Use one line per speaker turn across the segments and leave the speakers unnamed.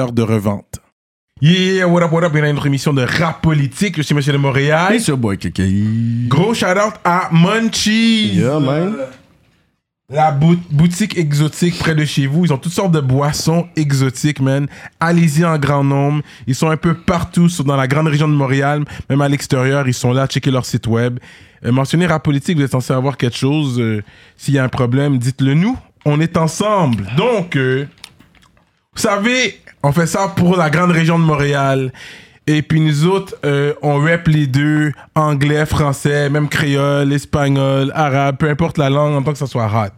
de revente. Yeah, what up, what up, il y a une émission de rap politique, je suis Monsieur de Montréal.
your boy, KKI.
Gros shout-out à Munchies,
Yeah, man.
la bou- boutique exotique près de chez vous. Ils ont toutes sortes de boissons exotiques, man. Allez-y en grand nombre. Ils sont un peu partout, sur- dans la grande région de Montréal, même à l'extérieur, ils sont là, checkez leur site web. Euh, mentionnez rap politique, vous êtes censé avoir quelque chose. euh, S'il y a un problème, dites-le nous. On est ensemble. Donc... euh, vous savez, on fait ça pour la grande région de Montréal. Et puis nous autres, euh, on rap les deux, anglais, français, même créole, espagnol, arabe, peu importe la langue, en tant que ça soit hot.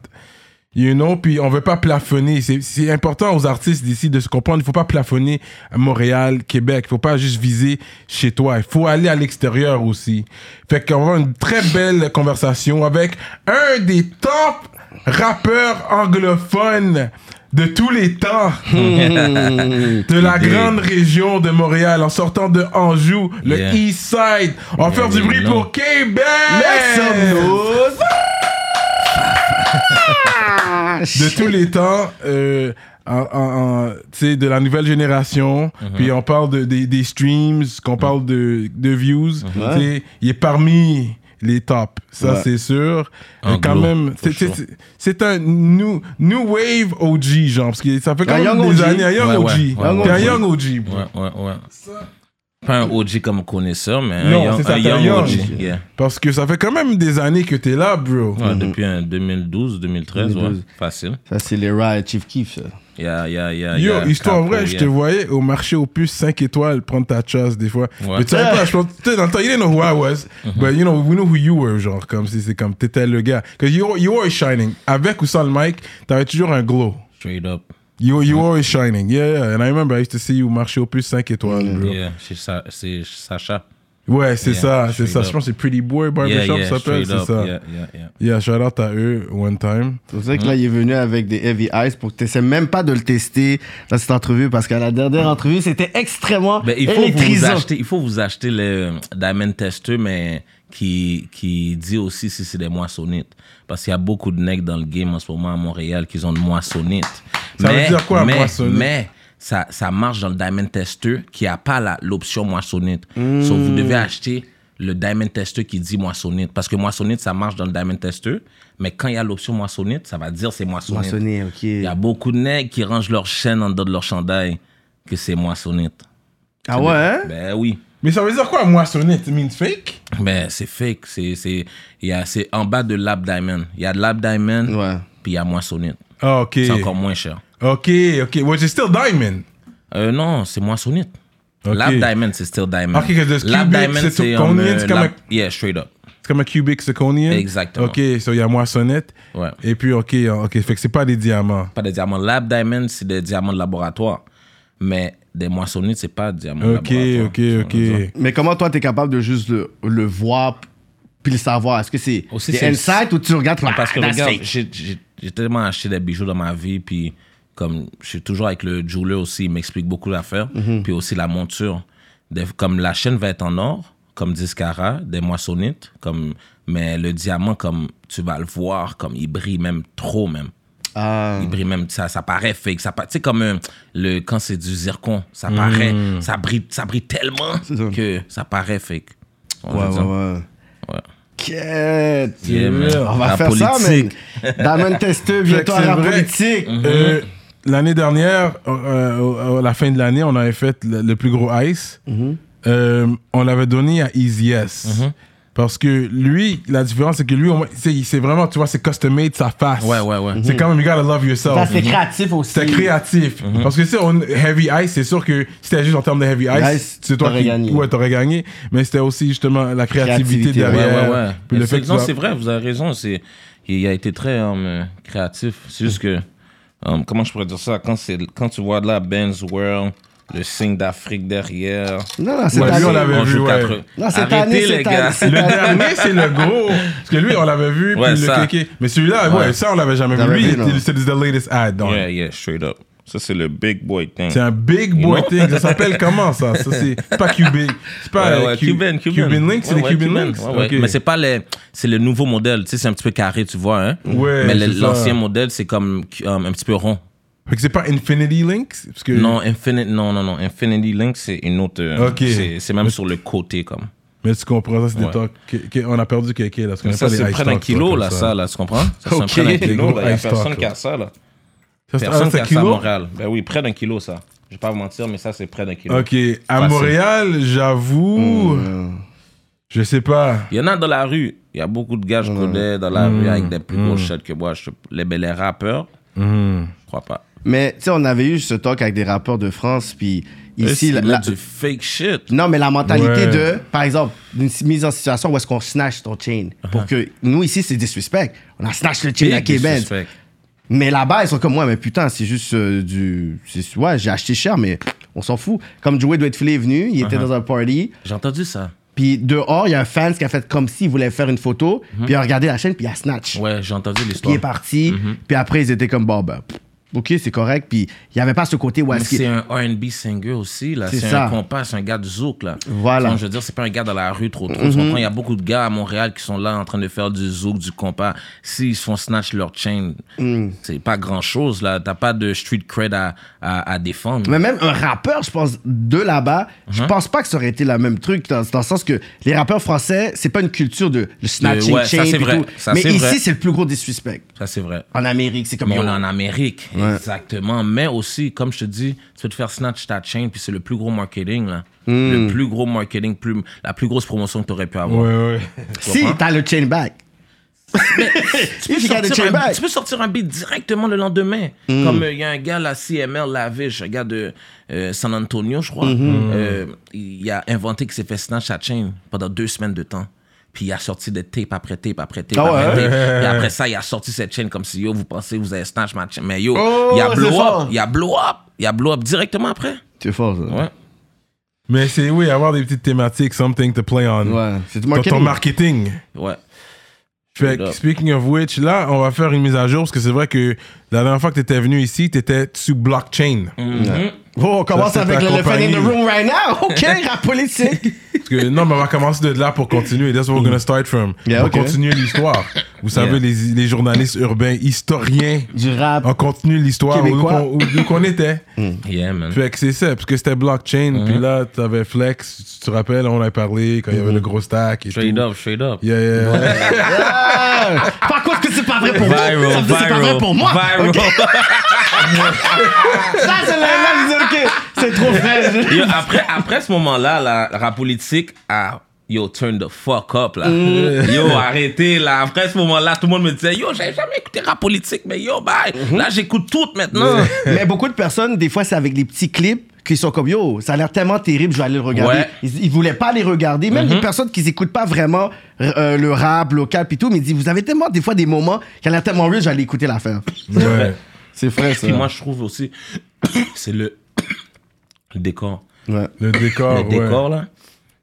You know, puis on veut pas plafonner. C'est- C'est important aux artistes d'ici de se comprendre. Il faut pas plafonner à Montréal, Québec. Il faut pas juste viser chez toi. Il faut aller à l'extérieur aussi. Fait qu'on va avoir une très belle conversation avec un des top rappeurs anglophones de tous les temps de la grande région de Montréal en sortant de Anjou, le
Yeah.
East Side. On va faire du bruit pour Québec! de tous les temps, euh, en- en- en- tu sais, de la nouvelle génération.
Mm-hmm.
Puis on parle de- des, des streams, qu'on parle de, de
Mm-hmm.
views. Tu sais, Il est parmi les tops, ça
Ouais.
c'est sûr. Mais quand
Anglo,
même, c'est- c'est- c'est- c'est un new, new wave OG, genre, parce que ça fait quand
Un
même
young
des
OG.
années. Un young
Ouais,
OG.
ouais,
ouais,
T'es un
ouais.
young OG, bro.
Ouais, ouais, ouais. Pas un OG comme connaisseur, mais un
Non,
young-
c'est ça,
un
t'es un
young
young.
OG. yeah.
Parce que ça fait quand même des années que t'es là, bro.
Ouais, Depuis euh, un 2012, 2013, ouais.
2012.
Facile.
Ça, c'est les rides Chief Keef, ça.
Yeah, yeah, yeah,
Yo,
yeah.
histoire
Capo,
vraie, je te
yeah.
voyais au marché aux puces 5 étoiles prendre ta chasse des fois.
Ouais. Mm-hmm.
Mais tu savais pas, je pense, tu sais, dans le temps, you didn't know who I was, but you know, we knew who you were, genre, comme si c'est comme, t'étais le gars. Cause you, were- you were always shining. Avec ou sans le mic, t'avais toujours un glow.
Straight up.
You, were- you
Mm-hmm.
were always shining. Yeah, yeah. And I remember I used to see you au marché aux puces 5 étoiles, bro.
Yeah, c'est Sa- c'est Sacha.
Ouais, c'est
Yeah,
ça, c'est
straight
ça. Je
up.
pense que c'est Pretty Boy
Yeah,
Barbershop,
yeah,
ça s'appelle,
straight
c'est
up.
ça.
Yeah, yeah, yeah.
Yeah, shout out à eux, one time.
C'est pour ça que là, il est venu avec des Heavy Ice pour que tu essaies même pas de le tester dans cette entrevue parce qu'à la dernière entrevue, c'était extrêmement
Ben, il, faut vous
électrisant.
acheter, il faut vous acheter le Diamond Tester, mais qui, qui dit aussi si c'est des moissonnites. Parce qu'il y a beaucoup de nègres dans le game en ce moment à Montréal qui ont de moissonnites.
Ça veut dire quoi,
mais,
moissonnite?
Mais ça, ça marche dans le Diamond Tester qui n'a pas la- l'option moissonnite. So,
Hmm.
vous devez acheter le Diamond Tester qui dit moissonnite. Parce que moissonnite, ça marche dans le Diamond Tester, mais quand il y a l'option moissonnite, ça va dire c'est moissonnite.
Moissonner, ok.
Il y a beaucoup de nègres qui rangent leur chaîne en dedans de leur chandail que c'est moissonnite.
Ah ouais, hein?
Ben oui.
Mais ça veut dire quoi, moissonner? It means fake?
Ben, c'est fake. C'est, c'est, il y a, c'est en bas de Lab Diamond. Il y a Lab Diamond,
Ouais.
puis il y a Moissonnite.
Ah, ok.
C'est encore moins cher.
Ok, ok. Which is still diamond.
Euh, non, c'est Moissonnite.
Ok.
Lab Diamond, c'est still Diamond.
Ok, 'cause there's
Lab
cubic,
Diamond,
c'est
c'est,
tout
en,
convenient,
euh,
c'est comme
Lab- Yeah, straight up.
C'est comme un cubic zirconian.
Exactement.
Ok, so il y a moissonnette.
Ouais.
Et puis, ok, ok. Fait que c'est pas des diamants.
Pas des diamants. Lab Diamond, c'est des diamants de laboratoire. Mais des Moissonnites, c'est pas des diamants de
Ok,
laboratoire.
ok,
Tu vois
ok.
ce que je veux dire?
Mais comment toi, t'es capable de juste le, le voir puis le savoir? Est-ce que c'est
Aussi,
des
c'est-
insights ou tu regardes comme,
parce que
ah, that's
regarde,
fake.
j'ai- j'ai j'ai tellement acheté des bijoux dans ma vie, puis comme je suis toujours avec le jeweler aussi, il m'explique beaucoup d'affaires,
Mhm.
puis aussi la monture. Des- comme la chaîne va être en or, comme 10 carats, des moissonnites, comme, mais le diamant, comme tu vas le voir, comme il brille même trop même.
Ah,
Il brille même, ça, ça paraît fake. Ça, pa- tu sais, comme euh, le, quand c'est du zircon, ça paraît, ça brille, ça brille tellement
Mhm. C'est ça.
que ça paraît fake. On
ouais,
va
ouais,
dire.
ouais.
Ouais.
Quête!
Yeah, man.
On va
La
faire
politique.
ça, man. Diamond Testeux,
Fait que
bientôt à
c'est
la
vrai.
politique.
Euh, l'année dernière, euh, euh, à la fin de l'année,
Mhm.
Mhm.
on avait fait le, le plus gros ice. Euh, on l'avait donné à Easy Yes. Parce que lui, la différence, c'est que lui, au moins, c'est c'est vraiment, tu vois, c'est custom made, sa face.
Ouais, ouais, Mhm. ouais.
C'est quand même, you gotta love yourself.
Mhm. Ça, c'est créatif aussi.
Mm.
C'est créatif.
Mm-hmm.
Parce que si on Heavy Ice, c'est sûr que c'était juste en termes de Heavy Ice,
Ice,
c'est toi
t'aurais
qui
gagné.
ouais, t'aurais gagné. Mais c'était aussi justement la créativité,
Créativité,
Ouais,
derrière.
ouais, ouais.
Puis
Mais
le fait
c'est-
que
non,
tu
c'est
vas-
vrai, vous avez raison. C'est, il a été très euh, créatif. C'est juste que, euh, comment je pourrais dire ça, quand, c'est, quand tu vois de la Benz World, le signe d'Afrique derrière.
Non, non, c'est
Ouais,
ta
lui, on l'avait
on
vu,
joue
ouais.
quatre-
Non, cette
Arrêtez,
année,
les
cette
gars.
année, cette
Le
année.
dernier, c'est le gros. Parce que lui, on l'avait vu,
Ouais,
puis
ça.
le kéké. Mais celui-là, ouais.
Ouais.
ça, on l'avait jamais vu.
J'avais
Lui,
vu,
il
non.
était- c'est the latest ad. donc.
Yeah, yeah, straight up. Ça, c'est le big boy thing.
C'est un big boy
You know?
thing. Ça s'appelle comment ça, ça c'est c'est pas Cuban. C'est pas
Ouais,
euh,
ouais,
Cu-
Cuban, Cuban.
Links, c'est
Ouais,
des
ouais,
Cuban,
Cuban,
Links.
ouais, ouais.
Ok.
Mais c'est pas les. C'est le nouveau modèle. Tu sais, c'est un petit peu carré, tu vois. Hein?
Ouais,
Mais
c'est
le-
ça.
l'ancien modèle, c'est comme euh, un petit peu rond.
Fait que c'est pas Infinity Links parce que
Non, Infinite, non, non, non. Infinity Link, c'est une autre. euh,
Ok.
C'est c'est même sur le côté, comme.
mais tu comprends ça c'est des
Ouais.
talks que- que- on a perdu quelqu'un là parce qu'on a
Ça,
pas les
c'est
ice
près d'un
talks,
kilo,
comme
là, ça, là, tu comprends? Ça, c'est
Ok.
près d'un kilo, là. Il y a
Ice
personne
talk,
qui
là.
a ça, là.
Ça, c'est- ah,
Personne qui
c'est
a ça à
kilo.
Montréal. Ben oui, près d'un kilo, ça. Je vais pas vous mentir, mais ça, c'est près d'un kilo.
OK, à
Facile. Hmm.
Montréal, j'avoue je sais pas.
Il y en a dans la rue. Il y a beaucoup de gars,
Mm.
je connais, dans la rue, avec des plus grosses chattes que moi. Je- Les, ben, les rappeurs,
Mm.
je crois pas.
Mais tu sais, on avait eu ce talk avec des rappeurs de France, puis ici,
Ici,
la-
là,
la-
du fake shit.
non, mais la mentalité
Ouais.
de, par exemple, d'une mise en situation où est-ce qu'on snatch ton chain. Pour que nous, ici, c'est disrespect. On a snatch le chain à
Big
Québec.
disrespect.
Mais là-bas, ils sont comme moi, mais putain, c'est juste euh, du. c'est- Ouais, j'ai acheté cher, mais on s'en fout. Comme Joey Doitfilet est venu, il était dans un party,
J'ai entendu ça.
puis dehors, il y a un fan qui a fait comme s'il voulait faire une photo, puis il a regardé la chaîne, puis il a snatch.
Ouais, j'ai entendu
Puis il
l'histoire.
est parti,
Mhm.
puis après, ils étaient comme, bon, ben, pff, ok, c'est correct, puis il n'y avait pas ce côté où
Mais
est-ce
C'est
qu'il-
un R&B singer aussi, là.
C'est
C'est
ça.
un compas, c'est un gars de zouk, là.
Voilà. Mhm.
Donc, je veux dire, c'est pas un gars dans la rue trop trop. tu comprends? Il y a beaucoup de gars à Montréal qui sont là en train de faire du zouk, du compas. S'ils se font snatch leur chain,
Mm.
c'est pas grand-chose, là. T'as pas de street cred à, à, à défendre.
Mais même un rappeur, je pense, de là-bas,
Mhm.
je pense pas que ça aurait été le même truc, dans, dans le sens que les rappeurs français, c'est pas une culture de le snatching,
ouais, ça,
chain,
c'est
puis
vrai.
tout.
Ça,
Mais
c'est
ici,
vrai.
c'est le plus gros des suspects.
Ça, c'est vrai.
En Amérique, c'est comme...
Mais on
yo.
est en Amérique, exactement. Mais aussi, comme je te dis, tu peux te faire snatch ta chain, puis c'est le plus gros marketing, là.
Mm.
Le plus gros marketing, plus, la plus grosse promotion que tu aurais pu avoir.
Ouais ouais.
si, t'as le chain back.
Tu peux,
You got the
sortir
chain
un,
back.
tu peux sortir un beat directement le lendemain.
Mm.
Comme euh, il y a un gars, la CML Lavish, un gars de euh, San Antonio, je crois.
Mm-hmm.
Euh, il a inventé qu'il s'est fait snatch sa chain pendant deux semaines de temps. Puis il a sorti des tapes après tape après tape
Ah ouais?
après tape. Puis après ça, il a sorti cette chaîne comme si yo, vous pensez que vous avez snatch ma chaîne. Mais yo,
Oh,
il a
c'est
blow
fort.
up. Il a blow up. Il a blow up directement après.
C'est fort, ça.
Ouais.
Mais c'est oui, avoir des petites thématiques, something to play on.
Ouais, c'est du
Ton-
marketing.
ton marketing.
Ouais.
Fait que,
Straight up.
speaking of which, là, on va faire une mise à jour parce que c'est vrai que la dernière fois que t'étais venu ici, t'étais sous blockchain.
Oh, on commence
Ça, c'est
avec
ta
le fan in the
compagnie.
room right now. OK, rap politique.
Parce que, non, mais on va commencer de là pour continuer. That's what we're gonna start from.
Yeah,
pour
okay.
continuer l'histoire. Vous savez,
Hmm. Yeah.
les, les journalistes urbains, historiens,
du rap.
on continue l'histoire où
Québécois.
qu'on- où où qu'on était.
Yeah, man.
Fait que c'est ça, parce que c'était blockchain,
Uh-huh.
puis là, t'avais Flex, tu te rappelles, on en a parlé quand il y avait le gros stack et
Straight
tout.
up, straight up.
Yeah, yeah, yeah.
Par contre, que c'est pas vrai pour moi. Ça
Viral,
veut dire que c'est pas vrai
viral,
pour moi.
viral.
OK. Ça, c'est là, là, je dis, OK, c'est trop vrai.
Yo, après, après ce moment-là, la rap politique a yo turn the fuck up là. Yo arrêtez là. Après ce moment-là, tout le monde me disait yo j'avais jamais écouté rap politique mais yo bye. Là j'écoute toutes maintenant.
Mais beaucoup de personnes, des fois, c'est avec les petits clips qui sont comme yo, ça a l'air tellement terrible, je vais aller le regarder.
Ouais.
Ils, ils voulaient pas les regarder. Même les personnes qui n'écoutent pas vraiment euh, le rap local puis tout, mais ils disent vous avez tellement des fois des moments qui a l'air tellement riche, j'allais écouter l'affaire.
Ouais.
C'est vrai ça.
Puis moi je trouve aussi c'est le le décor.
Ouais.
Le décor,
le
Ah, ouais.
décor là,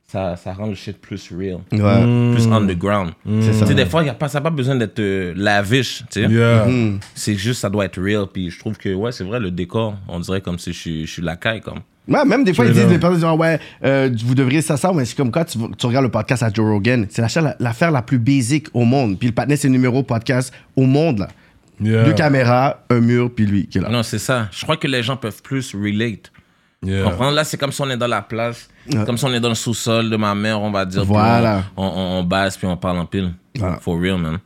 ça ça rend le shit plus real,
Ouais.
plus underground.
C'est ça.
Tu sais, des fois, y a pas, ça n'a pas besoin d'être euh, lavish, tu sais.
Yeah.
Hmm. C'est juste, ça doit être real. Puis je trouve que, ouais, c'est vrai, le décor, on dirait comme si je suis, je suis la caille, comme.
Ouais, même des fois, ils
Straight
disent,
up.
les personnes disent, Ah ouais, euh, vous devriez ça, ça, mais c'est comme quand tu, tu regardes le podcast à Joe Rogan, c'est l'affaire la, l'affaire la plus basic au monde. Puis le patinet, c'est le numéro podcast au monde, là.
Yeah.
Deux caméras, un mur, puis lui qui est là.
Non, c'est ça. Je crois que les gens peuvent plus relate.
Yeah.
Comprends? Là, c'est comme si on est dans la place, comme si on est dans le sous-sol de ma mère, on va dire. puis
Voilà.
On, on, on base, puis on parle en pile. For real, man.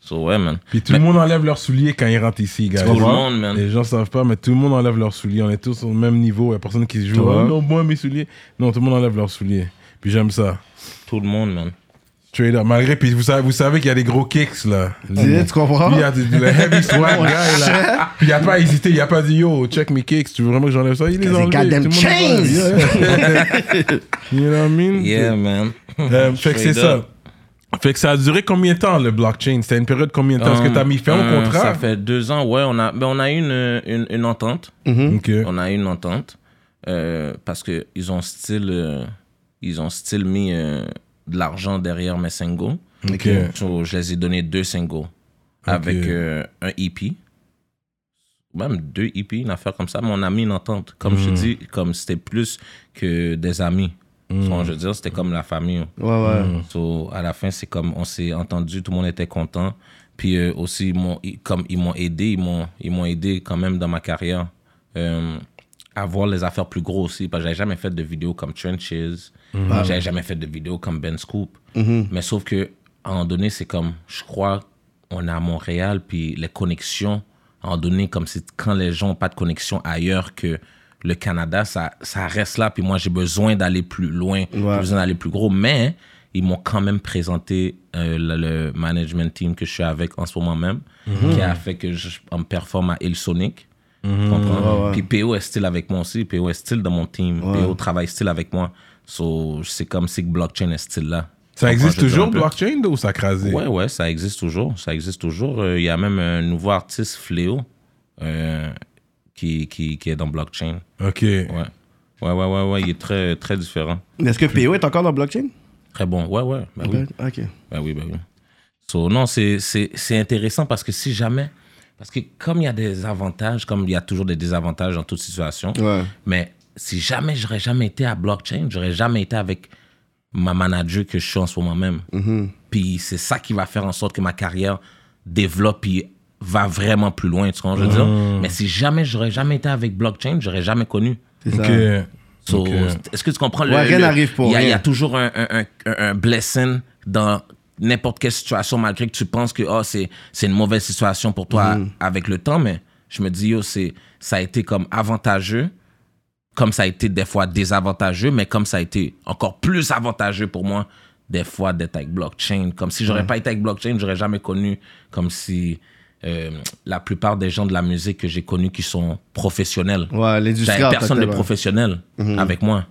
So, ouais, man.
Puis tout le monde enlève leurs souliers quand ils rentrent ici, gars.
Tout le monde, man.
Les gens savent pas, mais tout le monde enlève leurs souliers. On est tous au même niveau. Il y a personne qui se joue.
Ouais.
Oh non, moi, mes souliers. Non, tout le monde enlève leurs souliers. Puis j'aime ça.
Tout le monde, man.
Straight up. Malgré, puis vous savez, vous savez qu'il y a des gros kicks, là.
Tu tu comprends?
Lui, il a du- le heavy swag guy, là. Puis il a pas hésité, il a pas dit yo, check mes kicks, tu veux vraiment que j'enlève ça? Il les a
Cause they
enlevés.
got them
Tout le monde les a enlevés. Yeah, yeah. you know what I mean?
Yeah, man.
Euh, fait que c'est
Straight up.
ça. Fait que ça a duré combien de temps, le blockchain? C'était une période de combien de temps? Est-ce que t'as mis fin
Euh,
au contrat?
Ça fait deux ans, ouais. On a, ben, on a eu une, une, une entente.
Mhm.
Ok.
On a eu une entente. euh, parce que ils ont style, euh, ils ont style mis euh, de l'argent derrière mes singles.
Ok.
euh, So, je les ai donné deux singles avec euh, un EP. Même deux EP, une affaire comme ça. Mais on a mis une entente. Comme je te dis, comme c'était plus que des amis. So, je veux dire, c'était comme la famille.
Ouais, ouais.
Hmm. So, à la fin, c'est comme on s'est entendu, tout le monde était content. Puis euh, aussi, ils m'ont, ils- comme ils m'ont aidé, ils m'ont, ils m'ont aidé quand même dans ma carrière euh, à voir les affaires plus grosses aussi. Parce que j'avais jamais fait de vidéo comme Trenches,
Hmm.
j'avais jamais fait de vidéo comme Ben Scoop.
Mm-hmm.
Mais sauf que, à un moment donné, c'est comme, je crois, on est à Montréal, puis les connexions, à un moment donné, comme c'est quand les gens n'ont pas de connexion ailleurs que le Canada, ça, ça reste là. Puis moi, j'ai besoin d'aller plus loin, j'ai besoin d'aller plus gros. Mais ils m'ont quand même présenté euh, le, le management team que je suis avec en ce moment même,
Mhm.
qui a fait que je on me performe à Hillsonic. Tu comprends? Puis PO est still avec moi aussi. PO est still dans mon team. PO travaille still avec moi. So, c'est comme si que blockchain est still là.
Ça
Tu
existe
comprends, je veux dire,
toujours,
un peu.
blockchain, ou ça a crasé?
Ouais, ouais, ça existe toujours. Ça existe toujours. Euh, Il y a même un nouveau artiste, Fléau, euh, qui, qui, qui est dans blockchain.
Ok.
Ouais. Ouais, ouais, ouais, ouais, Il est très, très différent.
Est-ce que PO est encore dans blockchain?
Très bon. Ouais, ouais. bah
Ah
oui.
Ok.
Ben oui, ben oui. So, non, c'est- c'est c'est intéressant parce que si jamais. Parce que comme il y a des avantages, comme il y a toujours des désavantages dans toute situation,
Ouais.
mais si jamais j'aurais jamais été à blockchain, j'aurais jamais été avec ma manager que je suis en ce moment même. Puis c'est ça qui va faire en sorte que ma carrière développe et va vraiment plus loin, tu vois, je veux dire. Mais si jamais j'aurais jamais été avec blockchain, j'aurais jamais connu.
C'est ça.
Ok.
So,
Ok.
Est-ce que tu comprends
Ouais, rien n'arrive pour
il y a- Il y
rien.
a toujours un, un, un- un blessing dans n'importe quelle situation, malgré que tu penses que oh, c'est c'est une mauvaise situation pour toi avec le temps, mais je me dis, yo, c'est- ça a été comme avantageux, comme ça a été des fois désavantageux, mais comme ça a été encore plus avantageux pour moi des fois d'être avec blockchain. Comme si j'aurais pas été avec blockchain, j'aurais jamais connu comme si euh, la plupart des gens de la musique que j'ai connus qui sont professionnels.
Ouais, l'industrie en
J'avais
tant que
personne de
telle, ouais. Mhm.
professionnel avec moi.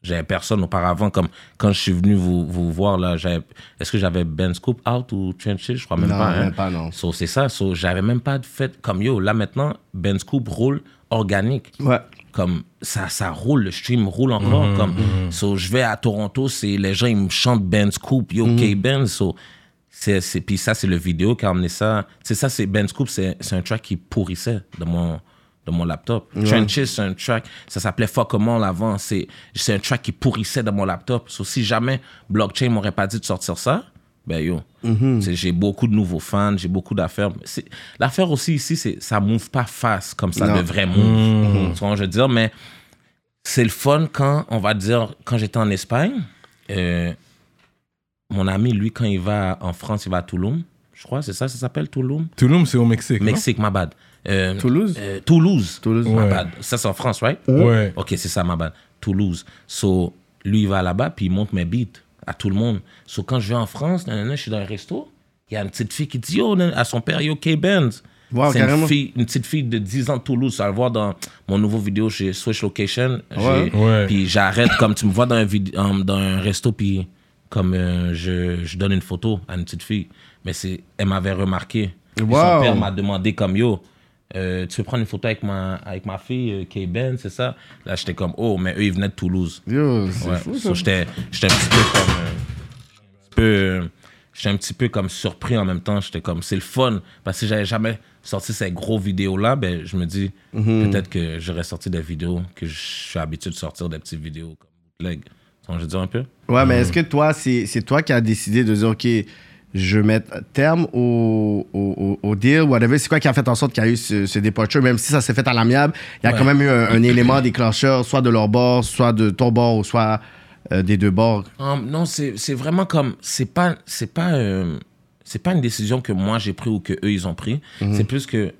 J'avais personne auparavant. Comme quand je suis venu vous, vous voir, là, j'avais- est-ce que j'avais Ben Scoop out ou Trenches Je crois même
Non,
pas. hein.
même pas, non.
So, c'est ça. So, j'avais même pas de fait comme yo. Là, maintenant, Ben Scoop roule organique.
Ouais.
Comme ça, ça roule, le stream roule encore. Comme, so, je vais à Toronto, c'est les gens, ils me chantent Ben Scoop, yo, K-Ben. So, c'est, c'est, puis ça, c'est le vidéo qui a amené ça. C'est ça, c'est Ben Scoop, c'est, c'est un track qui pourrissait de mon, de mon laptop. Trenches, c'est un track, ça s'appelait Fuck All avant. C'est, c'est un track qui pourrissait dans mon laptop. So, si jamais Blockchain m'aurait pas dit de sortir ça, ben yo, c'est- j'ai beaucoup de nouveaux fans, j'ai beaucoup d'affaires. C'est- L'affaire aussi ici, c'est ça move pas face comme ça
Non.
de vrai move. Tu vois, je veux dire, mais c'est le fun quand, on va dire, quand j'étais en Espagne, euh, mon ami, lui, quand il va en France, il va à Toulouse, je crois, c'est ça, ça s'appelle Toulouse
Tulum, c'est au Mexique. non?
Mexique, ma bad. Euh,
Toulouse?
euh, Toulouse.
Toulouse.
Ma
Ouais.
bad. Ça, c'est en France, right?
Ouais.
Ok, c'est ça, ma bad. Toulouse. So, lui, il va là-bas, puis il monte mes beats à tout le monde. So, quand je vais en France, nanana, je suis dans un resto, il y a une petite fille qui dit, yo, nan- à son père, yo, K-Benz.
Wow,
c'est une,
carrément.
fille- une petite fille de 10 ans de Toulouse. Ça va le voir dans mon nouveau vidéo chez Switch Location.
Ouais.
J'ai-
Ouais.
Puis j'arrête, comme tu me vois dans un, vid- euh, dans un resto, puis comme euh, je, je donne une photo à une petite fille. Mais c'est, elle m'avait remarqué. Puis
Wow.
Son père m'a demandé comme yo, euh, tu veux prendre une photo avec ma, avec ma fille, euh, Kay Ben, c'est ça? Là, j'étais comme, oh, mais eux, ils venaient de Toulouse.
Yo, c'est
Ouais.
fou, ça.
So, j'étais, j'étais un petit peu comme. euh, un petit peu, euh, j'étais un petit peu comme surpris en même temps. J'étais comme, c'est le fun. Parce que si j'avais jamais sorti ces gros vidéos-là, ben, je me dis,
Mhm.
peut-être que j'aurais sorti des vidéos que je suis habitué de sortir, des petites vidéos comme bootleg. Tu vois, Je dis un peu.
Ouais, mais est-ce que toi, c'est c'est toi qui as décidé de dire, OK, je vais mettre terme au, au, au- au deal, whatever. C'est quoi qui a fait en sorte qu'il y a eu ce, ce departure, même si ça s'est fait à l'amiable, il y a
Ouais.
quand même eu un, un élément déclencheur, soit de leur bord, soit de ton bord, ou soit euh, des deux bords.
Hum, non, c'est c'est vraiment comme c'est pas c'est pas euh, c'est pas une décision que moi j'ai pris ou que eux ils ont pris. C'est plus que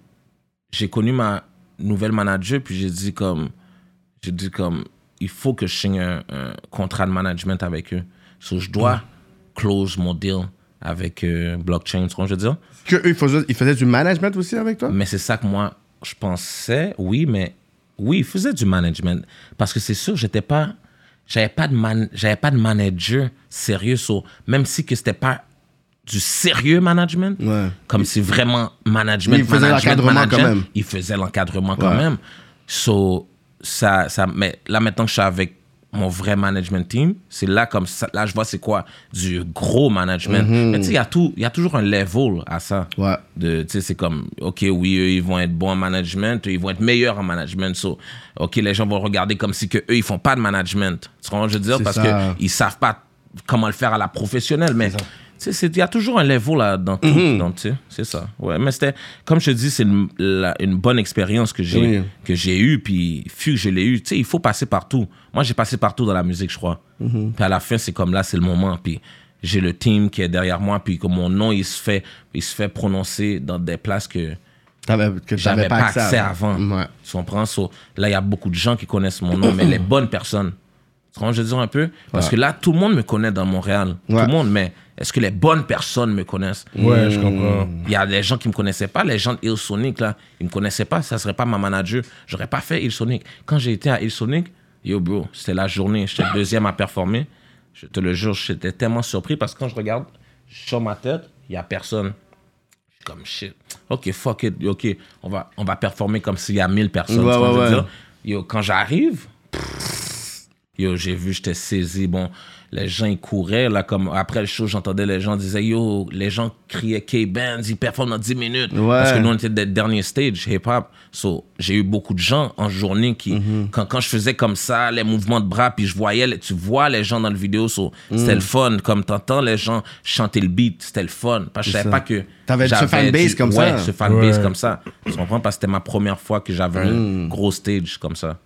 j'ai connu ma nouvelle manager puis j'ai dit comme j'ai dit comme il faut que je signe un, un contrat de management avec eux. So, je dois close mon deal avec euh, blockchain, tu comprends ce que je veux dire?
Que eux, ils faisaient, ils faisaient du management aussi avec toi?
Mais c'est ça que moi, je pensais, oui, mais oui, il faisait du management. Parce que c'est sûr, j'étais pas. J'avais pas, de man- j'avais pas de manager sérieux. so, même si que c'était pas du sérieux management,
Ouais.
comme si vraiment management.
Mais il faisait
management,
l'encadrement quand
management,
même.
Il faisait l'encadrement quand
Mm. Ouais.
même. So, ça, ça, mais là, maintenant que je suis avec mon vrai management team, c'est là comme ça, là, je vois c'est quoi du gros management. Mais tu sais, il y, a tout- il y a toujours un level à ça
Mm-hmm. Ouais.
de tu sais c'est comme ok oui eux ils vont être bons en management eux, ils vont être meilleurs en management so ok les gens vont regarder comme si que eux ils font pas de management tu comprends ce que je veux dire
C'est
parce
ça.
que ils savent pas comment le faire à la professionnelle mais tu sais c'est- il y a toujours un level là dans tout
Mhm.
donc tu sais c'est ça ouais mais c'était comme je te dis c'est une, la- une bonne expérience que j'ai
Oui.
que j'ai eu puis fut que je l'ai eu tu sais il faut passer partout moi j'ai passé partout dans la musique je crois
Mhm.
puis à la fin c'est comme là c'est le moment puis j'ai le team qui est derrière moi puis que mon nom il se fait il se fait prononcer dans des places que
T'avais, que
j'avais
t'avais
pas accès, avant
Ouais.
tu comprends So, là il y a beaucoup de gens qui connaissent mon nom mais les bonnes personnes tu comprends ce que je veux dire un peu parce que là tout le monde me connaît dans Montréal tout
Ouais.
le monde mais est-ce que les bonnes personnes me connaissent
Ouais, je comprends.
il y a des gens qui me connaissaient pas, les gens de Hillsonic, là, ils me connaissaient pas, ça serait pas ma manager. J'aurais pas fait Hillsonic. Quand j'ai été à Hillsonic, yo bro, c'était la journée, j'étais le deuxième à performer. Je te le jure, j'étais tellement surpris parce que quand je regarde sur ma tête, il y a personne. Je suis comme shit. Ok, fuck it, ok, on va, on va performer comme s'il y a 1000 personnes. tu
Ouais,
vois ce que
ouais,
je veux
ouais.
dire? Yo, quand j'arrive, pfff, yo, j'ai vu, j'étais saisi. Bon, les gens, ils couraient, là, comme après le show, j'entendais les gens disaient, yo, les gens criaient K-Bands, ils performent dans 10 minutes. Parce que nous, on était des derniers stage hip-hop. So, j'ai eu beaucoup de gens en journée qui,
Mhm.
quand, quand je faisais comme ça, les mouvements de bras, puis je voyais, les- tu vois les gens dans le vidéo, so, c'était le
Mhm.
fun. Comme t'entends les gens chanter le beat, c'était le fun. Parce que je savais
ça.
pas que.
T'avais ce
j'avais
fanbase
du-
comme
ouais,
ça.
ce fanbase
Ouais.
comme ça. Tu comprends? Parce que c'était ma première fois que j'avais
Mm.
un gros stage comme ça.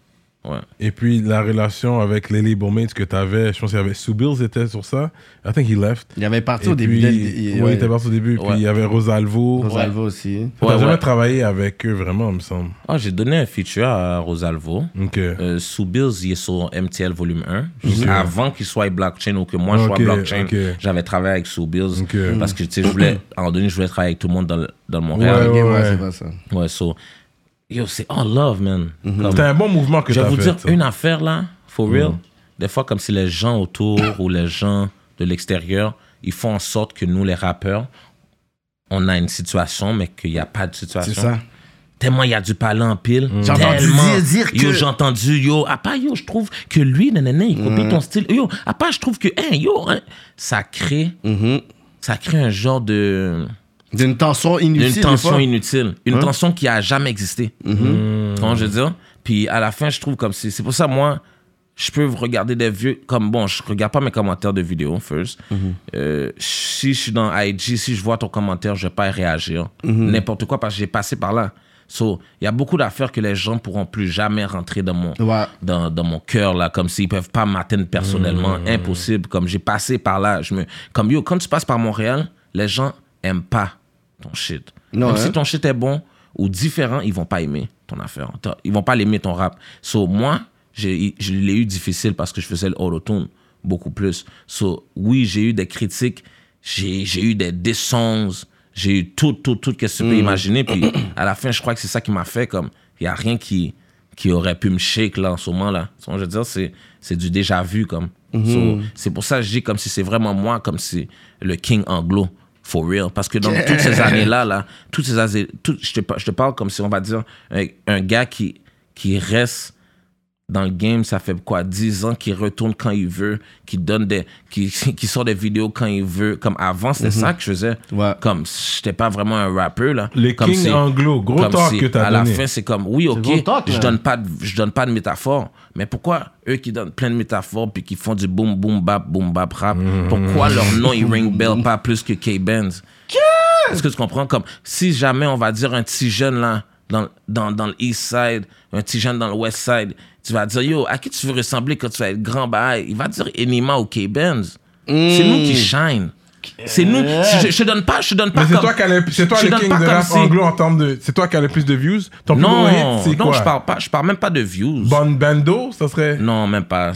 Ouais.
Et puis la relation avec les label mates que t'avais, je pense qu'il y avait Sue Bills était sur ça. I think he left.
Il y avait
Et
parti au début.
puis-
d'elle- il-
ouais,
ouais.
il était parti au début.
Ouais.
Puis il y avait Rosalvo.
Rosalvo aussi.
T'as
Ouais,
jamais
ouais.
travaillé avec eux vraiment, il me semble.
Ah, j'ai donné un feature à Rosalvo.
Ok.
Euh, sous Bills, il est sur MTL volume 1. Juste
Ok.
Avant qu'il soit blockchain ou que moi je
Ok,
sois blockchain,
ok.
j'avais travaillé avec Sous Bills.
Ok.
Parce que, tu sais, je voulais, à un moment donné, je voulais travailler avec tout le monde dans le, dans le Montréal.
Ok,
Ouais,
Euh, ouais,
ouais.
c'est pas ça.
Ah Ouais, so, yo, c'est all love, man. Comme-
C'était un bon mouvement que
je vais
t'as
vous
fait. Mhm.
dire
ça.
une affaire là, for real. Des fois, comme si les gens autour ou les gens de l'extérieur, ils font en sorte que nous, les rappeurs, on a une situation, mais qu'il n'y a pas de situation.
C'est ça.
Tellement il y a du palais en pile.
J'ai entendu
Tellement.
dire- dire que-
Yo, j'ai entendu, yo, à part, yo, je trouve que lui, nanana, il copie
Mm.
ton style. Yo, à part, je trouve que, hein, yo, hein. ça crée,
Mm-hmm.
ça crée un genre de
D'une tension inutile.
une
des
tension
fois. Hein? Mm-hmm.
inutile. Une tension qui a jamais existé. Comment je veux dire? Puis à la fin, je trouve comme si. C'est pour ça, moi, je peux regarder des vieux. Comme bon, je regarde pas mes commentaires de vidéos, first.
Mm-hmm.
Euh, si je suis dans IG, si je vois ton commentaire, je vais pas y réagir.
Mm-hmm.
N'importe quoi, parce que j'ai passé par là. So, il y a beaucoup d'affaires que les gens pourront plus jamais rentrer dans mon,
Ouais.
dans, dans mon cœur, là, comme s'ils peuvent pas m'atteindre personnellement.
Mm.
Impossible. Comme j'ai passé par là. Je me... Comme yo, quand tu passes par Montréal, les gens aiment pas ton shit.
Non,
Même
hein?
si ton shit est bon ou différent, ils vont pas aimer ton affaire. T'as- Ils vont pas l'aimer ton rap. So, moi, j'ai- je l'ai eu difficile parce que je faisais le auto-tune beaucoup plus. So, oui, j'ai eu des critiques, j'ai j'ai eu des dissonances, j'ai eu tout, tout, tout ce que
Mm.
tu peux imaginer. Puis à la fin, je crois que c'est ça qui m'a fait comme, il y a rien qui, qui aurait pu me shake là en ce moment là. Tu vois, Je veux dire, c'est, c'est du déjà vu comme. So, c'est pour ça que je dis comme si c'est vraiment moi, comme si le king anglo. For real. Parce que dans toutes ces années-là, là, toutes ces années, tout- je, te, par- je te parle comme si on va dire un, un gars qui, qui reste dans le game, ça fait quoi, 10 ans, qui retourne quand il veut, qui donne des, qui, qui sort des vidéos quand il veut. Comme avant, c'était ça que je faisais.
Ouais.
Comme j'étais pas vraiment un rappeur, là.
Le
comme
king anglo, gros
comme
talk
si
que t'as
À
donné.
la fin, c'est comme, oui, ok,
gros talk,
je
là.
donne pas de, je donne pas de métaphore. Mais pourquoi eux qui donnent plein de métaphores puis qui font du boom, boom, bap, boom, bap, rap,
Mhm.
pourquoi leur nom, il ring bell pas plus que K-Benz? Est-ce que tu comprends? Comme si jamais on va dire un petit jeune là, dans, dans, dans le East Side, un petit jeune dans le West Side, tu vas dire Yo, à qui tu veux ressembler quand tu vas être grand? Bah, il va dire Enima ou K-Benz. C'est nous qui shine. C'est nous. Je, je te donne pas, je te donne pas
Mais c'est
comme-
toi, qui as le- c'est toi
je te
le
donne
king
pas
de
comme
rap
si-
anglo en termes de. C'est toi qui as le plus de views. Ton plus gros
Non,
hit, c'est quoi
non, je parle pas, je parle même pas de views.
Bon Bando, ça serait.
Non, même pas.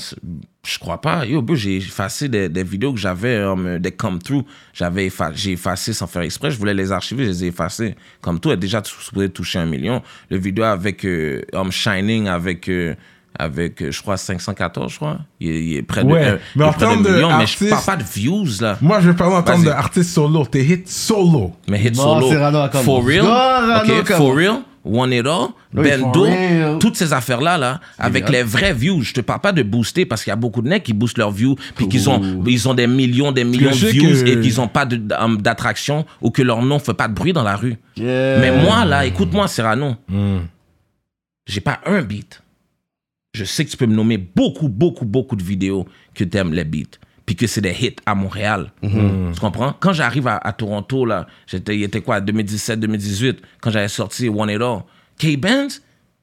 Je crois pas. Yo, bro, j'ai effacé des, des vidéos que j'avais, euh, des come-through. J'avais effa- j'ai effacé sans faire exprès. Je voulais les archiver, je les ai effacées. Comme tout, elle est déjà tou- supposée toucher un million. Le vidéo avec euh, um, Shining, avec, euh, avec euh, je crois, 514, je crois. Il, est- il est près de,
Ouais,
un-
mais
il est
en
près d'un
termes de
million, mais je
artistes-
parle pas de views, là.
Moi, je veux parler en termes
Vas-y.
d'artiste solo. T'es hit solo.
Mais hit
Non,
solo.
c'est Rano Akamo.
For real.
Non, Rano
ok,
Akamo.
for real. One It All,
Oui, for
Bendo,
real.
toutes ces affaires-là, là, avec les vrais views. Je te parle pas de booster parce qu'il y a beaucoup de mecs qui boostent leurs views puis qu'ils ont, ils ont des millions, des millions de
je sais
views
que-
et qu'ils ont pas de- d'am- d'attraction ou que leur nom fait pas de bruit dans la rue.
Yeah. Mm.
Mais moi, là, écoute-moi, Serrano. J'ai pas un beat. Je sais que tu peux me nommer beaucoup, beaucoup, beaucoup de vidéos que t'aimes les beats. Puis que c'est des hits à Montréal.
Mm-hmm.
Tu comprends? Quand j'arrive à, à Toronto, là, j'étais, il était quoi, 2017, 2018, quand j'avais sorti One It All. K-Benz,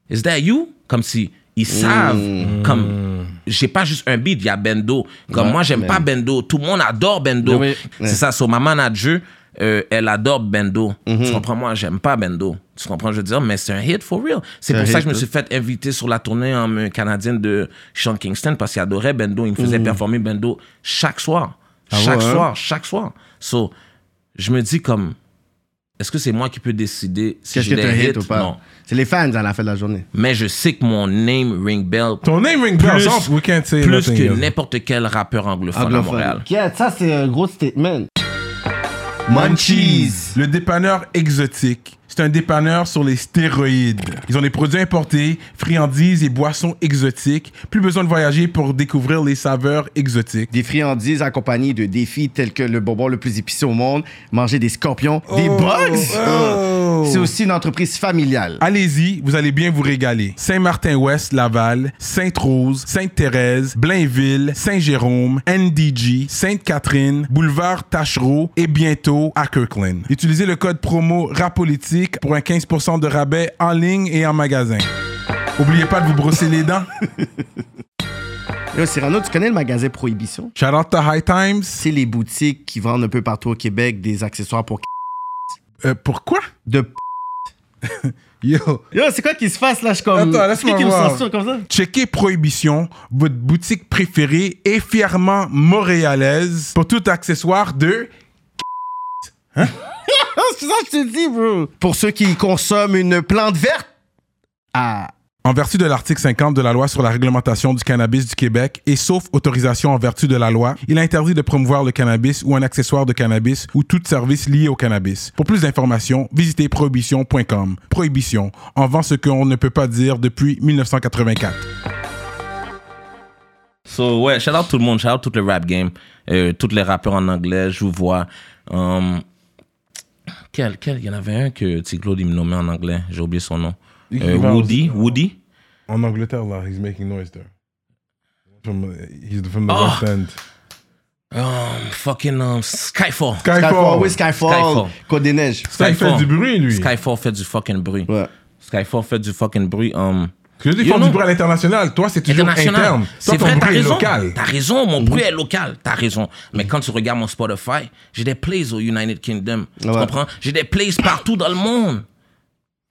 is that you? Comme si ils
Mm-hmm.
savent, comme j'ai pas juste un beat, il y a Bendo. Comme
Ouais,
moi, j'aime
mais-
pas Bendo. Tout le monde adore Bendo.
Oui, oui.
C'est ça, so, ma manager, euh, elle adore Bendo.
Mm-hmm.
Tu comprends? Moi, j'aime pas Bendo. Tu comprends? Je veux dire, mais c'est un hit for real. C'est
un
pour ça
hit,
que je me
hein.
suis fait inviter sur la tournée en, euh, canadienne de Sean Kingston parce qu'il adorait Bendo. Il me faisait performer Bendo chaque soir. chaque
Mm. ouais, hein?
soir, chaque soir. So, je me dis comme, est-ce que c'est moi qui peux décider si
Qu'est-ce
j'ai
que t'as
des hits?
hit ou pas?
Non.
C'est les fans à la fin de la journée.
Mais je sais que mon name ring bell
Ton name ring bell.
plus,
so we can't say
plus
nothing hein.
que
else.
n'importe quel rappeur anglophone, à Montréal.
Yeah, ça, c'est un gros statement.
Munchies.
Munchies.
Le dépanneur exotique. C'est un dépanneur sur les stéroïdes. Ils ont des produits importés, friandises et boissons exotiques. Plus besoin de voyager pour découvrir les saveurs exotiques.
Des friandises accompagnées de défis tels que le bonbon le plus épicé au monde, manger des scorpions, des bugs.
oh.
C'est aussi une entreprise familiale.
Allez-y, vous allez bien vous régaler. Saint-Martin-Ouest, Laval, Sainte-Rose, Sainte-Thérèse, Blainville, Saint-Jérôme, NDG, Sainte-Catherine, Boulevard Tachereau et bientôt à Kirkland. Utilisez le code promo RAPOLITIQUE pour un 15% de rabais en ligne et en magasin. Oubliez pas de vous brosser les dents.
Là, Cyrano, tu connais le magasin Prohibition?
Shout out to High Times.
C'est les boutiques qui vendent un peu partout au Québec des accessoires pour
Euh, pourquoi?
de p-
Yo.
Yo, c'est quoi qui se passe là? Je suis comme.
Attends, laisse-moi
Qui me
voir.
censure comme ça?
Checkez Prohibition, votre boutique préférée et fièrement montréalaise pour tout accessoire de
Ah, c'est ça que je te dis, bro. Pour ceux qui consomment une plante verte. Ah.
En vertu de l'article 50 de la loi sur la réglementation du cannabis du Québec et sauf autorisation en vertu de la loi, il est interdit de promouvoir le cannabis ou un accessoire de cannabis ou tout service lié au cannabis. Pour plus d'informations, visitez prohibition.com. Prohibition, en vend ce qu'on ne peut pas dire depuis 1984.
So, ouais, shout out tout le monde, shout out tout le rap game, euh, tous les rappeurs en anglais, je vous vois. Um, quel, quel, il y en avait un que tu sais, Claude, il me nommait en anglais, j'ai oublié son nom.
Il-
Euh,
il va
Woody, Woody.
En Angleterre, là, he's making noise there. From, he's from the
Ah.
West End.
Um, fucking um, Skyfall.
Skyfall, oui, Skyfall.
Skyfall.
Côte des Neiges.
Ça, il fait du bruit, lui.
Skyfall fait du fucking bruit.
Ouais.
Skyfall fait du fucking bruit. Um,
Je dis, ils
You
font
know.
du bruit à l'international. Toi, c'est toujours
international.
interne. Toi,
C'est
ton
vrai, t'as
bruit est
raison.
local. Mm-hmm.
T'as raison, mon bruit est local. T'as raison. Mais quand tu regardes mon Spotify, j'ai des plays au United Kingdom. Tu
Ouais.
comprends? J'ai des plays partout dans le monde.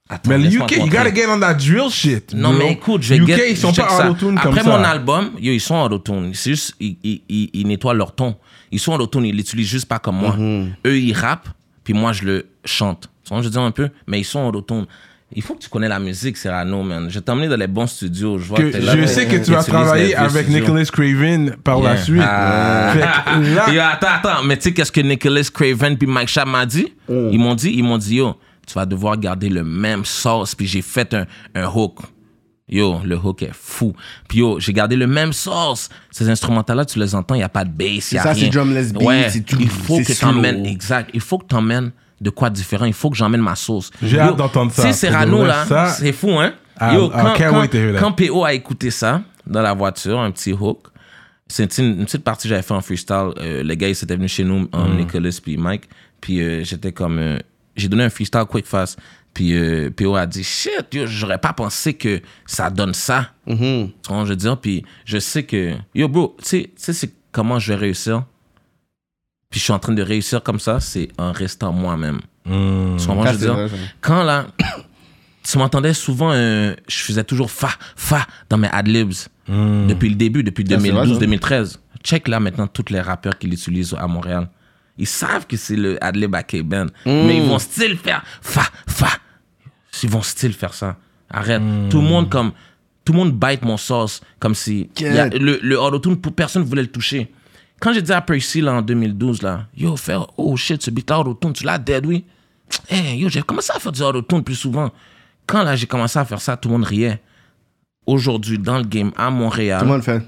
Attends,
Mais le
laisse-moi
UK,
te
you
montrer.
gotta get on that drill shit.
Non,
bro.
mais écoute, je
UK,
get-
ils sont
je check
pas
ça.
autotune comme
Après
ça.
mon album, yo, ils sont en autotune. C'est juste, ils, ils- ils- ils nettoient leur ton. Ils sont en autotune, ils l'utilisent juste pas comme moi.
Mhm.
Eux, ils rappent, puis moi, je le chante. Tu vois, je dis un peu, mais ils sont en autotune. Il faut que tu connais la musique, Serrano, man. Je t'ai emmené dans les bons studios. Je, vois
Que
t'es là,
je
mais-
sais que tu
utilises
vas
les
travailler
vieux
avec
studios.
Nicholas Craven par la
Yeah.
suite.
Ah.
Fait que là,
Yo, attends, attends, mais tu sais qu'est-ce que Nicholas Craven puis Mike Sharp m'a dit?
Oh.
Ils m'ont dit, ils m'ont dit, yo, tu vas devoir garder le même sauce. Puis j'ai fait un, un hook. Yo, le hook est fou. Puis yo, j'ai gardé le même sauce. Ces instrumentales-là, tu les entends, il n'y a pas de bass, il y a
ça, c'est
rien.
drumless beat,
Ouais,
c'est tout-
il faut
c'est
que
slow.
t'emmènes, exact, il faut que t'emmènes de quoi différent. Il faut que j'emmène ma sauce.
J'ai
Yo,
hâte d'entendre ça.
Tu sais, Serrano,
Ouais,
là,
ça-
c'est fou, hein?
Ah,
I- I can't
quand-
wait to hear that.
quand PO a écouté ça dans la voiture, un petit hook, c'est une, une petite partie que j'avais fait en freestyle. Euh, les gars, ils étaient venus chez nous, euh,
Mm.
Nicolas puis Mike. Puis euh, j'étais comme... euh, j'ai donné un freestyle quick fast. Puis euh, PO a dit « Shit, yo, j'aurais pas pensé que ça donne ça.
Mm-hmm.
Tu comprends, je veux dire? Puis je sais que... Yo, bro, tu sais- tu sais c'est comment je vais réussir? Puis je suis en train de réussir comme ça, c'est en restant moi-même. Tu comprends,
Mm. Ça,
je veux
c'est
dire?
vrai, ça.
Quand là tu m'entendais souvent, euh, je faisais toujours fa, fa dans mes adlibs. Depuis le début, depuis
Ah, c'est vrai, ça.
2012-2013. Check là maintenant tous les rappeurs qui l'utilisent à Montréal. Ils savent que c'est le Adlib à K-Ben,
Hmm.
mais ils vont still faire fa, fa. Ils vont still faire ça. Arrête.
Hmm.
Tout le monde comme. Tout le monde bite mon sauce comme si.
Get.
y a- le, le autotune, pour- personne ne voulait le toucher. Quand j'ai dit à Percy là, en 2012, là, yo, faire, oh shit, ce beat-là, autotune, tu l'as dead, oui. Hey, Eh, yo, j'ai commencé à faire du autotune plus souvent. Quand là, j'ai commencé à faire ça, tout le monde riait. Aujourd'hui, dans le game, à Montréal,
Tout le monde fait.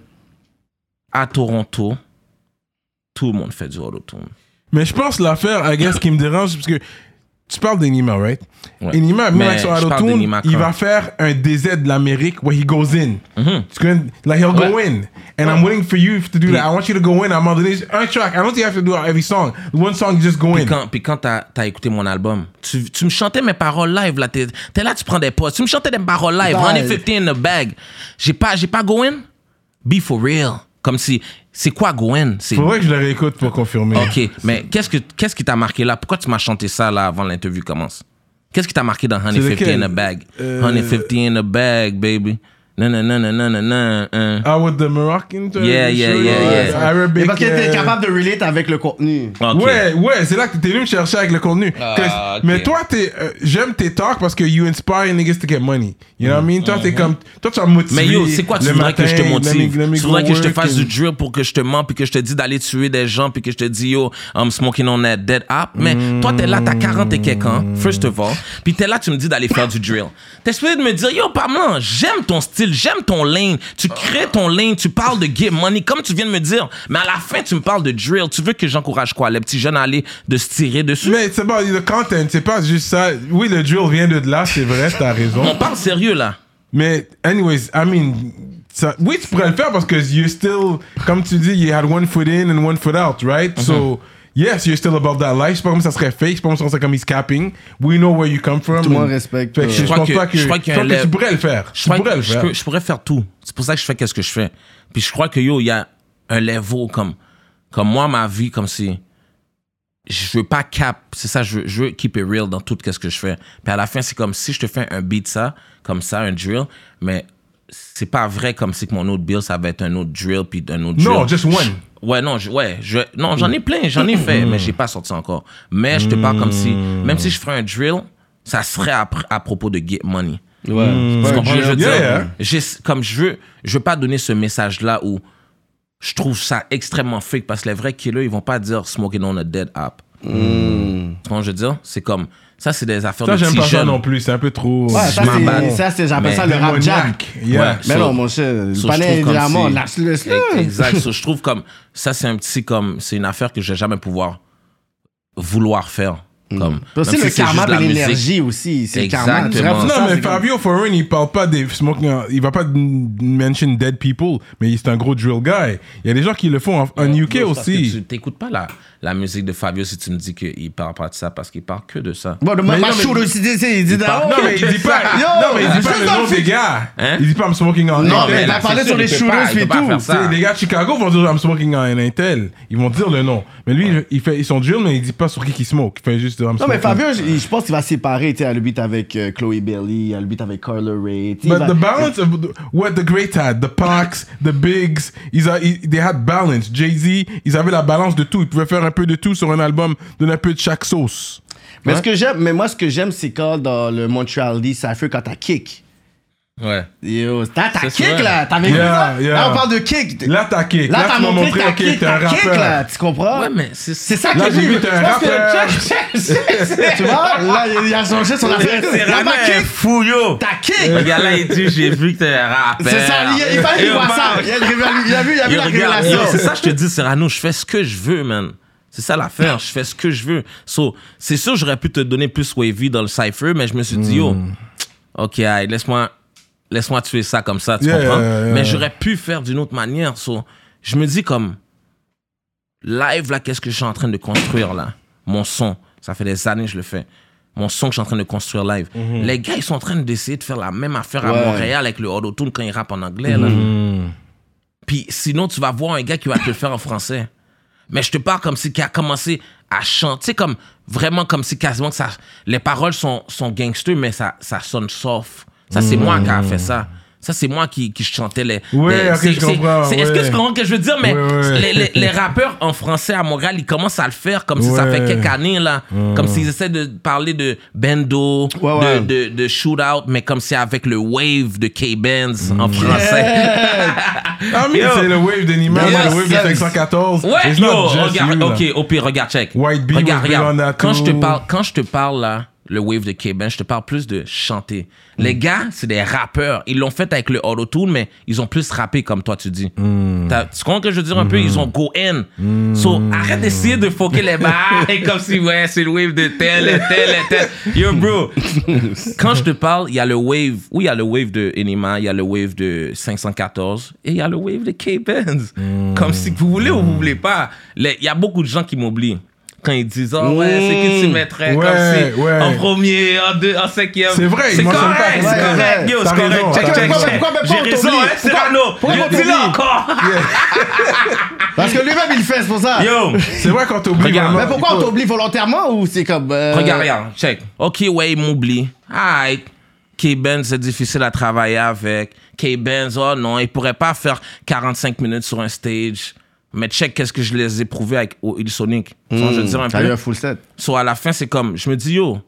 à Toronto, tout le monde fait du autotune.
Mais je pense l'affaire, I guess, qui me dérange, parce que tu parles d'Enima, right?
Ouais.
Enima, même
Mais
avec son
je parle
autotune,
d'Enima
il
quand-
va faire un DZ de l'Amérique where he goes in.
Mm-hmm.
Tu connais? Like, he'll go in. And I'm waiting for you to do that. I want you to go in. À un moment donné, un track. I don't think you have to do every song. One song, you just go in.
Puis quand, puis quand t'as t'as écouté mon album, tu, tu me chantais mes paroles live, là. T'es t'es là, tu prends des pauses. Tu me chantais des paroles live.
Bah,
Honey 50 in the bag. J'ai pas, j'ai pas go in? Be for real. Comme si, c'est quoi go in? C'est
Faudrait que je le réécoute pour confirmer.
OK, mais qu'est-ce que qu'est-ce qui t'a marqué là Pourquoi tu m'as chanté ça là avant l'interview commence Qu'est-ce qui t'a marqué dans Honey
C'est
50 in
lequel?
a bag
Euh,
Honey 50 in a bag, baby. Non non non non non non non. hein.
Ah, with the Moroccan uh,
Yeah, yeah,
show,
yeah,
uh,
yeah.
Arabic.
Mais parce que t'es
euh,
capable de relate avec le contenu.
OK. Ah,
Ouais, ouais, c'est là que t'es venu me chercher avec le contenu. Que-
ok.
Mais toi, t'es, euh, j'aime tes talks parce que you inspire niggas to get money. You know what I mean? Toi, t'es comme, toi, tu as motivé.
Mm-hmm. Mais yo, c'est quoi tu
le
voudrais
matin,
que je te motive
let me- let me
Tu
go
voudrais que je te
work
fasse
and-
du drill pour que je te mens puis que je te dis d'aller tuer des gens puis que je te dis yo, I'm smoking on that dead app. Mais toi t'es là, t'as
Mm.
40 et quelques ans, first of all. Puis t'es là, tu me dis d'aller faire du drill. T'es supposé de me dire yo, Pamela, j'aime ton style, j'aime ton lane. Tu crées ton lane, tu parles de get money comme tu viens de me dire. Mais à la fin, tu me parles de drill. Tu veux que j'encourage quoi Les petits jeunes à aller de se tirer dessus
Mais c'est bon, le content, c'est pas juste ça. Oui, le drill vient de là, c'est vrai, t'as
On
raison.
parle sérieux là.
Mais, anyways, I mean, ça- oui, tu pourrais le faire parce que you're still, comme tu dis, you had one foot in and one foot out, right?
Mhm.
So, yes, you're still about that life. C'est pas comme ça serait fake, c'est pas comme ça serait comme he's capping. We know where you come from.
Tout le monde
And-
respecte,
Fait que
euh,
je
Je
pense
crois
pas
que-
que,
je
je
crois qu'il y a
pense
un
que tu
lève-
pourrais le faire.
Je,
Tu
crois
pourrais
que-
le
je
faire.
peux- je pourrais faire tout. C'est pour ça que je fais qu'est-ce que je fais. Puis je crois que yo, il y a un level comme, comme moi, ma vie, comme si je veux pas cap. C'est ça, je veux, je veux keep it real dans tout qu'est-ce que je fais. Puis à la fin, c'est comme si je te fais un beat ça, comme ça, un drill, mais c'est pas vrai comme si que mon autre bill, ça va être un autre drill puis un autre drill.
Non, just one.
Je- Ouais, non, je- ouais, je- non, j'en ai plein, j'en ai fait, mais j'ai pas sorti encore. Mais je te parle comme si, même si je ferais un drill, ça serait à, pr- à propos de Get Money.
Ouais.
Tu comprends ce que je veux dire?
Yeah, yeah.
J'ai- Comme je veux, je veux pas donner ce message-là où je trouve ça extrêmement fake parce que les vrais killers, ils vont pas dire smoking on a dead app.
Hmm.
Tu comprends ce que je veux dire? C'est comme, ça, c'est des affaires
Ça,
de
j'aime
petits
pas ça
jeunes.
non plus. C'est un peu trop.
Ouais, ça,
Je m'en bats.
c'est, ça, c'est, j'appelle
Mais-
ça le rap jack.
Yeah.
Mais
So-
non, mon cher, le
so, je
palais
trouve comme
diamant,
si-
lâche-le,
E-
lâche-le.
Exact. So, je trouve comme, ça, c'est un petit, comme, c'est une affaire que je vais jamais pouvoir vouloir faire. Comme,
Hmm. C'est aussi
même
le
si c'est juste
karma
de la
et
musique.
l'énergie aussi. C'est le karma. Tu
Exactement.
rappes sur ça,
Non, mais
c'est comme-
Fabio Foreign, il parle pas des smoking. euh, Il va pas n- mention dead people, mais c'est un gros drill guy. Il y a des gens qui le font en, en UK
Parce que Tu
aussi.
t'écoutes pas la, la musique de Fabio si tu me dis qu'il parle pas de ça parce qu'il parle que de ça.
Bon, de ma
Mais non,
ma
mais-
chou aussi, tu sais, il dit
parle-
d'abord.
Non, mais il dit pas.
Yo,
non, mais il dit pas
c'est
le
dans le
nom des
film.
gars.
Hein?
Il dit pas I'm smoking on
Non,
Intel.
mais t'as parlé
c'est
sur
sûr, il
les
peut pas-
shooters
il peut
et
pas
tout.
faire
Tu sais,
ça.
les gars de Chicago vont dire I'm smoking on Intel. Ils vont dire le nom. Mais lui, il fait, ils sont drill, mais il dit pas sur qui qu'il smoke. Il fait juste I'm
Non,
smoking.
mais Fabio, je je pense qu'il va séparer. Tu sais, il y a le beat avec euh, Chloe Bailey, il y a le beat avec Carla Rae. tu sais, il
But
va-
the balance of the- what the great had, the Pacs, the Bigs, ils a, ils- they had balance. Jay-Z, ils avaient la balance de tout. Ils pouvaient faire un peu de tout sur un album, donner un peu de chaque sauce.
Mais ce que j'aime, mais moi, ce que j'aime, c'est quand dans le Montreal Lee, ça fait quand t'as kick.
Ouais.
Yo, t'as t'as
C'est
kick
vrai.
là, t'avais vu
Yeah,
ça?
yeah.
Là, on parle de kick.
Là, t'as kick. Là,
t'as
tu m'as
montré
montré,
ta
ok,
kick,
t'es un
t'as kick là,
rappeur.
tu comprends?
Ouais, mais c'est
C'est ça que
Là, j'ai
je
vu,
veux-
t'es un
je pense que-
rappeur.
Tu vois, là, il a changé son affaire. Là, t'as kick,
fou, yo.
t'as kick.
Le gars là, il dit, j'ai vu que t'es un rappeur.
C'est ça, il, il fallait qu'il
Et
voit
on
ça.
parle.
Il y a, une révélation- il y a vu, il y a vu
Yo,
la
regarde, yo, C'est
révélation.
ça, je te dis, Cyrano, je fais ce que je veux, man. C'est ça l'affaire, je fais ce que je veux. So, c'est sûr, j'aurais pu te donner plus wavy dans le cypher, mais je me suis dit, yo,
Hmm.
ok, aïe, laisse-moi laisse-moi tuer ça comme ça, tu
Yeah,
comprends?
yeah, yeah.
Mais j'aurais pu faire d'une autre manière. So, je me dis comme, live, là, qu'est-ce que je suis en train de construire, là? Mon son, ça fait des années que je le fais. Mon son que je suis en train de construire live. Les gars, ils sont en train d'essayer de faire la même affaire à
Mm-hmm. Ouais. Mm-hmm.
Montréal avec le auto-tune quand ils rappent en anglais, là. Puis sinon, tu vas voir un gars qui va te le faire en français. Mais je te parle comme si qui a commencé à chanter, comme vraiment comme si quasiment que ça. Les paroles sont, sont gangsters, mais ça, ça sonne soft. Ça, c'est moi qui a fait ça. Ça, c'est moi qui, qui chantais les.
Ouais,
les-
ok,
c'est-
je
c'est-
comprends,
c'est- Est-ce que
ouais.
tu comprends ce que je veux dire? Mais
Ouais, ouais.
Les, les- les rappeurs en français à Montréal, ils commencent à le faire comme si ça
Ouais.
fait quelques années, là. Comme s'ils essaient de parler de bendo,
Ouais, ouais.
De, de, de shootout, mais comme c'est avec le wave de K-Benz
Mm.
en français.
Ah, mais
Yo.
c'est le wave de Nima,
Yes,
le wave
yes.
de 514.
Ouais,
It's
yo,
not just
regarde,
you, là.
ok, au pire, regarde, check.
White Bee
regarde,
with
regarde.
Belanda
Quand je te
too.
parle, quand je te parle là, le wave de K-Ben, je te parle plus de chanter. Les
Mm.
gars, c'est des rappeurs. Ils l'ont fait avec le auto-tune, mais ils ont plus rappé, comme toi, tu dis.
Mm.
T'as- Tu comprends ce que je veux dire un
Mm-hmm.
peu? Ils ont go in. So, arrête d'essayer de foquer les bails comme si, ouais, c'est le wave de tel et tel et tel. Yo, bro. quand je te parle, il y a le wave. Oui, il y a le wave de Enima, il y a le wave de 514 et il y a le wave de K-Benz.
Hmm.
Comme si vous voulez ou vous voulez pas. Les- Il y a beaucoup de gens qui m'oublient. Quand ils disent, oh ouais, c'est qui
Hmm.
tu mettrais
Ouais,
comme si
ouais.
en premier, en, deux, en cinquième.
C'est vrai, ils
c'est
mentionnent
correct,
pas,
c'est
ouais,
correct,
ouais.
yo,
T'as
c'est correct,
raison,
check,
t'as
check,
raison.
check.
Pourquoi même pas on
J'ai raison,
t'oublie?
hein,
Pourquoi-
Cyrano.
pourquoi
Yo,
on
dis-le
t'oublie?
encore.
Parce que lui-même, il le fait, c'est pour ça.
Yo,
C'est vrai qu'on t'oublie
Regarde.
vraiment.
Mais pourquoi on t'oublie volontairement ou c'est comme. euh,
Regarde, regarde, check. Ok, ouais, il m'oublie. Alright. K-Benz, c'est difficile à travailler avec. K-Benz, oh non, il pourrait pas faire 45 minutes sur un stage. Mais check, qu'est-ce que je les ai prouvés avec Il Sonic. Tu
Hmm.
vois, je veux dire un
T'as eu
peu.
un full set.
So, à la fin, c'est comme, je me dis, yo,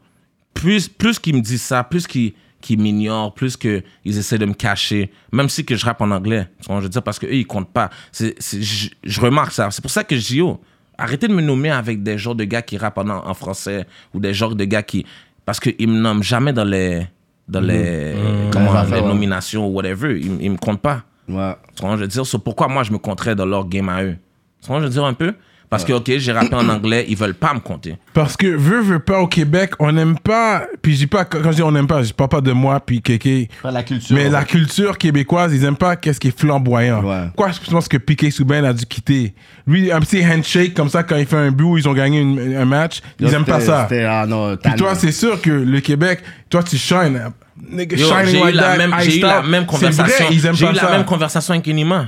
plus, plus qu'ils me disent ça, plus qu'ils qu'ils m'ignorent, plus qu'ils essaient de me cacher, même si que je rappe en anglais, tu vois, je veux dire, parce qu'eux, ils comptent pas. C'est- c'est- je, je remarque ça. C'est pour ça que je dis, yo, arrêtez de me nommer avec des genres de gars qui rappent en, en français ou des genres de gars qui... Parce qu'ils me nomment jamais dans les... Dans les, comment,
Ouais, ouais,
les
ouais.
nominations ou whatever. Ils, ils me comptent pas.
Ouais.
Tu comprends, je veux dire, c'est pourquoi moi je me compterais dans leur game à eux. Tu comprends, je veux dire un peu? Parce que, ok, j'ai rappé en anglais, ils veulent pas me compter.
Parce que veux, veux pas au Québec, on n'aime pas. Puis je dis pas, quand je dis on n'aime pas, je parle pas de moi, puis Kéké.
Pas la culture.
Mais la culture québécoise, ils aiment pas qu'est-ce qui est flamboyant.
Ouais.
Pourquoi je pense que Piqué Souben a dû quitter Lui, un petit handshake comme ça, quand il fait un but où ils ont gagné une- un match, ils aiment pas ça.
C'était, ah non,
Puis toi, c'est sûr que le Québec, toi, tu shines. Nigga,
Yo,
shining
j'ai eu,
like
la
that,
même, j'ai
iced
eu la
out.
même
C'est
conversation.
vrai, ils aiment
J'ai
pas
eu la
ça.
même conversation avec Inima.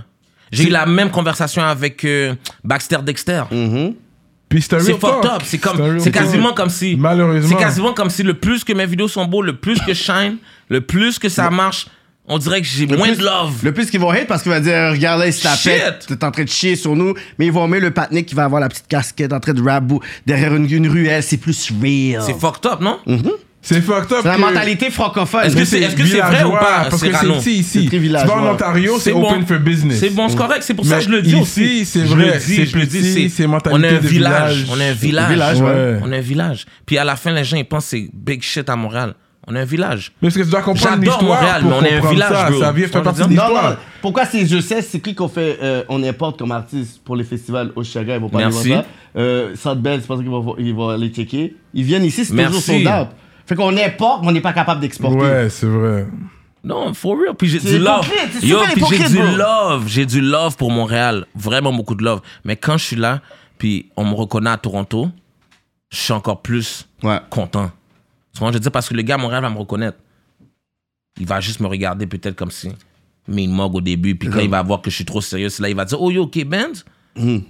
J'ai eu la même conversation avec euh, Baxter Dexter.
Puis c'est un
C'est
Mm. real
fucked
talk.
up. C'est
un
comme,
real
c'est
talk.
quasiment comme si.
Malheureusement.
C'est quasiment comme si le plus que mes vidéos sont beaux, le plus que je shine, le plus que ça marche, on dirait que j'ai moins
plus-
de love.
Le plus qu'ils vont hate parce qu'ils vont dire, regarde là, ils se la
Shit.
pètent, t'es en train de chier sur nous, mais ils vont mettre le patnik qui va avoir la petite casquette en train de rabou derrière une, une ruelle, c'est plus real.
C'est fucked up, non?
Mm. C'est fucked up.
C'est la
que-
mentalité francophone.
Est-ce
Mais
que c'est- est-ce que c'est vrai ou
villageois,
pas,
Parce que c'est
Cyrano?
petit ici.
C'est très
Tu vas
villageois.
en Ontario, c'est
bon.
open for business.
C'est bon, c'est correct. C'est pour ça
Mais
que je le dis
ici,
aussi.
c'est
Je
vrai,
le dis,
c'est
je le dis,
petit, c'est mentalité
On est un
de
village.
village.
On est un village.
Village,
ouais.
On est un village. Puis à la fin, les gens, ils pensent que c'est big shit à Montréal. On est un village.
Mais parce que tu dois comprendre
J'adore
l'histoire
Montréal,
pour
mais on est un
comprendre
village,
ça.
bro.
Ça vient
Tu vois
faire
ce que je
partie
veux
de
dire?
Non, non,
l'histoire.
pourquoi c'est je sais, c'est qui qu'on fait, euh, on importe comme artiste pour les festivals au Chicago, ils vont pas aller voir
Merci.
ça. Euh, South Bell, c'est parce qu'ils vont, ils vont aller checker. Ils viennent ici, c'est toujours
Merci.
sold out. Fait qu'on importe, mais on n'est pas capable d'exporter.
Ouais, c'est vrai.
Non, for real. Puis j'ai
C'est
du love.
hypocrite, c'est
Yo,
super
puis j'ai
hypocrite,
du
bro.
love. J'ai du love pour Montréal. Vraiment beaucoup de love. Mais quand je suis là, puis on me reconnaît à Toronto, je suis encore plus
Ouais.
content. Souvent, je dis parce que le gars à Montréal va me reconnaître. Il va juste me regarder peut-être comme si. Mais il mogue au début. Puis quand il va voir que je suis trop sérieux, c'est là il va dire Oh yo, ok, Benz.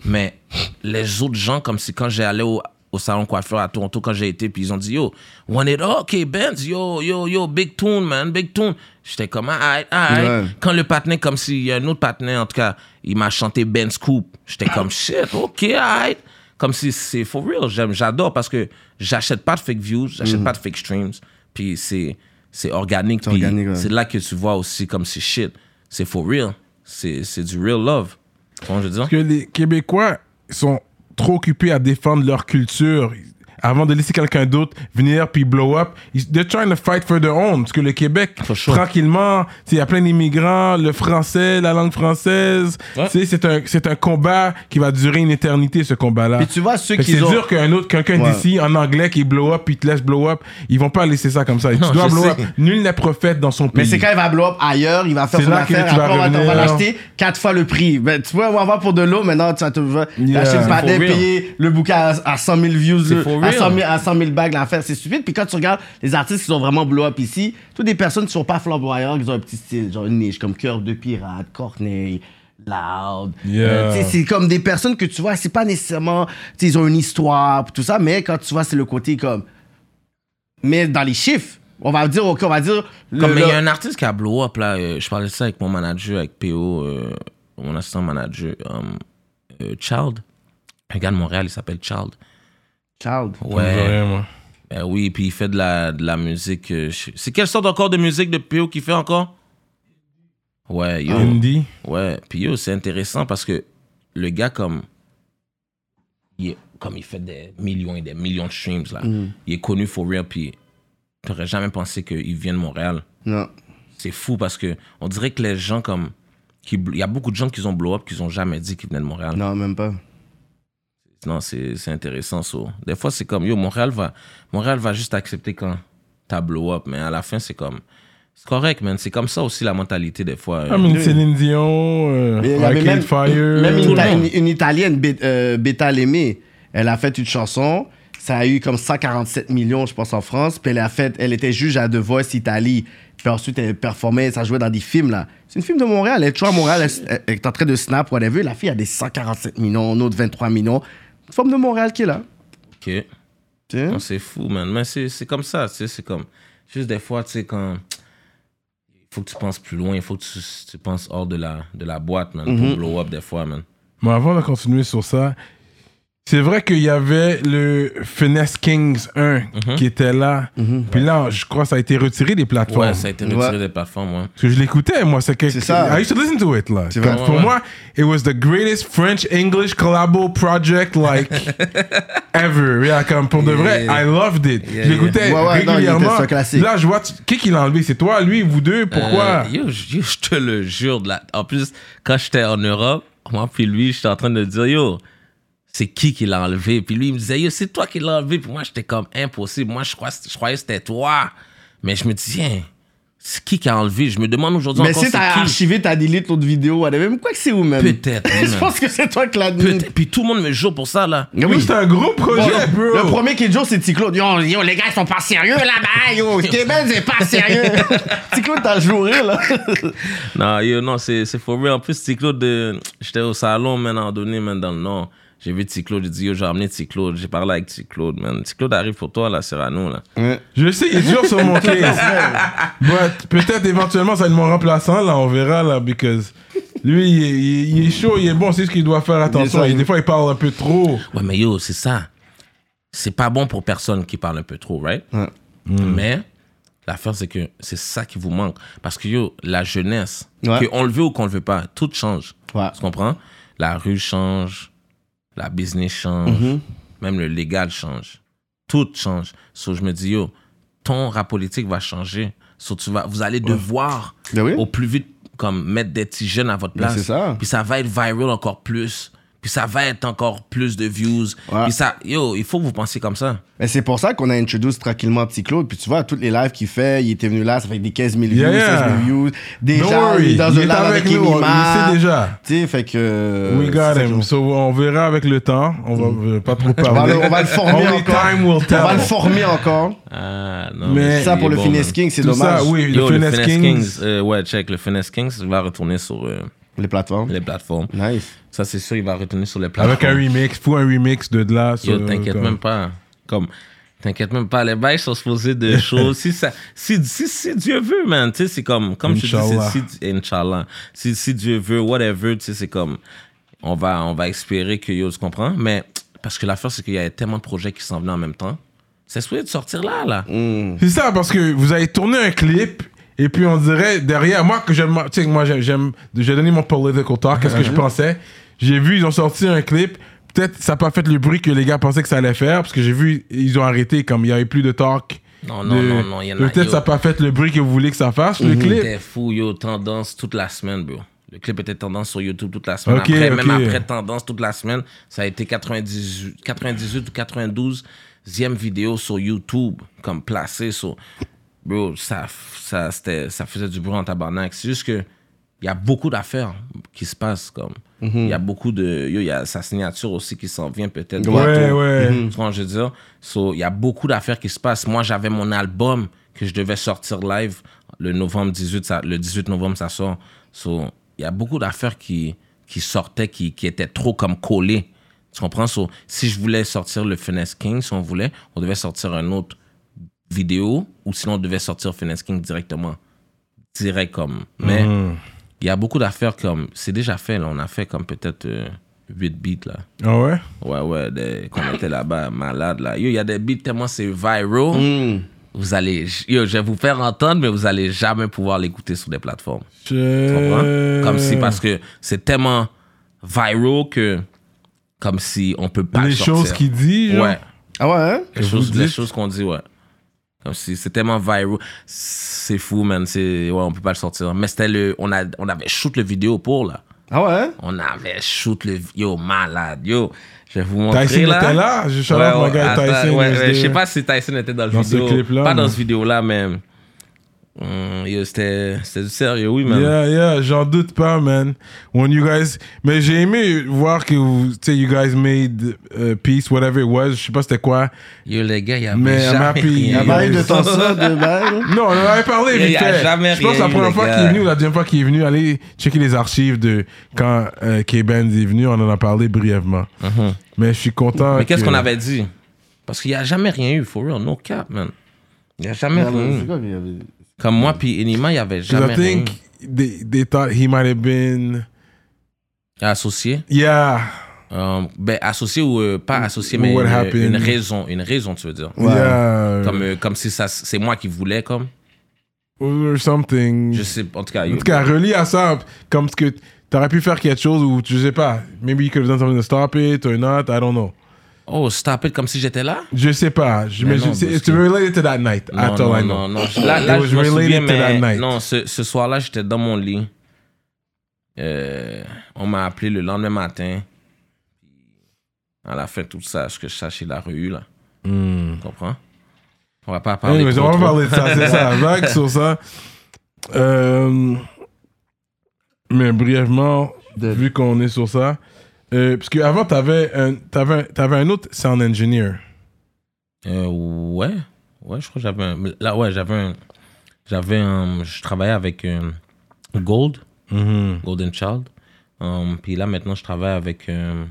Mais les autres gens, comme si quand j'ai allé au, au salon coiffeur à Toronto, quand j'ai été, puis ils ont dit Yo, one it, oh, ok, Benz, yo, yo, yo, big tune, man, big tune. J'étais comme Alright, alright.
Ouais.
Quand le partenaire, comme s'il y a un autre partenaire, en tout cas, il m'a chanté Benz Coupe. J'étais comme Shit, ok, alright. Comme si c'est for real. J'aime, j'adore parce que j'achète pas de fake views, j'achète pas de fake streams. Puis c'est, c'est organique. puis
organique, ouais.
C'est là que tu vois aussi comme c'est shit. C'est for real. C'est, c'est du real love. Comment je veux dire?
que les Québécois sont trop occupés à défendre leur culture avant de laisser quelqu'un d'autre venir puis blow up. Ils- They're trying to fight for their own. Parce que le Québec,
Ah, For sure.
tranquillement, tu sais, il y a plein d'immigrants, le français, la langue française.
Ouais.
Tu sais, C'est un, c'est un combat qui va durer une éternité, ce combat-là.
Puis tu vois, ceux
Fait que
qui
C'est
ont-
dur qu'un autre, quelqu'un
Ouais.
d'ici, en anglais, qui blow up puis te laisse blow up, ils vont pas laisser ça comme ça.
Non,
tu dois
je
blow
sais.
up. Nul n'est prophète dans son
Mais
pays.
c'est quand il va blow up ailleurs, il va faire
C'est
son
là que
affaire,
tu vas
après on va, on va
revenir.
l'acheter quatre fois le prix. Ben, tu peux avoir pour de l'eau, maintenant tu vas te vas
Yeah.
acheter le
C'est
panel,
for real.
payer le bouquin à, à 100 000 views,
C'est
le-
for
à,
real.
100 000, à 100 000 bagues l'affaire, c'est stupide. Puis quand tu regardes les artistes qui sont vraiment blow up ici, toutes des personnes qui sont pas flamboyantes, qui ont un petit style, genre une niche, comme Cœur de Pirate, Corneille. Loud.
Yeah.
Euh, tu sais, c'est comme des personnes que tu vois, c'est pas nécessairement. tu sais, Ils ont une histoire, tout ça, mais quand tu vois, c'est le côté comme mais dans les chiffres, On va dire, OK, on va dire. le-
Comme, mais il y
le-
a un artiste qui a blow up, là. euh, je parlais de ça avec mon manager, avec PO, euh, mon assistant manager, um, euh, Child. Un gars de Montréal, il s'appelle Child.
Child.
Ouais.
Ouais, moi.
Ben oui, puis il fait de la, de la musique. euh, je- C'est quelle sorte encore de musique de PO qu'il fait encore? Ouais, yo.
Indie.
Oh.
Ouais, puis yo, c'est intéressant parce que le gars, comme il, est- comme il fait des millions et des millions de streams, là, il est connu for real, puis t'aurais jamais pensé qu'il vient de Montréal.
Non.
C'est fou parce que on dirait que les gens, comme. qui- Il y a beaucoup de gens qui ont blow up, qui ont jamais dit qu'ils venaient de Montréal.
Non, même pas.
Non, c'est c'est intéressant, so. Des fois, c'est comme, yo, Montréal va, Montréal va juste accepter quand t'as blow up, mais à la fin, c'est comme. C'est correct, man. C'est comme ça aussi la mentalité, des fois.
Comme une Céline Dion, euh,
Mais il y avait
Arcade
même,
Fire.
même une,
Tout le
Ita-
monde.
une- une Italienne, Bé- euh, Beta Lemé, elle a fait une chanson. Ça a eu comme 147 millions, je pense, en France. Puis elle, a fait, elle était juge à The Voice Italie. Puis ensuite, elle performait, ça jouait dans des films, là. C'est une film de Montréal. Elle est toujours à Montréal. Elle, elle- elle est en train de snap, whatever. La fille a des 147 millions, un autre 23 millions. Une forme de Montréal qui est là.
Ok.
Tu sais.
Non, c'est fou, man. Mais c'est c'est comme ça, tu sais, c'est comme... Juste des fois, tu sais, quand... Il faut que tu penses plus loin, il faut que tu, tu penses hors de la, de la boîte, man, pour blow up des fois, man.
Mais avant de continuer sur ça, c'est vrai qu'il y avait le Finesse Kings 1
Mhm.
qui était là.
Mhm.
Puis là, je crois que ça a été retiré des plateformes.
Ouais, ça a été retiré
Ouais.
des plateformes, ouais.
Parce que je l'écoutais, moi. C'est quelque...
C'est ça.
I used to listen to it, là.
vrai.
Comme Pour
Ouais, ouais.
moi, it was the greatest French-English collabo project, like, ever. Yeah, comme pour de vrai,
Yeah.
I loved it.
Yeah,
je l'écoutais
yeah. Ouais, ouais, non, il était
régulièrement.
sur classique.
là, je vois, tu- qui qui l'a enlevé C'est toi, lui, vous deux Pourquoi
Euh, yo, je yo, je te le jure. de la- En plus, quand j'étais en Europe, moi puis lui, j'étais en train de dire, yo, c'est qui qui l'a enlevé? Puis lui, il me disait, yo, c'est toi qui l'as enlevé. Puis moi, j'étais comme impossible. Moi, je, crois, je croyais que c'était toi. Mais je me dis, tiens, c'est qui qui a enlevé? Je me demande aujourd'hui
Mais
encore
si
c'est
t'as
qui.
archivé, t'as delete l'autre vidéo, whatever. Mais quoi que c'est où, même?
Peut-être, oui,
je
man.
pense que c'est toi qui l'as
Peut-être- Puis tout le monde me jure pour ça, là.
Eh Oui.
Yo, C'était un gros projet, bro.
Le premier qui est jour, c'est Ticlaude. Yo, yo, les gars, ils sont pas sérieux là-bas. Yo, Québec, c'est pas sérieux. Ticlaude, t'as joué là.
Non, yo, non, c'est c'est for real. En plus, T-Claude, euh, j'étais au salon, man, en donné, man, dans le Nord. J'ai vu T-Claude, j'ai dit, yo, j'ai emmené T-Claude. J'ai parlé avec T-Claude, man. T-Claude arrive pour toi, là, Cyrano, là.
Je sais, il est dur sur mon case. But peut-être éventuellement, ça va être mon remplaçant, là, on verra, là, because lui, il est, il est- il est chaud, il est bon, c'est ce qu'il doit faire attention.
ça,
Et des fois, il parle un peu trop.
Ouais, mais yo, c'est ça. C'est pas bon pour personne qui parle un peu trop, right? Mais l'affaire, c'est que c'est ça qui vous manque. Parce que yo, la jeunesse,
Ouais.
qu'on le veut ou qu'on le veut pas, tout change.
Ouais.
Tu comprends? La rue change, la business change,
Mm-hmm.
même le légal change. Tout change. So, je me dis, yo, ton rap politique va changer. So, tu vas, vous allez devoir
Ben oui. Ben,
au plus vite comme mettre des petits jeunes à votre place.
c'est ça.
Puis ça va être viral encore plus. Puis ça va être encore plus de views.
Ouais.
Puis ça, yo, il faut que vous pensiez comme ça.
Mais c'est pour ça qu'on a introduit tranquillement Ticlaude. Puis tu vois, toutes les lives qu'il fait, il était venu là, ça fait des 15 000 views,
Yeah, yeah.
16 000 views.
Don't
Déjà, il
worry,
est dans
il
un
est
live avec
avec nous, on
Emima.
le sait déjà.
Tu sais, fait que. euh,
We got
c'est ça
him.
qu'on-
So, on verra avec le temps. On va euh, pas trop
On va,
parler.
le- on va le former
Only
encore.
time will
On va
tell.
le former encore.
Ah, non.
Mais-
il
Ça,
est
pour le
bon,
Finesse
man.
King, c'est
Tout ça,
dommage.
oui,
Yo,
le Finesse Kings.
euh, ouais, check, le Finesse Kings va retourner sur euh,
Les plateformes.
les plateformes.
Nice.
Ça, c'est sûr, il va retourner sur les plateformes.
Avec un remix, faut un remix de de là.
Ah. Yo,
sur-
t'inquiète
comme-
même pas. Comme, t'inquiète même pas. Les bails sont supposés de choses. si, ça, si, si, si Dieu veut, man, tu sais, c'est comme, comme je te
Inch'Allah.
dis, c'est- si, Inch'Allah. Si, si Dieu veut, whatever, tu sais, c'est comme, on va, on va espérer que yo, tu comprends. Mais, parce que l'affaire, c'est qu'il y avait tellement de projets qui s'en venaient en même temps. C'est souhaité de sortir là, là.
Mm.
Mm.
C'est ça, parce que vous avez tourné un clip. Et puis on dirait derrière moi que j'aime, tu sais que moi j'aime- j'aime, j'ai donné mon political talk, qu'est-ce
Mm-hmm.
que je pensais. J'ai vu ils ont sorti un clip, peut-être ça n'a pas fait le bruit que les gars pensaient que ça allait faire, parce que j'ai vu ils ont arrêté comme il y avait plus de talk.
Non, non,
de-
non, non, il y en a-
Peut-être
yo.
ça n'a pas fait le bruit que vous voulez que ça fasse
Mhm.
le clip.
C'était fou, yo, tendance toute la semaine, bro. Le clip était tendance sur YouTube toute la semaine.
Ok,
après,
ok.
Même après tendance toute la semaine, ça a été 98, 98 ou 92 e vidéo sur YouTube, comme placée sur... Bro, ça, ça, c'était- ça faisait du bruit en tabarnak. C'est juste que il y a beaucoup d'affaires qui se passent. comme
Mhm.
Il y a beaucoup de... yo, Il y a sa signature aussi qui s'en vient peut-être.
Ouais,
bientôt.
ouais.
Tu comprends ce que je veux dire? So, il y a beaucoup d'affaires qui se passent. Moi, j'avais mon album que je devais sortir live le novembre 18, ça- le 18 novembre, ça sort. So, il y a beaucoup d'affaires qui, qui sortaient, qui, qui étaient trop comme collées. Tu comprends? So, si je voulais sortir le Finesse King, si on voulait, on devait sortir un autre vidéo ou sinon on devait sortir Finesse King directement. Direct comme. Mais il y a beaucoup d'affaires comme. C'est déjà fait, là. On a fait comme peut-être euh, 8 beats, là.
Ah ouais?
Ouais, ouais, des- quand on était là-bas, malade, là. Yo, il y a des beats tellement c'est viral.
Mm.
Vous allez. Yo, je vais vous faire entendre, mais vous allez jamais pouvoir l'écouter sur des plateformes. Tu comprends?
Euh.
Comme si, parce que c'est tellement viral que. Comme si on peut pas
Les
le sortir.
choses qu'il dit, genre?
Ouais.
Ah ouais, hein?
Les
vous
choses, les
dites.
choses qu'on dit, ouais. Comme si c'est tellement viral. C'est fou, man. C'est, ouais, on peut pas le sortir. Mais c'était le. On, a, on avait shoot le vidéo pour, là.
Ah ouais, hein?
On avait shoot le. Yo, malade. Yo, je vais vous montrer.
Tyson
là.
était là? Je suis
Ouais,
là, mon
ouais,
gars,
attends,
Tyson.
ouais,
il
ouais,
se-
je sais pas si Tyson était dans le
Dans ce
vidéo.
clip-là,
pas
mais-
dans ce vidéo-là, mais. hum, yo, c'était, c'était du sérieux, oui, man.
Yeah, yeah, j'en doute pas, man. When you guys... Mais j'ai aimé voir que vous, tu sais, you guys made uh, peace, whatever it was. Je sais pas c'était quoi.
Yo, les gars, il y a
Mais I'm
jamais
happy.
rien.
Ah
Il
bah,
parle de temps ça, hein? de bail.
Non, on en avait parlé
Il y
vite
a
fait.
jamais
Je pense que la
rien eu,
première
les
fois
gars.
qu'il est venu ou la deuxième fois qu'il est venu, allez checker les archives de quand euh, K-Benz est venu. On en a parlé brièvement. Mais je suis content.
Mhm. Mais qu'est-ce
que-
qu'on avait dit? Parce qu'il n'y a jamais rien eu, for real, no cap, man. Il n'y a
Ah,
jamais rien eu. Comme moi, puis Enima, il n'y avait
Because
jamais
I
rien eu.
think they, they thought he might have been...
Associé?
Yeah.
Euh, ben, associé ou euh, pas associé, mais
What
une,
happened?
une raison, une raison, tu veux dire.
Yeah.
Comme, euh, comme si ça, c'est moi qui voulais, comme.
Or something.
Je sais, en tout cas.
En tout cas, relié à ça, comme ce que t'aurais pu faire quelque chose ou tu sais pas. Maybe you could have done something to stop it or not. I don't know.
oh, stop it, comme si j'étais là?
Je sais pas. Je,
Mais
mais je-
non,
c'est-
parce
it's
que-
related to that night.
Non,
That's all I
non, non,
know.
non. Là, là,
It was
je me souviens,
related that
mais
night.
non, ce, ce soir-là, j'étais dans mon lit. Euh, on m'a appelé le lendemain matin. À la fin, tout ça, ce que je sachais la rue, là. Tu comprends? On va pas parler
Hmm. Anyways,
trop,
on va
trop.
parler de ça, c'est ça. Vague sur ça. Euh, mais brièvement,
De-
vu qu'on est sur ça, euh, parce qu'avant, t'avais un, t'avais, un- t'avais un autre sound engineer.
Euh, ouais. Ouais, je crois que j'avais un... Là, ouais, j'avais un... J'avais un... Je travaillais avec euh, Gold, Mm-hmm. Golden Child. Um, puis là, maintenant, je travaille avec euh,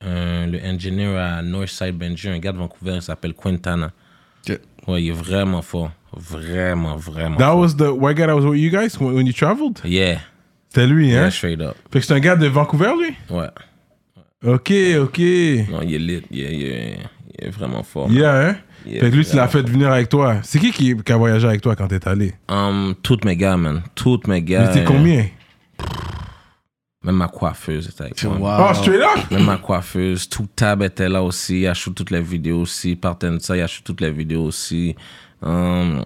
un- le engineer à Northside Benji, un gars de Vancouver, il s'appelle Quintana.
Ok.
Ouais, il est vraiment fort. Vraiment, vraiment
That
fort.
was the white guy that was with you guys when, when you traveled?
Yeah.
C'était lui, hein?
Yeah, straight up.
Fait que c'est un gars de Vancouver, lui?
Ouais.
Ok, ok.
Non, il est lit. Il est, il est- il est vraiment fort. man.
Yeah, hein?
Yeah,
fait que lui, tu l'as
vraiment.
fait venir avec toi. C'est qui, qui qui a voyagé avec toi quand t'es allé?
Um, toutes mes gars, man. Toutes mes
Il
gars.
était combien?
Même ma coiffeuse était avec moi.
Wow.
Oh, straight up?
Même ma coiffeuse, tout Tab était là aussi. Il a shoot toutes les vidéos aussi. Partenza, il a shoot toutes les vidéos aussi. Hum,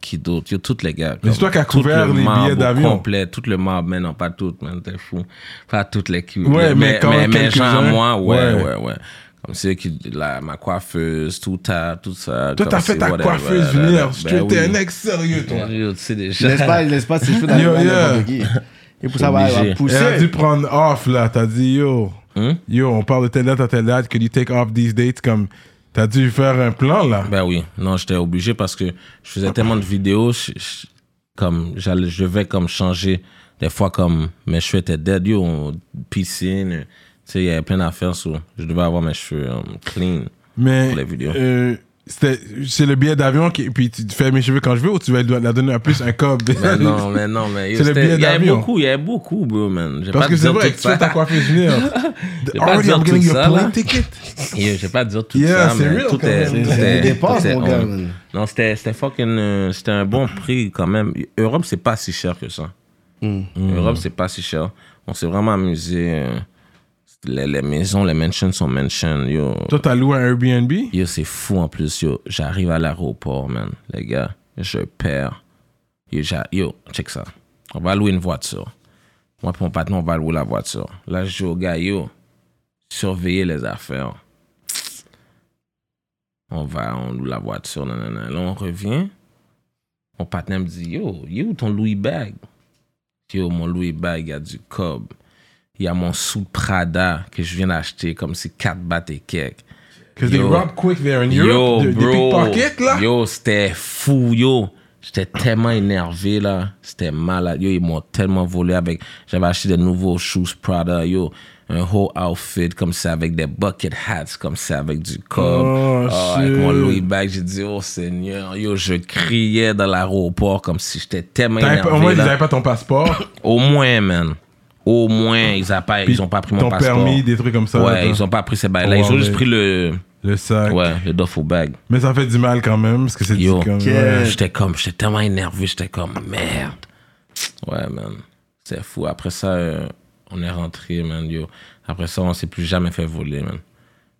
qui d'autre Yo, toutes les gars.
Mais c'est toi qui as
Tout
couvert
le
les
marbre
billets d'avion.
complet, tout le marbre. Mais non, pas toutes, man, t'es fou. Pas toutes les cubes.
Ouais, mais quand
mais,
même
mais genre,
quelques-uns.
moi, ouais,
Ouais.
ouais, ouais. Comme ceux qui. la- ma coiffeuse, tout Tab, tout ça.
Toi, t'as fait ta coiffeuse venir. Straight, t'es un ex sérieux, toi.
ben Tu sais déjà.
Laisse pas, laisse pas ses cheveux dans
Yo,
le
yeah.
n'importe qui. Et pour ça, va
Obligé.
elle va
Elle a dû
pousser.
prendre off, là. T'as dit, yo,
Hmm?
yo, on parle de telle date à telle date. Could you take off these dates? Comme, t'as dû faire un plan, là.
Ben oui, non, j'étais obligé parce que je faisais tellement de vidéos, je, je- comme j'allais, je devais comme changer des fois comme mes cheveux étaient dead, yo, on- piscine, euh, tu sais, il y avait plein d'affaires, so je devais avoir mes cheveux euh, clean.
Mais,
Pour les vidéos.
euh, c'était- c'est le billet d'avion, qui, puis tu fais mes cheveux quand je veux ou tu vas la donner à plus un cob?
Mais Ben non, mais non, mais yo,
C'est le
c'était-
billet
il y avait
d'avion.
beaucoup, il y avait beaucoup, bro, man. Je vais
Parce
pas
que
te
c'est
dire
vrai
tout
que tu fais
ça.
ta coiffeuse venir.
pas
Already
dire
I'm
tout
getting your
ça, là.
plane ticket.
Yo, je vais pas te dire tout
Yeah,
ça,
c'est
mais
real,
tout
quand
est,
même.
tout
C'est
est-
des dépenses,
tout est
mon gars,
on.
man.
Non, c'était, c'était fucking, euh, c'était un bon prix quand même. Europe, c'est pas si cher que ça.
Hmm.
Europe, c'est pas si cher. On s'est vraiment amusé. euh, Les, les maisons, les mansions sont mansions, yo.
Toi, t'as loué un Airbnb?
Yo, c'est fou en plus, yo. J'arrive à l'aéroport, man, les gars. Je perds. Yo, j'a- yo, check ça. On va louer une voiture. Moi pour mon patron, on va louer la voiture. Là, je dis au gars, yo, surveiller les affaires. On va, on loue la voiture, nanana. Là, on revient. Mon patron me dit, yo, il est où ton Louis bag? Yo, mon Louis bag, il y a du cob. Il y a mon sous Prada que je viens d'acheter comme si 4 battes et quelques.
Because they
Yo.
rob quick there in
Yo,
Europe. Des- Des
bro.
pickpockets, là.
Yo, c'était fou, yo. J'étais tellement énervé, là. C'était malade. Yo, ils m'ont tellement volé avec... J'avais acheté de nouveaux shoes Prada, yo. un whole outfit comme ça, avec des bucket hats comme ça, avec du cob,
Oh,
Ah, avec
shit.
mon Louis bag. J'ai dit, oh Seigneur, yo, je criais dans l'aéroport comme si j'étais tellement
T'avais
énervé.
pas- Au moins, ils
là.
n'avaient pas ton passeport,
Au moins, man. Au moins, ils n'ont pas, ils ont pas pris mon
ton
passeport.
permis, des trucs comme ça. là,
Ouais,
toi.
ils ont pas pris ces bails-là.
Oh,
Ils ont
ouais.
juste pris le,
Le sac.
ouais, le duffel bag.
Mais ça fait du mal quand même, parce que c'est du
Yo.
comme.
Yeah.
ouais.
J'étais comme, j'étais tellement énervé, j'étais comme merde. Ouais, man. C'est fou. Après ça, euh, on est rentré, man. Yo. Après ça, on s'est plus jamais fait voler, man.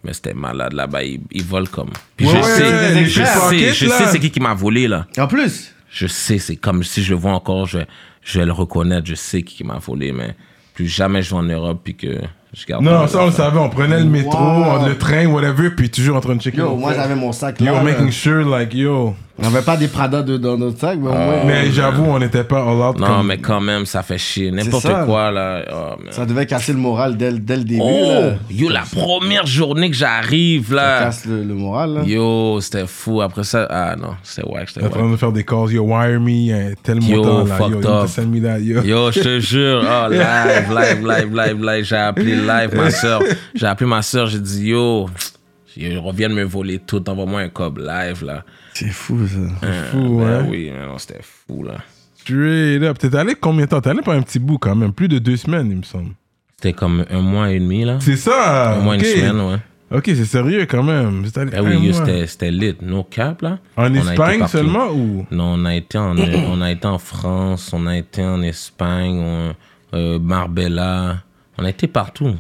Mais c'était malade là-bas. Ils, ils volent comme. Puis
Ouais,
je,
ouais,
sais,
ouais, les
je
pickpockets,
sais, je
là.
sais c'est qui qui m'a volé, là.
En plus,
Je sais, c'est comme si je le vois encore, je, je vais le reconnaître, je sais qui m'a volé, mais plus jamais je vais en Europe puis que je garde.
Non,
pas
ça on le
affaire.
savait, on prenait le métro,
Wow.
le train, whatever, puis toujours en train de checker.
yo,
nos
moi
sacs.
j'avais mon sac
Yo,
là. là.
making sure, like, yo.
On n'avait pas des Prada de- dans notre sac, mais
Ah.
au moins.
Mais j'avoue, on n'était pas all out.
Non,
comme-
mais quand même, ça fait chier. N'importe
ça.
quoi, là. Oh, man.
Ça devait casser le moral dès, le- dès le début.
Oh,
là.
yo, la première journée que j'arrive,
Ça
Ah.
là.
casse le, le moral.
hein?
Là.
Yo, c'était fou. Après ça, ah non, c'était wack, c'était
en train
wack.
de faire des calls, yo, wire me, hein, tel
Yo,
montant, là, yo,
fucked
yo,
up.
send me that, yo.
Yo, je te jure, oh, live, live, live, live, live. J'ai appelé live ma soeur. J'ai appelé ma soeur, j'ai dit, yo, ils reviennent me voler tout. Envoie-moi un cob live, là.
C'est fou ça.
Fou,
Ben
hein.
oui, mais non, c'était fou, là.
Straight up. T'es allé combien de temps? T'es allé pas un petit bout quand même, plus de deux semaines, il me semble.
C'était comme un mois et demi, là.
C'est ça!
Un mois et
ok.
une semaine, ouais.
Ok, c'est sérieux quand même. C'est allé
Ben
un
oui, yo,
mois.
c'était c'était lit. No cap, là.
En
On a été
Espagne
partout.
seulement ou?
Non, on a, été en, on a été en France, on a été en Espagne, on- euh, Marbella. On a été partout.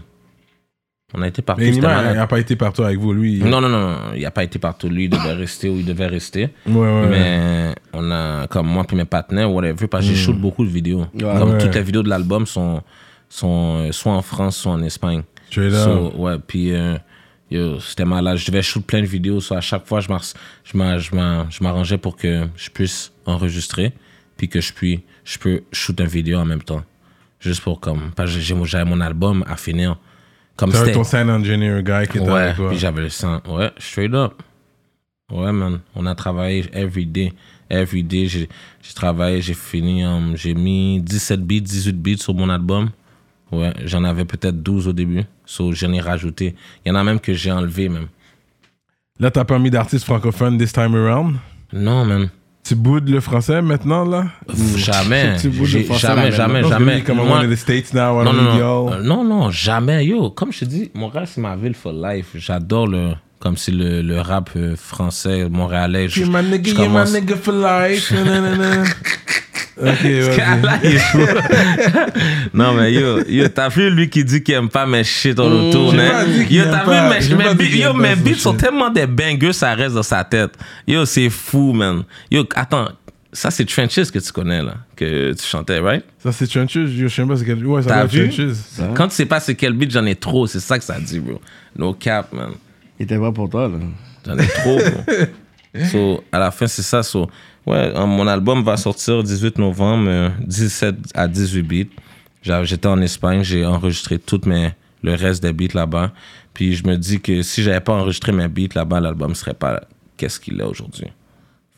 On a été partout.
Mais
c'était
Nima,
malade.
il n'a pas été partout avec vous, lui.
Non, non, non, il n'a pas été partout. Lui, il devait rester où il devait rester.
Ouais, ouais.
Mais on a, comme moi puis mes partenaires, whatever, parce que j'ai shoot beaucoup de vidéos.
Ouais.
comme
Hmm. Ouais.
toutes les vidéos de l'album sont, sont euh, soit en France, soit en Espagne.
Straight up.
So, ouais, puis euh, yo, c'était malade. Je devais shoot plein de vidéos. so à chaque fois, je m'ar- je m'ar- je m'ar- je m'arrangeais pour que je puisse enregistrer, puis que je, puis, je peux shoot une vidéo en même temps. Juste pour comme. Parce que j'ai- j'avais mon album à finir. Comme
T'avais
c'était.
ton sound engineer guy qui était
Ouais,
avec toi.
puis j'avais le sang. Ouais, straight up. Ouais, man. On a travaillé every day. Every day, j'ai j'ai travaillé, j'ai fini. um, j'ai mis 17 beats, 18 beats sur mon album. Ouais, j'en avais peut-être 12 au début. So, j'en ai rajouté. Il y en a même que j'ai enlevé, même.
Là, t'as pas mis d'artiste francophone this time around.
Non, man.
Tu boudes le français maintenant, là?
Pff, Jamais.
Tu boudes le
J'ai-
français,
Jamais,
là,
jamais,
maintenant?
jamais.
Really, Comme
Moi-
on est in the States now,
non,
I don't
non,
need
non.
y'all.
Euh, non, non, jamais. Yo, comme je te dis, Montréal, c'est ma ville for life. J'adore le. Comme si le, le rap euh, français, montréalais. Je,
You're my nigga,
je
you're my
commence-
nigga for life. Na, na, na, ah. na. Ok, vas-y.
Là, il est chaud. non, mais yo, yo t'as vu lui qui dit qu'il aime pas mes shit en autour,
Mm, j'ai
hein?
pas dit qu'il
Yo,
aime
t'as
pas.
vu
J'ai
mes, mes,
pas dit
beats-
qu'il
yo,
aime
mes
pas ce
beats sont
shit.
tellement des bangers, ça reste dans sa tête. Yo, c'est fou, man. Yo, attends, ça c'est Trenches que tu connais, là, que tu chantais, right?
Ça, c'est Trenches. Yo, je sais pas c'est quel. Ouais, ça
T'as
va
vu?
Trenches.
Quand tu sais pas c'est quel beat, j'en ai trop, c'est ça que ça dit, bro. No cap, man.
Il était vrai pour toi là.
J'en ai trop, bro. So, à la fin, c'est ça. So, ouais, euh, mon album va sortir le 18 novembre, euh, 17 à 18 beats. J'a- J'étais en Espagne, j'ai enregistré toutes mes, le reste des beats là-bas. Puis je me dis que si j'avais pas enregistré mes beats là-bas, l'album serait pas qu'est-ce qu'il est aujourd'hui.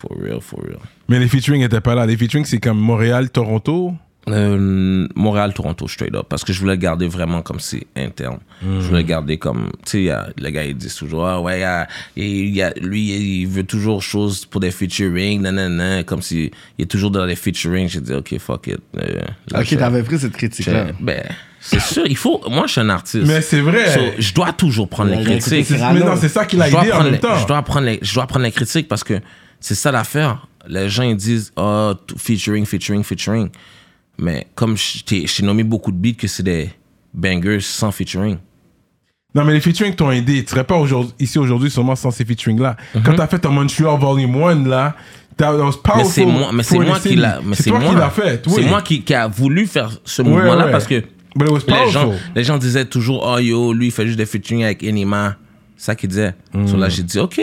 For real, for real.
Mais les featuring étaient pas là. Les featuring, c'est comme Montréal, Toronto.
Euh, Montréal, Toronto, straight up. Parce que je voulais le garder vraiment comme c'est interne. Je
Mm-hmm.
voulais le garder comme. Tu sais, il y a- le gars, il dit toujours, ah ouais, ah, il- il y a- lui, il veut toujours choses pour des featuring, nanana, comme si il est toujours dans les featuring. J'ai dit, ok, fuck it. euh, là,
Ok,
je-
t'avais pris cette critique
je-
là.
Ben, c'est sûr, il faut. Moi, je suis un artiste.
Mais c'est vrai.
So, je dois toujours prendre
Ouais,
les
j'ai écouté
critiques.
ses
Mais non, c'est ça qu'il a
Je dois
aidé en
prendre
même
les-
temps.
Je dois prendre les, je dois prendre les critiques parce que c'est ça l'affaire. Les gens ils disent oh t- featuring, featuring, featuring. Mais comme je t'ai je t'ai nommé beaucoup de beats que c'est des bangers sans featuring.
Non, mais les featuring t'ont aidé. Tu serais pas aujourd'hui- ici aujourd'hui sûrement sans ces featuring-là. Quand t'as fait ton Montreal Volume 1, là, t'as that was
Mhm. Mais
powerful
c'est moi, mais c'est
for the
moi qui
city.
l'a, mais
C'est toi
moi.
qui l'as fait, oui.
C'est moi qui, qui a voulu faire ce mouvement-là
ouais.
parce que
But it was
les gens,
powerful.
les gens disaient toujours oh yo lui il fait juste des featuring avec Enima. C'est ça qu'ils disaient.
Hmm.
So là j'ai dit ok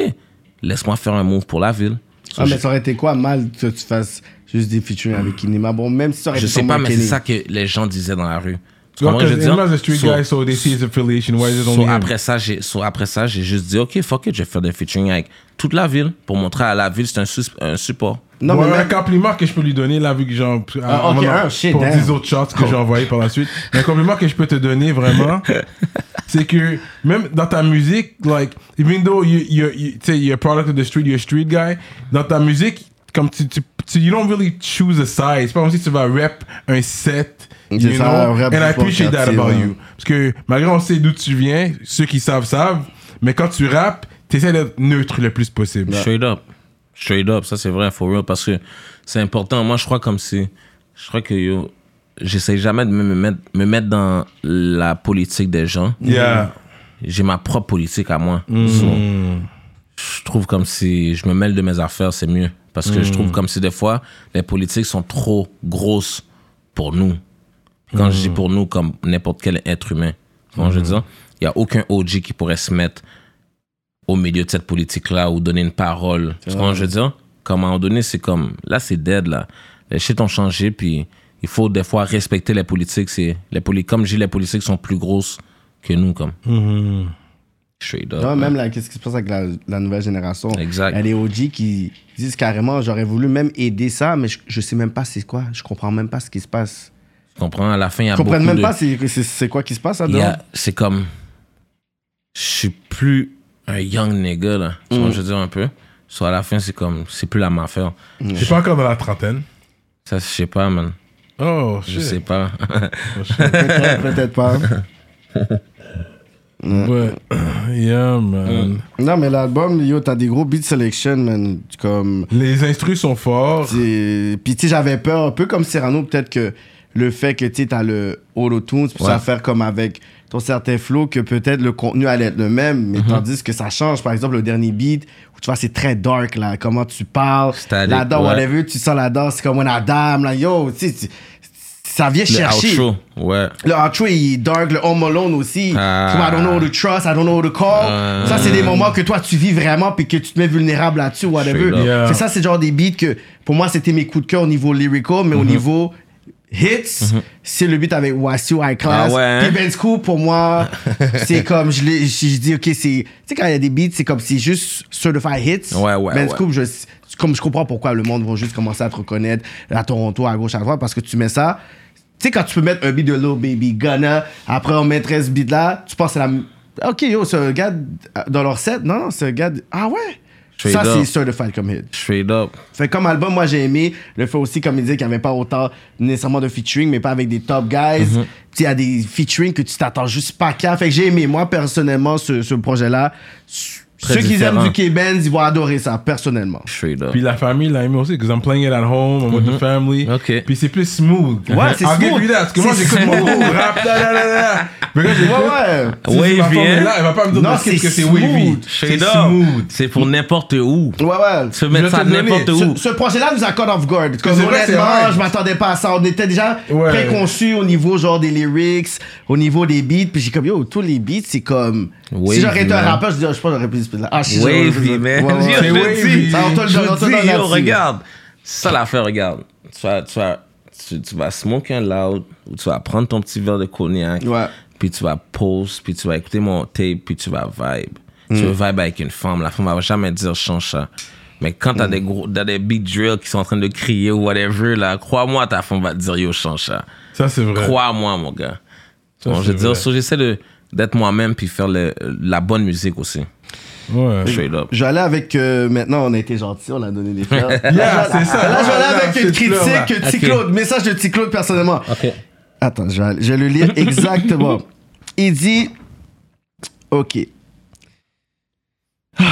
laisse-moi faire un move pour la ville. So,
Ah,
j'ai-
mais ça aurait été quoi mal que tu fasses juste des featuring avec Kinema Bon, même si ça aurait
Je
été
sais
ton
pas,
man
mais c'est
Kenny.
ça que les gens disaient dans la rue. Tu comprends ce que je veux
Because
dire?
Emma's a street
So-
guy, so they see his affiliation. Why is it
So,
only him?
après ça, j'ai so, après ça, j'ai juste dit OK, fuck it, je vais faire des featuring avec toute la ville pour montrer à la ville c'est un, sus- un support.
Non,
Ouais,
mais
un
même-
compliment que je peux lui donner, là, vu que j'ai en-
Ah, ok,
en-
un, shit,
pour
damn.
10 autres shots que j'ai envoyés par la suite. Mais un compliment que je peux te donner vraiment, c'est que même dans ta musique, like, even though you, you're, you, tu sais, you're a product of the street, you're a street guy, dans ta musique, comme tu, tu, tu- you don't really choose a side. C'est pas comme si tu vas rep un set. You
C'est
know?
ça, rap
And I
du hein.
appreciate that
quartier,
about
ouais.
you. Parce que malgré on sait d'où tu viens, ceux qui savent savent, mais quand tu rappes, t'essaies d'être neutre le plus possible.
Straight up. Straight up, ça c'est vrai, for real, parce que c'est important. Moi, je crois comme si. Je crois que yo, j'essaie jamais de me, me mettre, me mettre dans la politique des gens.
Yeah. Mm.
J'ai ma propre politique à moi. So, je trouve comme si je me mêle de mes affaires, c'est mieux. Parce que
Hmm.
je trouve comme si des fois, les politiques sont trop grosses pour nous. Quand je dis
Hmm.
pour nous, comme n'importe quel être humain, comment je veux dire, il n'y a aucun OG qui pourrait se mettre au milieu de cette politique-là ou donner une parole. Tu comprends ce que je veux dire? Comme à un moment donné, c'est comme, là, c'est dead, là. Les shit ont changé, puis il faut des fois respecter les politiques. C'est, les poli- comme je dis, les politiques sont plus grosses que nous, comme. Straight up.
Hmm. Non,
man.
même là, qu'est-ce qui se passe avec la, la nouvelle génération?
Exact.
Elle est OG qui disent carrément, j'aurais voulu même aider ça, mais je, je sais même pas c'est quoi. Je comprends même pas ce qui se passe.
Tu comprends? À la fin, il y a
Je
Ah, beaucoup
comprends même
de...
pas c'est- c'est c'est quoi qui se passe là
Il y
dedans.
a- c'est comme je suis plus un young nigga là Tu vois, je veux dire un peu soit à la fin c'est comme c'est plus la même affaire
Je suis pas encore dans la trentaine.
ça je sais pas man
Oh,
je sais pas
Peut-être, peut-être pas.
Ouais. Yeah, man.
Non, mais l'album, yo, t'as des gros beat selection, man. Comme.
Les instrus sont forts.
C'est- Puis, tu sais, j'avais peur, un peu comme Cyrano, peut-être que le fait que, tu sais, t'as le auto-tune, tu peux
Ouais.
ça faire comme avec ton certain flow, que peut-être le contenu allait être le même,
Mm-hmm.
mais tandis que ça change. Par exemple, le dernier beat, où tu vois, c'est très dark, là, comment tu parles.
Static,
La danse,
ouais.
whatever, tu sens la danse, c'est comme une dame, là, yo, tu sais, tu- ça vient
le
chercher.
outro ouais
Le outro il est dark, le Home Alone aussi.
Ah.
Tu vois, I don't know who to trust, I don't know who to call.
Ah.
Ça, c'est des moments que toi, tu vis vraiment puis que tu te mets vulnérable là-dessus, whatever.
Straight up.
Yeah.
C'est ça, c'est genre des beats que, pour moi, c'était mes coups de cœur au niveau lyrical,
Mm-hmm.
mais au niveau hits, c'est le beat avec Wasu, I Class.
Ah ouais, hein?
Puis Ben School, pour moi, c'est comme, je, l'ai- je, je dis, OK, c'est... Tu sais, quand il y a des beats, c'est comme, c'est juste certified hits.
Ouais, ouais,
Ben
ouais.
School, je, comme je comprends pourquoi le monde va juste commencer à te reconnaître à Toronto, à gauche, à droite, parce que tu mets ça. Tu sais, quand tu peux mettre un beat de Lil Baby Gunna, après on mettrait ce beat là, tu penses à la. m- Ok, yo, c'est un gars d- dans leur set. Non, non, c'est un gars. de- Ah ouais?
Straight
ça,
up.
c'est certified comme hit.
straight up
Fait comme album, moi j'ai aimé. Le fait aussi, comme il disait, qu'il n'y avait pas autant nécessairement de featuring, mais pas avec des top guys.
Mm-hmm.
Tu sais, Il y a des featuring que tu t'attends juste pas qu'à. Fait que j'ai aimé, moi personnellement, ce, ce projet-là.
Très
Ceux qui aiment
différent.
du K-Benz, ils vont adorer ça, personnellement.
straight up
Puis la famille l'a aimé aussi, because I'm playing it at home, I'm with the family.
Ok.
Puis c'est plus smooth.
Ouais, c'est
I'll give
smooth.
you that, parce que moi
C'est
j'écoute mon gros rap, da da da da. Mais quand j'écoute,
Ouais, ouais.
si
Wavy,
ma femme est
hein?
là, elle va pas me dire
Non,
parce que
c'est
c'est wavy.
smooth.
C'est
straight up
smooth.
c'est pour n'importe où
Ouais, ouais.
tu peux
Je
mettre
vais
ça
te le
n'importe
donner.
où
Ce, ce projet-là nous a caught off guard. Comme
c'est vrai, c'est
honnêtement,
hard.
je m'attendais pas à ça. On était déjà
Ouais.
préconçus au niveau genre des lyrics, au niveau des beats. Puis j'ai comme yo, tous les beats, c'est comme.
Wavy,
si j'aurais été un
man.
rappeur, je dirais, je pense que j'aurais pris ce beat-là. Ah, je suis
wavy man
Ouais,
Yo,
ouais.
je
C'est
te dis,
wavy.
Ça, on te le
Je
donne, on te le
dis,
donne
yo,
là-dessus.
regarde. C'est ça l'affaire, regarde. Tu vas, tu, vas, tu, tu vas smoke un loud, ou tu vas prendre ton petit verre de cognac,
Ouais.
puis tu vas pause, puis tu vas écouter mon tape, puis tu vas vibe. Tu veux vibe avec une femme, la femme elle va jamais dire change ça. Mais quand t'as des gros, t'as des big drills qui sont en train de crier ou whatever, là, crois-moi, ta femme va te dire yo, change ça.
Ça c'est vrai.
Crois-moi, mon gars.
Ça,
Bon,
c'est
je veux
vrai.
dire, so, j'essaie de, d'être moi-même puis faire le- la bonne musique aussi.
Ouais.
Straight up.
Je vais aller avec. euh, maintenant, on a été gentils, on a donné des fleurs.
Yeah, c'est ça.
Là, je vais aller avec
C'est
une
une fleur, là.
critique que T-Claude, message de T-Claude personnellement. Attends, je vais, aller- je vais le lire exactement. Il dit Ok. Ah.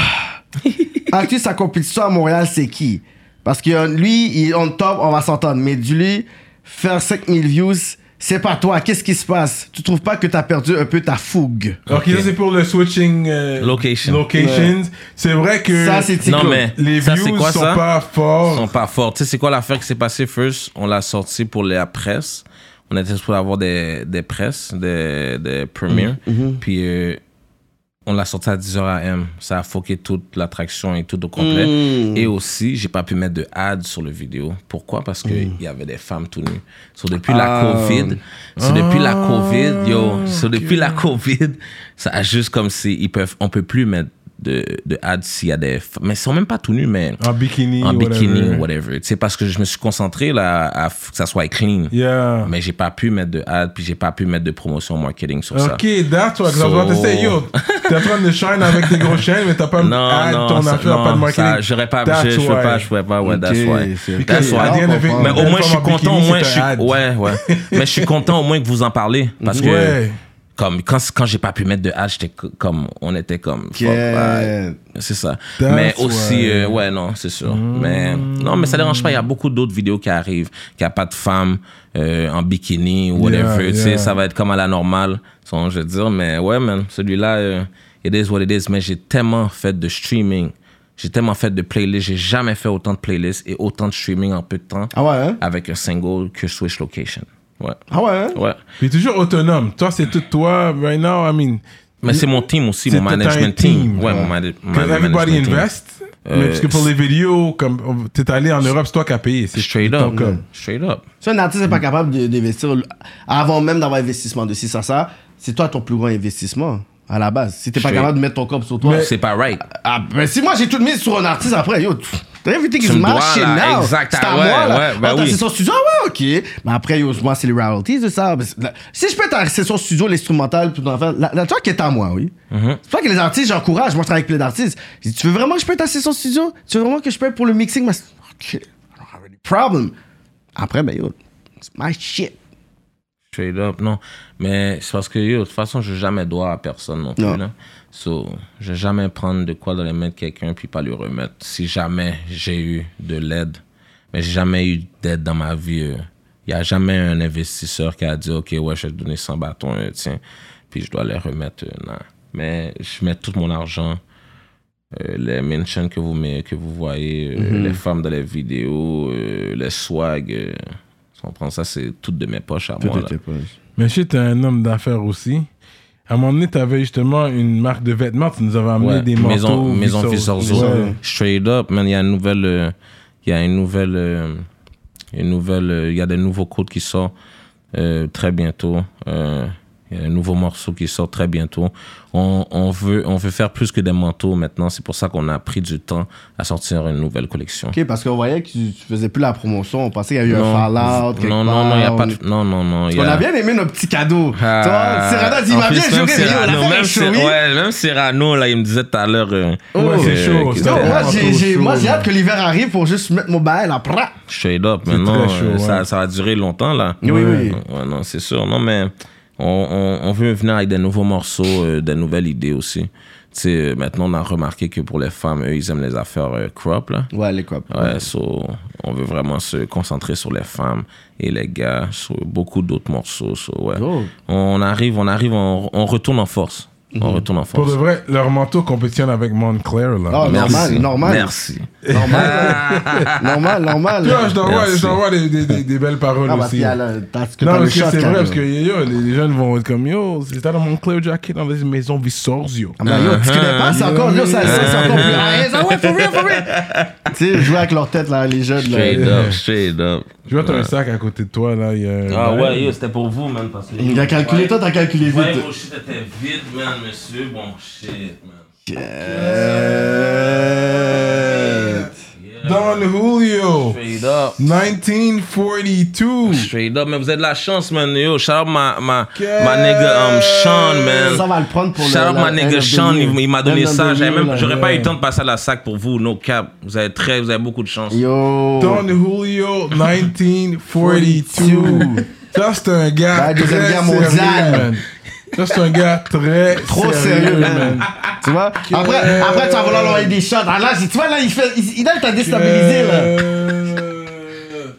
Actu, sa compétition à Montréal, c'est qui Parce que euh, lui, il est on top, on va s'entendre. Mais du lui, faire 5000 views, c'est pas toi. Qu'est-ce qui se passe Tu trouves pas que t'as perdu un peu ta fougue
Ok, ça c'est pour le switching euh,
Location.
locations. C'est vrai que
Ça, c'est T-Claude.
Non, mais
les
ça, c'est
views
quoi
sont
ça?
pas
Ils sont
forts.
pas forts. Tu sais, c'est quoi l'affaire qui s'est passée first? On l'a sorti pour la presse. On était supposé avoir des, des presses, des, des premières. Puis euh, on l'a sorti à 10h AM. Ça a foqué toute l'attraction et tout au complet. Et aussi, j'ai pas pu mettre de ad sur le vidéo. Pourquoi? Parce qu'il y avait des femmes tout nues. So, depuis la
Ah.
COVID, so, depuis la COVID, yo, so, depuis la COVID, ça a juste comme si ils peuvent, on peut plus mettre de, de ads s'il y a des femmes. Mais ils sont même pas tout nus, mais
En bikini,
en
whatever.
bikini, whatever. C'est parce que je me suis concentré là, à f- que ça soit clean.
Yeah.
Mais j'ai pas pu mettre de ad, puis j'ai pas pu mettre de promotion marketing sur ça.
Ok, that's what.
So-
So... T'essayes, yo. T'es en train de shine avec tes gros chaînes, mais t'as pas ah, ton
ça-
affaire, pas de marketing.
ça, j'aurais pas,
That's
je, je peux
why.
pas, je peux pas, ouais,
Ok,
that's why.
c'est-
That's why.
At the end of it,
Mais au
une
moins, je suis
femme en
content, au
bikini,
moins, je
c'est
suis,
un ad.
ouais, ouais. Mais je suis content, au moins, que vous en parlez. Parce que,
Ouais.
comme, quand, quand j'ai pas pu mettre de ad, j'étais co- comme, on était comme, fuck, ouais.
Yeah.
C'est ça.
That's
mais aussi,
why. Mm.
euh, ouais, non, c'est sûr. Mais non, mais ça dérange pas. Il y a beaucoup d'autres vidéos qui arrivent, qu'il n'y a pas de femmes euh, en bikini ou whatever.
Yeah,
tu sais
yeah.
Ça va être comme à la normale, son- je veux dire. Mais ouais, man, celui-là, euh, it is what it is. Mais j'ai tellement fait de streaming. J'ai tellement fait de playlists. J'ai jamais fait autant de playlists et autant de streaming en peu de temps
Ah ouais, hein?
avec un single que Switch Location. Ouais.
Ah ouais, hein?
Ouais.
Puis toujours autonome. Toi, c'est tout toi. Right now, I mean.
Mais c'est mon team aussi,
C'est
mon
tout un
management
team,
team. Ouais,
ouais.
mon, mana- mon
Que everybody
management team.
invest.
Euh,
mais parce que pour les vidéos, comme on- t'es allé en Europe, c'est toi qui as payé. C'est
Straight
ton
up.
com.
Straight up.
Si un artiste n'est pas capable de- d'investir avant même d'avoir investissement de 600 ça, c'est toi ton plus grand investissement à la base. Si t'es pas
Straight.
capable de mettre ton corps sur toi.
C'est pas right.
Ah, ben si moi j'ai tout mis sur un artiste après, yo, tu- t'as invité qu'il
Tu me dois,
marche chez
là,
Now.
exact,
C'est à
ah
moi,
ouais,
là.
ouais, ben
Ah, t'as
oui.
accès sur studio, ah ouais, ok. Mais après, yo, moi, c'est les royalties de ça. Ben, c'est- là, si je peux t'accès sur studio, l'instrumental, tout l'enfer, la, la track est à moi, oui.
Mm-hmm.
C'est pas que les artistes, j'encourage. Moi, je travaille avec plein d'artistes. Je dis, tu veux vraiment que je paye ta session studio? Tu veux vraiment que je paye pour le mixing? Mais, ok, I don't have any problem. Après, ben, yo, it's my shit.
Straight up, non. Mais c'est parce que, yo, de toute façon, je jamais dois à personne non plus.
Non.
Là. So, je vais jamais prendre de quoi dans les mains de quelqu'un puis pas lui remettre. Si jamais j'ai eu de l'aide, mais j'ai jamais eu d'aide dans ma vie. Il n'y a jamais un investisseur qui a dit, OK, ouais, je vais te donner 100 bâtons, euh, tiens, puis je dois les remettre. euh, non. Mais je mets tout mon argent. euh, les mentions que vous, met- que vous voyez, euh, les femmes dans les vidéos, euh, les swags. euh, tu comprends? Ça, c'est toutes de mes poches à moi. là.
Mais je sais, t'es un homme d'affaires aussi. À un moment donné, t'avais justement une marque de vêtements. Tu nous avais amené
Ouais,
des
Maison,
manteaux.
maison
Vissors.
Vissorzo.
Ouais.
Straight up, man, il y a une nouvelle. euh, Il y a une nouvelle. euh, une nouvelle. euh, Il y a des nouveaux codes qui sortent euh, très bientôt. Euh, Il y a un nouveau morceau qui sort très bientôt. On, on veut, on veut faire plus que des manteaux maintenant. C'est pour ça qu'on a pris du temps à sortir une nouvelle collection.
Ok, parce qu'on voyait que tu, tu faisais plus la promotion. On pensait qu'il y a eu un fallout. quelque
non, non,
part.
non, il y a pas
On-
de- Non, non, non. il y
On
a-
a bien aimé nos petits cadeaux.
Ah,
Toi, Serrano dit, il
en
m'a
plus,
bien
même
juré, mais yo, on
Cyrano,
a fait un
même Cyr-
showy.
ouais, même Cyrano, là, il me disait tout à l'heure. euh,
Oh,
Ouais, c'est
euh,
chaud,
que
c'est
c'était-
Yo, moi,
Ouais.
j'ai-
Trop
j'ai-
chaud,
moi, j'ai
là.
hâte que l'hiver arrive pour juste mettre mon bail là. prrr.
Straight up, maintenant,
très chaud,
euh,
ouais.
ça, ça va durer longtemps, là.
Oui, oui, oui.
Ouais, non, c'est sûr. Non, mais on, on, on veut venir avec des nouveaux morceaux, euh, des nouvelles idées aussi. Tu sais, euh, maintenant, on a remarqué que pour les femmes, eux, ils aiment les affaires euh, crop, là.
Ouais, les quoi.
Ouais, so, on veut vraiment se concentrer sur les femmes et les gars, sur beaucoup d'autres morceaux. so, ouais.
Oh.
On arrive, on arrive, on, on retourne en force. On retourne en
Pour
force.
de vrai, leur manteau compétitionne avec Montclair. Là.
Ah,
Merci.
normal, normal.
Merci.
Normal, normal, normal.
Puis là, je t'envoie
Merci.
je t'envoie des, des, des, des belles paroles
Ah, bah,
aussi.
puis, alors, t'as ce que
non,
t'as le
parce que
shot,
c'est vrai,
carrément.
parce que yo, les, les jeunes vont être comme Yo, c'est ça dans mon clear jacket dans les maisons Vissorzio.
Ah, bah, yo, tu connais pas, c'est encore, yo, ça, ça, c'est encore plus. Ah, yeah, ça, ouais, for real, for real. Tu sais, jouer avec leur tête, là, les jeunes,
Straight
là.
up, straight up.
Je vois, t'as un sac à côté de toi, là. il y a-
Ah ouais, yo, c'était pour vous, man. Parce que...
Il a calculé, toi, t'as calculé
Ouais,
vite.
mon shit était vide, man, monsieur. Bon shit, man.
Euh,
Don Julio,
Straight up.
1942.
Straight up, mais vous avez de la chance, man. Yo, shout out ma, ma,
Yeah.
ma nigga um, Sean, man.
Ça va le prendre pour le-
Shout out
la-
ma
end
nigga
of the
Sean,
year.
il, il m'a donné
End of
ça.
the
J'avais
year,
même-
là,
J'aurais pas eu
yeah.
le temps de passer à la sac pour vous, no cap. Vous avez très, vous avez beaucoup de chance.
Yo.
Don Julio, 1942. Ça, c'est un gars
La
très
Deuxième Guerre
sérieux,
mondiale.
man. Ça, c'est un gars très
Trop sérieux, man.
man.
Tu vois? Après, après, tu vas vouloir leur envoyer des shots. Ah, là, tu vois, là, il fait, il, il a t'as déstabilisé, là.
Euh,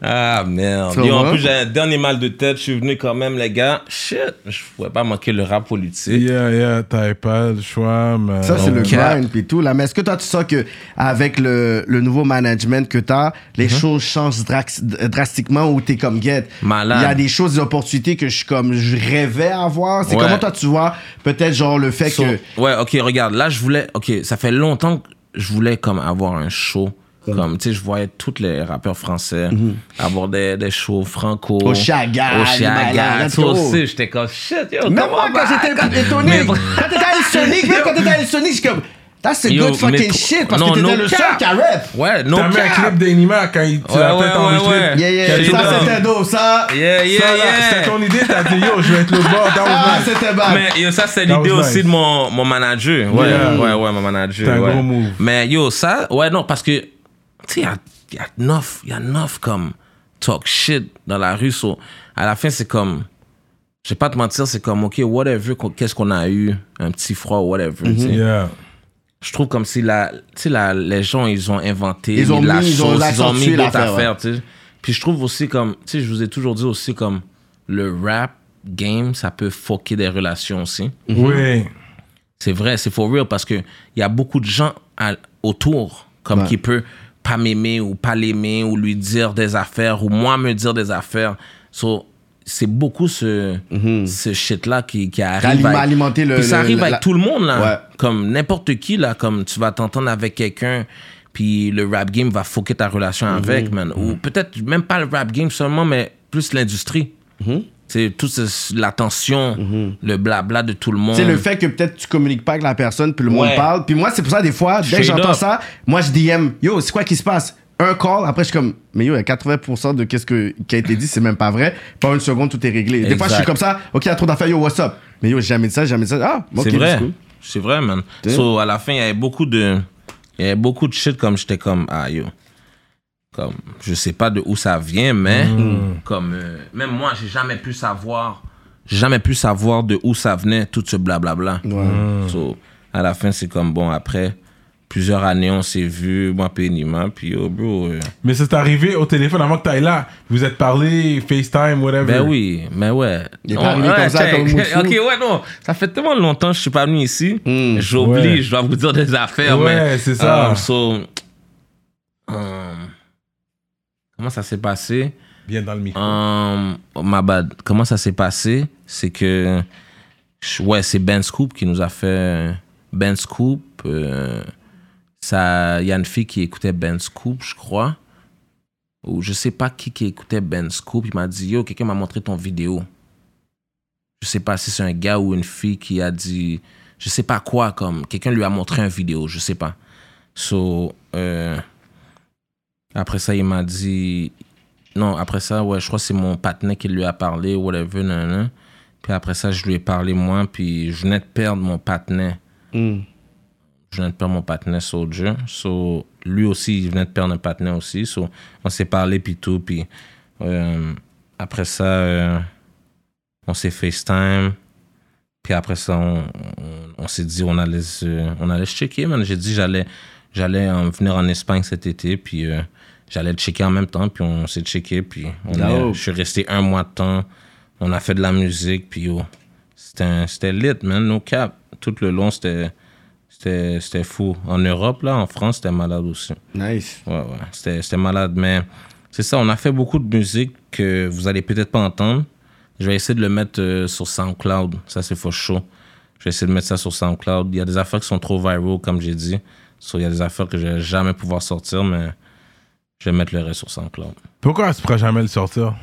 Ah merde.
Tu
Yo, en
vois?
plus, j'ai un dernier mal de tête. Je suis venu quand même, les gars. Shit, je pouvais pas manquer le rap politique.
Yeah, yeah, t'avais pas le choix, mais.
Ça, c'est le
Donc, euh,
grind puis tout. Là. Mais est-ce que toi, tu sens que avec le, le nouveau management que tu as, les
Mhm.
choses changent drax- drastiquement ou tu es comme guette?
Malade.
Il y a des choses, des opportunités que je, suis comme, je rêvais avoir. C'est
Ouais.
comment toi, tu vois peut-être genre le fait
So-
que...
Ouais, ok, regarde. Là, je voulais. Ok, ça fait longtemps que je voulais comme avoir un show. Comme, tu sais, je voyais tous les rappeurs français avoir des, des shows franco.
Mhm. Au Chagall,
Au Chagall.
malade,
Toi
yo.
aussi, j'étais comme shit, yo.
Même
comment
moi, quand
va?
j'étais étonné,
Mais
quand
vra-
t'étais à El Sonic, même quand t'étais à El Sonic, je suis comme... That's c'est
Yo,
good
mais
fucking
tr-
shit parce
non,
que t'étais
no
le seul
cap.
qui a rap.
Ouais, non,
T'as mis un
cap.
clip d'Anima quand il, tu
Ouais,
l'as
ouais,
peut-être
ouais,
enregistré.
ouais.
Yeah, yeah,
Quel
ça
énorme.
c'était dope, ça.
Yeah, yeah,
Ça, là,
yeah.
C'était ton idée, t'as dit yo, je vais être le bord, that was
Ah,
nice.
c'était bad.
Mais yo, ça, c'est
That
l'idée
was
aussi
nice.
de mon, mon manager. Ouais,
Yeah.
ouais, ouais, mon manager.
T'as un
ouais.
gros move.
Mais yo, ça, ouais, non, parce que, tu sais, il y a- il y a neuf, il y a neuf comme talk shit dans la rue. so, à la fin, c'est comme, je vais pas te mentir, c'est comme, ok, whatever, qu'on- qu'est-ce qu'on a eu, un petit froid, whatever. tu sais.
Mm-hmm. Yeah.
Je trouve comme si la, tu sais, la, les gens, ils ont inventé
Ils ont
mis de la
mis- ils
chose, ils
ont
ont mis
accentué
d'autres
l'affaire, ouais.
affaires, tu sais. Puis je trouve aussi comme, tu sais, je vous ai toujours dit aussi comme, le rap game, ça peut fucker des relations aussi.
Mhm.
Oui.
C'est vrai, c'est for real parce que il y a beaucoup de gens à- autour comme
Ouais.
qui peut pas m'aimer ou pas l'aimer ou lui dire des affaires ou moi me dire des affaires. So, c'est beaucoup ce, ce shit-là qui, qui arrive.
D'alim-
à-
Mm-hmm. alimenter le-
Puis ça
le-
arrive
la-
avec tout le monde, là.
Ouais.
Comme n'importe qui, là. Comme tu vas t'entendre avec quelqu'un, puis le rap game va fucker ta relation
Mm-hmm.
avec, man. Ou peut-être même pas le rap game seulement, mais plus l'industrie.
Mm-hmm.
C'est toute ce- la tension, le blabla de tout le monde.
C'est le fait que peut-être tu communiques pas avec la personne, puis le monde
Ouais.
parle. Puis moi, c'est pour ça, des fois, dès que
Straight
j'entends
up.
ça, moi, je DM, yo, c'est quoi qui se passe? Un call, après, je suis comme, mais yo, il y a 80% de qu'est-ce que, qui a été dit, c'est même pas vrai. Pas une seconde, tout est réglé. Des fois, je suis
Exact.
comme ça, ok, il y a trop d'affaires, yo, what's up? Mais yo, j'ai jamais dit ça, j'ai jamais dit ça. Ah, ok,
c'est vrai.
c'est cool.
C'est vrai, man. So, à la fin, il y avait beaucoup de. Il y avait beaucoup de shit comme j'étais comme, ah yo. Comme, je sais pas de où ça vient, mais
Hmm.
comme. euh, même moi, j'ai jamais pu savoir. J'ai jamais pu savoir de où ça venait, tout ce blablabla. So, à la fin, c'est comme, bon, après plusieurs années, on s'est vu, moi, péniment, puis oh, bro. euh,
Mais c'est arrivé au téléphone avant que t'ailles là. Vous êtes parlé, FaceTime, whatever.
Ben oui, mais ouais.
Il est
On-
pas arrivé
ouais,
comme ça,
check.
comme Moussou.
Ok, ouais, non. Ça fait tellement longtemps que je suis pas venu ici.
Hmm.
J'oublie,
Ouais.
je dois vous dire des affaires.
Ouais,
mais,
c'est ça.
euh, so, euh, comment ça s'est passé?
Bien dans le micro.
Euh, oh, my bad. Comment ça s'est passé? C'est que. je- Ouais, c'est Ben Scoop qui nous a fait. Ben Scoop. euh, ça- Il y a une fille qui écoutait Ben Scoop, je crois. Ou je sais pas qui qui écoutait Ben Scoop. Il m'a dit Yo, quelqu'un m'a montré ton vidéo. Je sais pas si c'est un gars ou une fille qui a dit. Je sais pas quoi, comme. Quelqu'un lui a montré un vidéo, je sais pas. So. euh, après ça, il m'a dit. Non, après ça, ouais, je crois que c'est mon partenaire qui lui a parlé, whatever, nanana. Puis après ça, je lui ai parlé moi, puis je venais de perdre mon partenaire. Je venais de perdre mon partenaire sur Dieu. So, lui aussi, il venait de perdre un partenaire aussi. So, on s'est parlé, puis tout. Puis euh, après ça, euh, on s'est FaceTime. Puis après ça, on, on- on s'est dit, on allait, se- on allait se checker, man. J'ai dit, j'allais, j'allais euh, venir en Espagne cet été, puis euh, j'allais le checker en même temps, puis on s'est checké, puis on est-
Dope.
je suis resté un mois de temps. On a fait de la musique, puis yo, c'était un- c'était lit, man, no cap. Tout le long, c'était c'était- c'était fou. En Europe, là, en France, c'était malade aussi.
Nice.
Ouais, ouais. C'était c'était malade, mais c'est ça, on a fait beaucoup de musique que vous allez peut-être pas entendre. Je vais essayer de le mettre euh, sur SoundCloud. Ça, c'est faux chaud. Je vais essayer de mettre ça sur SoundCloud. Il y a des affaires qui sont trop viral, comme j'ai dit. So, il y a des affaires que je vais jamais pouvoir sortir, mais je vais mettre le reste sur SoundCloud.
Pourquoi tu pourras jamais le sortir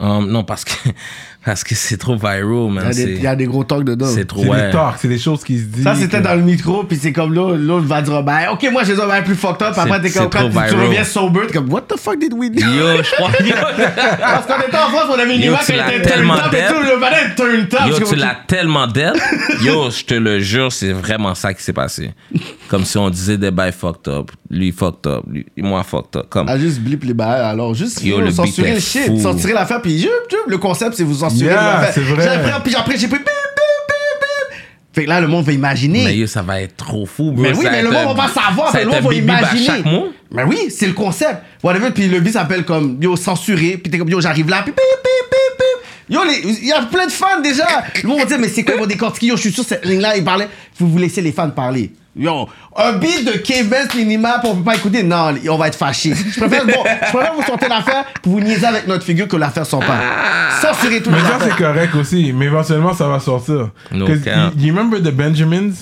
Hum, non, parce que parce que c'est trop viral,
Il y
man.
a des-
C'est
il y, a des gros talks dedans.
c'est trop.
C'est
ouais.
des talks, c'est des choses qui se disent.
Ça, c'était dans le micro, puis c'est comme l'autre, l'autre va dire, ben, ok, moi, j'ai dit, ben, plus fucked up. Après,
C'est-
t'es comme,
c'est trop
quand tu, tu
viral.
reviens sober, t'es comme, what the fuck did we do?
Yo, je crois. Ah,
Parce qu'on était en France, on avait une
Yo,
image
tu
qui
l'as
était turn
tellement
top et
dead.
tout, le matin, turn top.
Yo,
Ah, parce
tu
que-
l'as tellement dead. Yo, je te le jure, c'est vraiment ça qui s'est passé. Comme si on disait des bails fucked up. Lui fucked up, lui, moi fucked up. Comme,
Ah, juste blip les bails, alors juste
Yo,
yo,
le
censurer
beat est
le shit,
fou.
censurer l'affaire, puis yup, yup, le concept c'est vous censurer
Yeah,
l'affaire.
c'est vrai.
J'ai appris- Puis après j'ai pris bip, bip, bip, bip. Fait que là, le monde va imaginer.
Mais yo, ça va être trop fou, bro.
Mais oui,
Ça va
mais le
être
monde va
un-
pas savoir,
ça
mais le
va
monde
être
va
un big bap à
imaginer.
chaque mot.
Mais oui, c'est le concept. Whatever, puis le beat s'appelle comme yo censuré, puis t'es comme yo j'arrive là, puis pip pip pip pip. Yo, les- il y a plein de fans déjà. Le monde va dire mais c'est quoi vos décortiqués Yo, je suis sûr cette ligne là, il parlait. Vous vous laissez les fans parler. Yo, un beat de K-Best minimal pour on peut pas écouter. Non, on va être fâchés. Je préfère, bon, je préfère vous sortir l'affaire pour vous niaiser avec notre figure que l'affaire sans pas. Censurer tout le
Mais ça, c'est
monde.
correct aussi. Mais éventuellement, ça va sortir.
No
Because
cap.
you, you remember the Benjamins?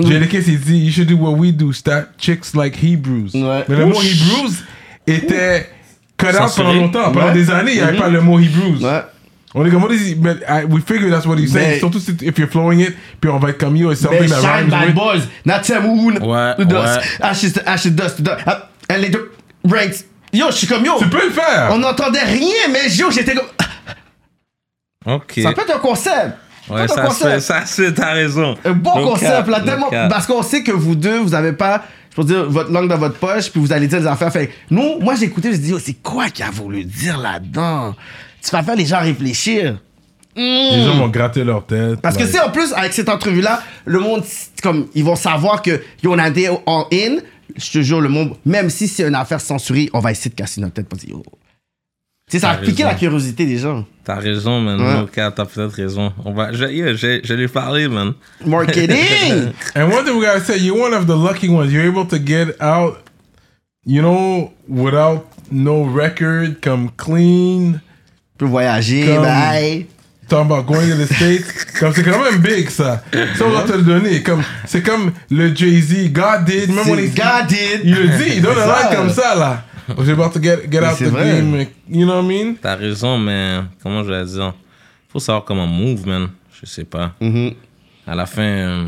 JDK s'est dit, you should do what we do, stat chicks like Hebrews.
Ouais.
Mais le
Ouh.
mot Hebrews était cut out pendant
Censuré.
longtemps. Pendant
Ouais.
des années, il n'y avait pas le mot Hebrews.
Ouais.
On est comme, what is he? But I- we figure that's what he's saying.
Mais-
Surtout si, if you're flowing it, puis on va être comme, yo, it's something
Ben,
that
Shine
rhymes
Bad
with.
Boys, Natia Moon,
Ouais,
Who Dust,
ouais.
Ashes to Ashes, Dust to Dust, ah, and les deux, Ranks. Yo, je suis comme yo.
Tu peux le faire!
On n'entendait rien, mais yo, j'étais comme.
Ok.
Ça peut être un concept. Ça peut
Ouais,
être
ça
un
se fait,
concept.
ça se fait, t'as raison.
Un bon
No
concept,
cap,
là,
no
tellement.
cap.
Parce qu'on sait que vous deux, vous avez pas, je peux dire, votre langue dans votre poche, puis vous allez dire des affaires. Fait que nous, moi, j'ai écouté, je me dit, yo, c'est quoi qu'il a voulu dire là-dedans? Tu vas faire les gens réfléchir.
Les gens vont gratter leur tête.
Parce que
like-
c'est en plus avec cette entrevue là, le monde c'est comme ils vont savoir que yo, on a des en in. Je te jure le monde, même si c'est une affaire censurée, on va essayer de casser notre tête parce que yo. Tu sais, ça a
T'as
piqué
raison.
la curiosité des gens.
T'as raison, man.
Ouais.
No cap, t'as peut-être raison. On va, je, yeah, je, je vais lui parler, man.
Marketing.
And one thing we gotta say, you're one of the lucky ones. You're able to get out, you know, without no record, come clean.
On peut voyager,
Comme-
bye.
Talking about going to the States. comme c'est quand même big ça. Ça, on va te le donner. Comme, c'est comme le Jay-Z, God did. Même on
C'est
est.
God did.
Il le dit, il donne un
C'est ça.
line comme ça là. We're about to get, get
Mais
out
c'est
the
vrai.
game. You know what I mean?
T'as raison, mais comment je vais dire Faut savoir comment move, man. Je sais pas.
Mhm.
À la fin, euh,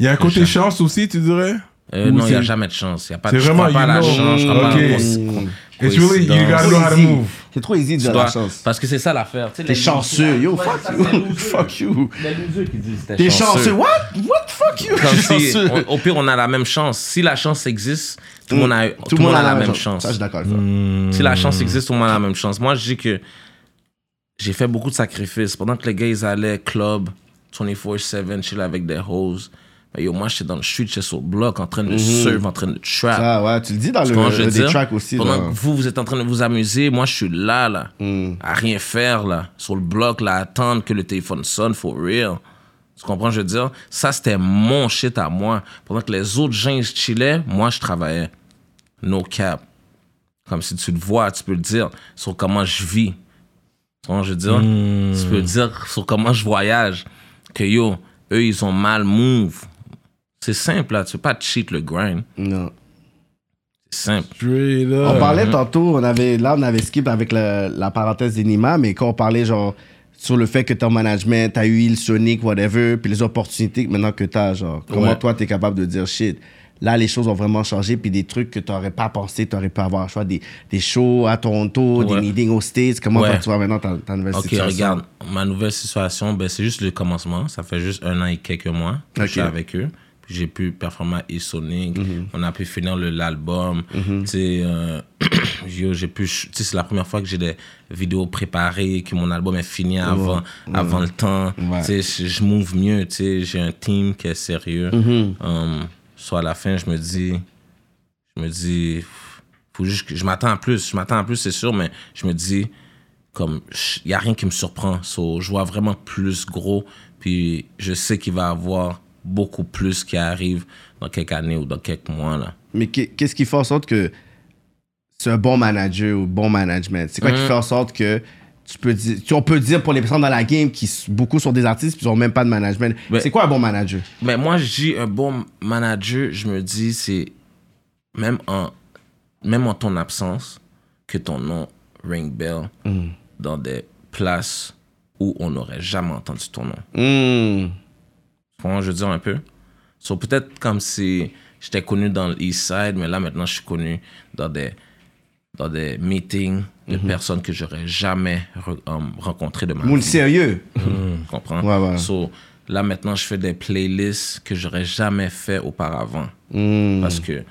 Il y a un côté chance aussi, tu dirais?
euh,
Ou
non, il n'y a
c'est-
jamais de chance. Il a pas
C'est
de je
vraiment,
crois pas à la
you know.
chance. Je crois pas à
Ok.
la cons-
It's really, you
coïncidence.
gotta know how to
Easy.
move.
C'est trop easy de
Tu
la
dois-
chance.
Parce que c'est ça l'affaire.
T'es chanceux, yo, fuck you, fuck you.
Les losers qui disent
T'es chanceux, what, what, fuck you.
Comme
Je suis
si,
chanceux.
on- au pire, on a la même chance. Si la chance existe, tout le monde a,
Tout le monde a la même
chance.
chance. Ça, je suis d'accord avec ça.
Si la chance existe, tout le monde a la même chance. Moi, je dis que j'ai fait beaucoup de sacrifices. Pendant que les gars, ils allaient club 24-7, chill avec des hoes. Ben, yo, moi, j'étais dans le street, j'étais sur le bloc, en
Mhm.
train de surf, en train de trap.
Ah ouais, tu le dis dans
Tu comprends ce que je
le
veux
des
dire?
tracks aussi.
Pendant
là. Hmm.
que vous, vous êtes en train de vous amuser, moi, je suis là, là, à rien faire, là, sur le bloc, là, à attendre que le téléphone sonne, for real. Tu comprends, ce que je veux dire? Ça, c'était mon shit à moi. Pendant que les autres gens, ils chillaient, moi, je travaillais. No cap. Comme si tu le vois, tu peux le dire sur comment je vis. Tu comprends, ce que je veux dire?
Hmm.
Tu peux le dire sur comment je voyage. Que yo, eux, ils ont mal move. C'est simple, là. Tu peux pas cheat le grind.
Non.
C'est simple.
Straight
On
Euh, Oh,
up.
hum.
parlait tantôt, on avait, là, on avait skip avec la, la parenthèse d'Enima, mais quand on parlait, genre, sur le fait que ton management, t'as eu il Sonic, whatever, puis les opportunités que maintenant que t'as, genre, comment
Ouais.
toi, t'es capable de dire shit. Là, les choses ont vraiment changé, puis des trucs que t'aurais pas pensé, t'aurais pu avoir, je vois, des, des shows à Toronto,
Ouais.
des meetings aux States. Comment
Ouais.
toi, tu vois maintenant ta, ta nouvelle
Ok,
situation?
regarde, ma nouvelle situation, ben, c'est juste le commencement. Ça fait juste un an et quelques mois que je suis
Ok. Mhm.
avec eux. Puis J'ai pu performer à Sonic. On a pu finir le- l'album. Tu sais, euh, yo, j'ai pu. ch- Tu sais, c'est la première fois que j'ai des vidéos préparées, que mon album est fini avant, avant le temps.
Ouais.
Tu sais, je- je m'ouvre mieux. Tu sais, j'ai un team qui est sérieux.
Mhm.
Euh, soit à la fin, je me dis, je me dis, faut juste que je m'attends à plus. Je m'attends à plus, c'est sûr, mais je me dis, comme, il n'y a rien qui me surprend. So, je vois vraiment plus gros, puis je sais qu'il va y avoir beaucoup plus qui arrive dans quelques années ou dans quelques mois. Là.
Mais qu'est- qu'est-ce qui fait en sorte que c'est un bon manager ou bon management? C'est quoi qui fait en sorte que tu peux dire, tu- on peut dire pour les personnes dans la game qui s- beaucoup sont des artistes puis ils ont même pas de management.
Ouais.
C'est quoi un bon manager?
Mais moi, je dis un bon manager, je me dis, c'est même en, même en ton absence, que ton nom ring bell dans des places où on n'aurait jamais entendu ton nom. Comment je veux dire un peu? So, peut-être comme si j'étais connu dans le East Side, mais là maintenant je suis connu dans des, dans des meetings de
Mhm.
personnes que j'aurais jamais re- um, rencontrées de ma
Moule
vie.
sérieux.
Tu comprends?
Ouais, ouais.
So, là maintenant je fais des playlists que j'aurais jamais fait auparavant
Mm.
parce que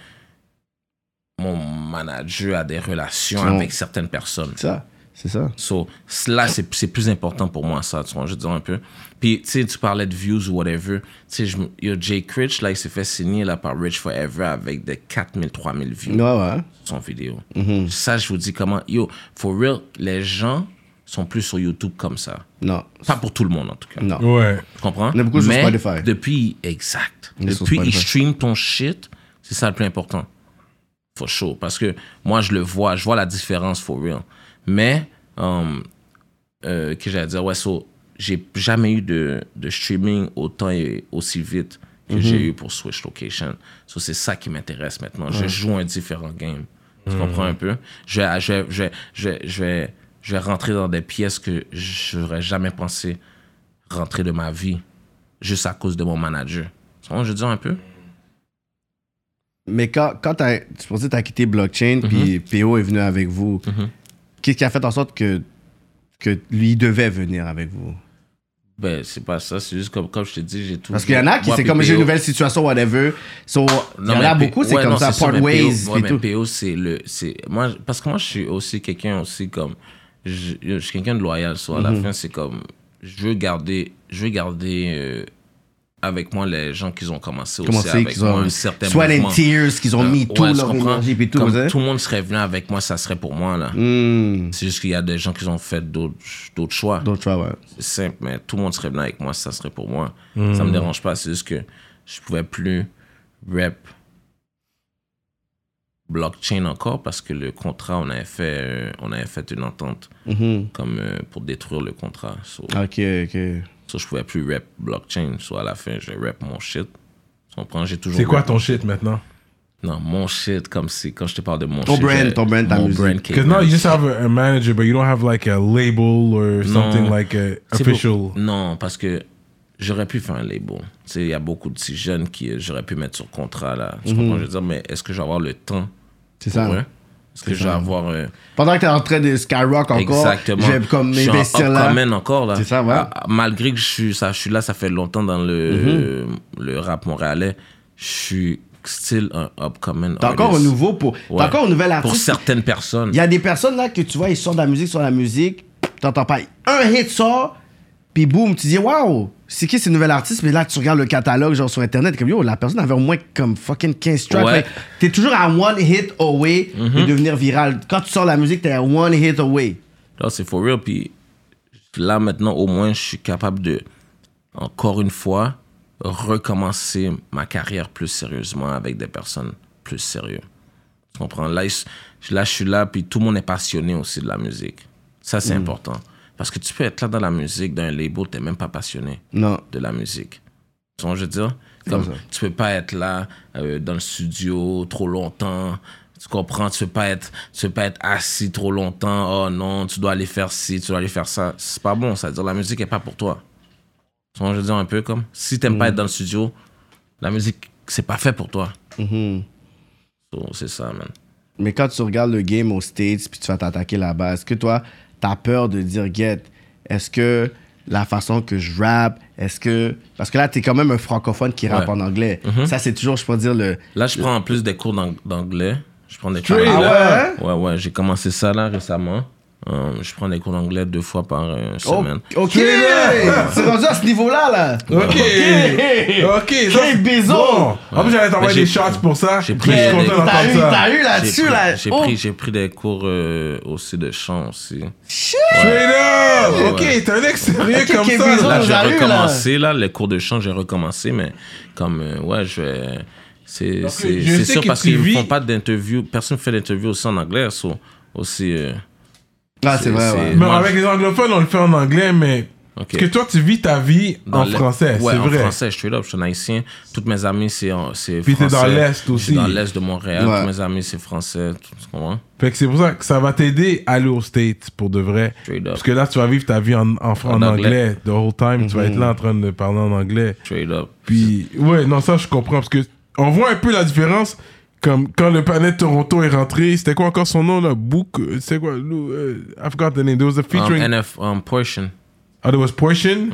mon manager a des relations
Non.
avec certaines personnes.
Ça. C'est ça.
So, c- là, c'est c'est plus important pour moi, ça, tu vois, je te dis un peu. Puis, tu sais, tu parlais de views ou whatever. Tu sais, je me- yo, Jake Rich, là, il s'est fait signer là, par Rich Forever avec des 4000, 3000 views
Ouais, hein? ouais.
sur son vidéo.
Mm-hmm.
Ça, je vous dis comment. Yo, for real, les gens sont plus sur YouTube comme ça.
Non.
Pas pour tout le monde, en tout cas.
Non.
Ouais.
Tu comprends?
Il y en a Mm. beaucoup sur
Mais
Spotify.
Depuis, exact.
Il y en a sur
Depuis, ils
Spotify.
stream ton shit, c'est ça le plus important. For sure. Parce que moi, je le vois, je vois la différence for real. Mais, euh, euh, que j'allais dire, ouais, so, j'ai jamais eu de, de streaming autant et aussi vite que j'ai eu pour Switch Location. So, c'est ça qui m'intéresse maintenant. Je joue un différent game. Tu comprends un peu? Je vais, je, vais- je, vais- je, vais- je vais, je vais rentrer dans des pièces que j'aurais jamais pensé rentrer de ma vie juste à cause de mon manager. Tu vois, je dis un peu?
Mais quand, quand t'as, tu pensais que tu as quitté blockchain, puis PO est venu avec vous, qu'est-ce qui a fait en sorte que, que lui il devait venir avec vous?
Ben, c'est pas ça, c'est juste comme, comme je te dis, j'ai tout.
Parce qu'il y en a qui,
Moi,
c'est
puis
comme j'ai une
PO.
nouvelle situation, whatever. So, il y
Non,
en
mais
a
P-
beaucoup, c'est
ouais,
comme
non,
ça,
sûr,
part
mais PO,
ways,
ouais,
puis
mais
tout.
PO, c'est le. c'est- Moi, je- parce que moi, je suis aussi quelqu'un aussi comme. Je, je suis quelqu'un de loyal, soit à
Mhm.
la fin, c'est comme. Je veux garder. Je veux garder. euh, avec moi, les gens qui ont commencé
Comment
aussi
c'est
avec
qu'ils
moi,
ont.
un certain
Sweat and
mouvement.
tears, qu'ils ont
Euh,
mis
ouais,
tout
tu
leur
comprends?
énergie, puis tout.
Comme
vous savez?
tout le monde serait venu avec moi, ça serait pour moi, là.
Hmm.
C'est juste qu'il y a des gens qui ont fait d'autres d'autres choix.
D'autres choix, ouais.
C'est simple, mais tout le monde serait bien avec moi, ça serait pour moi.
Hmm.
Ça
Hmm.
me dérange pas, c'est juste que je pouvais plus rep blockchain encore parce que le contrat, on avait fait, euh, on avait fait une entente
Mhm.
comme euh, pour détruire le contrat. So,
Ok, ok.
so je pouvais plus rep blockchain, soit à la fin, je rep mon shit. Tu comprends? J'ai toujours
C'est quoi
rep-
ton shit maintenant?
Non, mon shit, comme si, quand je te parle de mon
Ton
shit.
brand,
j'ai-
ton brand, ta
mon
musique.
brand qui est
Because now
même-
you just have a, a manager, but you don't have like a label or something like a
C'est beau.
official.
Non, parce que j'aurais pu faire un label. Tu sais, il y a beaucoup de petits jeunes qui euh, j'aurais pu mettre sur contrat là. Tu comprends? Je veux dire, mais est-ce que je vais avoir le temps
C'est ça.
pour eux? Est-ce que je vais avoir euh,
Pendant que t'es en train de skyrock encore,
exactement
je vais comme
je suis en
investir là.
upcoming encore là.
C'est ça, ouais.
Ah, ah, malgré que je suis ça, je suis là, ça fait longtemps dans le euh,
Mm-hmm.
le rap montréalais, je suis still un upcoming.
T'es encore un
artist.
nouveau pour.
Ouais.
T'es encore un nouvel
Pour
artiste.
certaines personnes.
Il y a des personnes là que tu vois, ils sortent de la musique, sur la musique, t'entends pas. Un hit sort, puis boum, tu dis waouh, c'est qui ces nouvel artiste? Mais là, tu regardes le catalogue, genre sur internet, comme yo, la personne avait au moins comme fucking 15 tracks.
Ouais. Mhm.
Fait que T'es toujours à one hit away de devenir viral. Quand tu sors la musique, t'es à one hit away.
Là, c'est for real. Puis là, maintenant, au moins, je suis capable de, encore une fois, recommencer ma carrière plus sérieusement avec des personnes plus sérieuses. Tu comprends? Là, je- là, je suis là, puis tout le monde est passionné aussi de la musique. Ça, c'est important. Parce que tu peux être là dans la musique, dans un label, t'es même pas passionné
Non.
de la musique. Tu vois ce que je veux dire? Comme,
ça.
tu peux pas être là, euh, dans le studio, trop longtemps. Tu comprends? Tu peux pas être, tu peux pas être assis trop longtemps. Oh non, tu dois aller faire ci, tu dois aller faire ça. C'est pas bon, ça veut dire la musique est pas pour toi. Tu vois ce que je veux dire? Un peu comme, si t'aimes pas
Mhm.
être dans le studio, la musique, c'est pas fait pour toi.
Mhm.
So, c'est ça, man.
Mais quand tu regardes le game aux States puis tu vas t'attaquer là-bas, est-ce que toi, t'as peur de dire, get, est-ce que la façon que je rappe, est-ce que. Parce que là, t'es quand même un francophone qui rappe
Ouais. Mhm.
en anglais. Ça, c'est toujours, je peux dire, le.
Là, je prends en plus des cours d'ang- d'anglais. Je prends des cours
Straight
d'anglais.
up.
Ah ouais? hein?
Ouais, ouais, j'ai commencé ça là récemment. Euh, je prends des cours d'anglais deux fois par euh,
Oh.
semaine.
ok!
Straight
C'est rendu à ce niveau-là, là!
Ok. Ok. ça, c'est
Quel bison.
bon. En plus, j'allais t'envoyer
Mais
des
j'ai-
shots pour ça.
j'ai
mais
pris
Je suis
des-
content
T'as eu,
d'entendre ça.
t'as eu
J'ai
là-dessus,
pris,
là!
j'ai
Oh,
pris, j'ai pris des cours euh, aussi de chant aussi.
Straight up.
Ouais.
Ok, t'es un ex sérieux
Ok,
comme
quel
ça.
bison.
Là,
on
j'ai
l'a eu, là.
recommencé, là. les cours de chant, j'ai recommencé, mais comme, euh, ouais, je vais. C'est
Parce que
c'est-
je
c'est
sais
sûr
que
parce
tu
qu'ils ne
vis-
font pas d'interview. Personne ne fait d'interview aussi en anglais, so, aussi. euh,
Ah, c'est vrai,
c'est-
ouais.
Mais
Moi,
avec les anglophones, on le fait en anglais, mais.
Ok.
Parce que toi, tu vis ta vie
dans
en
l'Est.
français,
Ouais,
c'est
en
vrai.
français, je suis là, je suis un haïtien. Toutes mes amies, c'est en- c'est français.
Puis t'es dans
Je
l'Est
suis
aussi.
dans l'Est de Montréal.
Ouais.
Tous mes amis, c'est français. Tu tu comprends?
Fait que c'est pour ça que ça va t'aider à aller aux States pour de vrai.
Straight up.
Parce que là, tu vas vivre ta vie en, en, fran-
En
en
anglais. Mhm.
anglais. The whole time, tu vas être là en train de parler en anglais.
Straight up.
Puis, ouais, non, ça, je comprends. Parce que on voit un peu la différence. Comme quand le panel de Toronto est rentré, c'était quoi encore son nom, là Book. euh, C'était quoi Lou, euh, I forgot the name. There was a
Um, Mm-hmm.
featuring.
NF, um, portion.
Ah, there was Portion.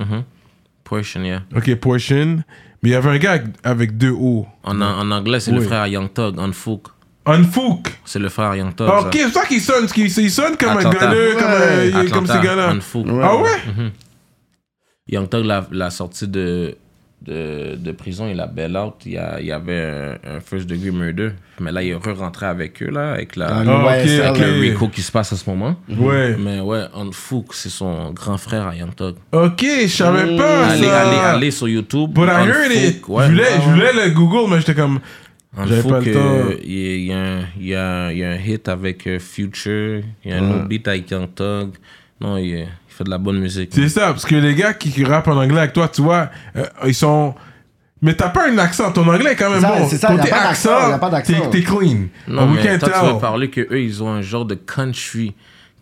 Portion, yeah.
Ok, Portion. Mais il y avait un gars avec- avec deux O.
En, en anglais, c'est le
Oui.
frère à Young Thug, Unfook.
Unfook. Ah,
C'est le frère Young Thug. ça.
Ok, c'est toi qui sonne, qui, il sonne comme
Atlanta.
un gars-là, comme, un-
Atlanta,
comme ces gars-là.
Unfook. Mm-hmm.
Ah ouais?
Young Thug, la, la sortie de, de, de prison, il a bail out. Il y, a- il y avait un, un first degree murder. Mais là, il est re-rentré avec eux, là, avec la,
Ah,
Ah, ok,
Ouais, c'est
ok.
le Rico qui se passe à ce moment.
Ouais.
Mais ouais, Unfook, c'est son grand frère à Young Thug.
Ok, je savais pas.
Allez,
Ah, ça.
allez, allez sur YouTube.
But I
Unfook,
heard it.
ouais.
je, voulais, je voulais le Google, mais j'étais comme. J'avais
Unfook,
pas le
euh,
temps.
Il y, a- il y a un- il y a un- il y a un hit avec euh, Future. Il y a un autre beat avec Young Thug. Non, il, il fait de la bonne musique.
C'est ça, parce que les gars qui, qui rappent en anglais avec toi, tu vois, euh, ils sont. Mais t'as pas un accent, ton anglais est quand même
C'est ça,
bon.
c'est ça, y a
Côté
pas d'accent,
accent,
y a pas d'accent.
t'es- T'es clean.
Non,
We
mais
can't
toi, tu vas
tell.
parler qu'eux, ils ont un genre de country.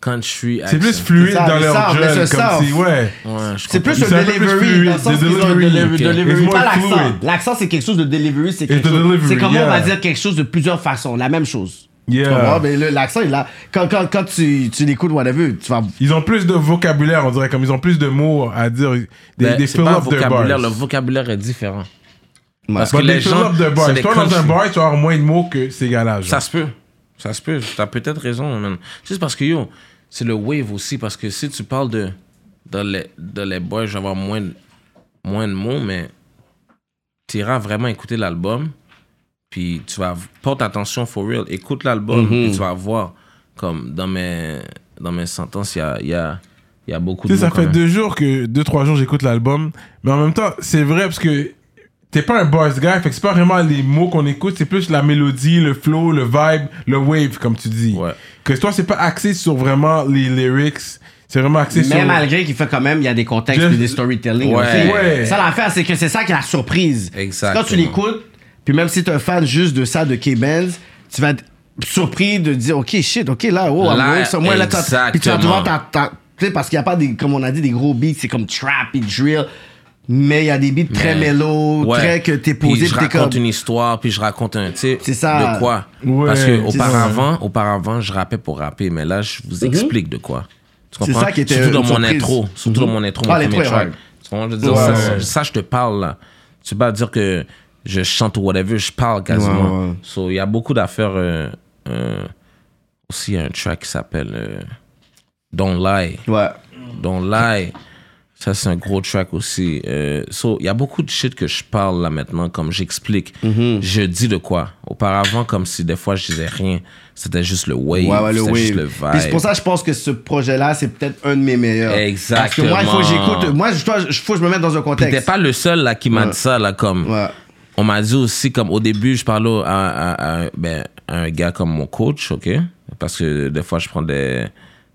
Country
C'est plus
accent.
fluide
C'est ça,
dans
le
leur
sound,
job,
mais ce
comme si,
sound.
ouais.
Ouais, je
C'est plus
C'est
le
un peu plus
delivery,
fluide,
dans le sens
the
qu'ils ont un
delivery,
deli-
ok.
delivery,
It's
pas
more
l'accent.
fluid.
L'accent, c'est quelque chose de delivery, c'est quelque
the
chose.
delivery,
C'est comment on
yeah.
va dire quelque chose de plusieurs façons, la même chose. Tu comprends?
Yeah.
Mais le- l'accent, il a- quand, quand, quand tu, tu l'écoutes, whatever, tu vas.
Ils ont plus de vocabulaire, on dirait, comme ils ont plus de mots à dire. Des,
Ben,
des
c'est pas un
fill-up de bars.
vocabulaire. Le vocabulaire est différent. Parce que
But
les
des
gens.
fill-up de bars.
c'est
Si
des
Toi, dans un
country.
bar, tu vas avoir moins de mots que ces gars-là. genre.
Ça se peut. Ça se peut. T'as peut-être raison, man. Juste parce que, yo, c'est le wave aussi. Parce que si tu parles de. Dans les, dans les boys, je vais avoir moins, de- moins de mots, mais. T'iras vraiment écouter l'album. Puis tu vas. Porte attention for real. Écoute l'album.
Mm-hmm.
Puis tu vas voir. Comme dans mes, dans mes sentences, il y a, il y, a, il y a beaucoup
Tu
de.
sais, ça
mots quand
fait
même.
deux jours que, deux, trois jours, j'écoute l'album. Mais en même temps, c'est vrai parce que t'es pas un boss guy, fait que c'est pas vraiment les mots qu'on écoute, c'est plus la mélodie, le flow, le vibe, le wave, comme tu dis.
Ouais.
Que toi, c'est pas axé sur vraiment les lyrics, c'est vraiment axé sur.
Mais malgré qu'il fait quand même, il y a des contextes
Just-
et des storytelling.
Ouais.
aussi.
Ouais.
Ça, l'affaire, c'est que c'est ça qui est la surprise.
Exactement.
Quand tu l'écoutes, puis même si t'es un fan juste de ça, de K-Benz, tu vas être surpris de dire, OK, shit, OK, là, oh, I'm
Là,
going somewhere, là, t'as- Puis tu vas
exactement.
devoir t'en- t'en- tu sais, parce qu'il n'y a pas des, comme on a dit, des gros beats, c'est comme trap et drill. Mais il y a des beats très
Mais-
mélo,
Ouais.
très que t'es posé,
Puis je
puis t'es
raconte
comme.
une histoire, puis je raconte un, tu sais,
C'est ça.
de quoi.
Ouais,
Parce
c'est
que auparavant, auparavant, je rappais pour rapper, mais là, je vous explique de quoi. Tu
Mhm. C'est
comprends?
ça qui était
Surtout dans
une
mon
surprise.
intro, surtout dans
Mhm.
mon intro,
Ah,
mon
l'intro
premier
est
track.
hard.
Tu comprends? Je veux dire,
Ouais,
ça,
ouais.
ça, je te parle là. Tu peux pas dire que je chante ou whatever, je parle quasiment.
Ouais, ouais.
So, il y a beaucoup d'affaires. euh, euh, aussi, il y a un track qui s'appelle euh, Don't Lie.
Ouais.
Don't Lie. Ça, c'est un gros track aussi. Euh, so, il y a beaucoup de shit que je parle là maintenant, comme j'explique.
Mhm.
Je dis de quoi. Auparavant, comme si des fois je disais rien. C'était juste le wave.
Ouais, ouais, le
c'était
wave.
juste le
Puis c'est
vibe.
pour ça que je pense que ce projet-là, c'est peut-être un de mes meilleurs.
Exactement.
Parce que moi, il faut que j'écoute. Moi, je- toi, je- faut que je me mette dans un
Puis t'es
contexte.
pas le seul là qui m'a dit ça, là, comme.
Ouais.
On m'a dit aussi, comme au début, je parlais au- à, à- à- ben, à un gars comme mon coach, OK? Parce que des fois, je prends des,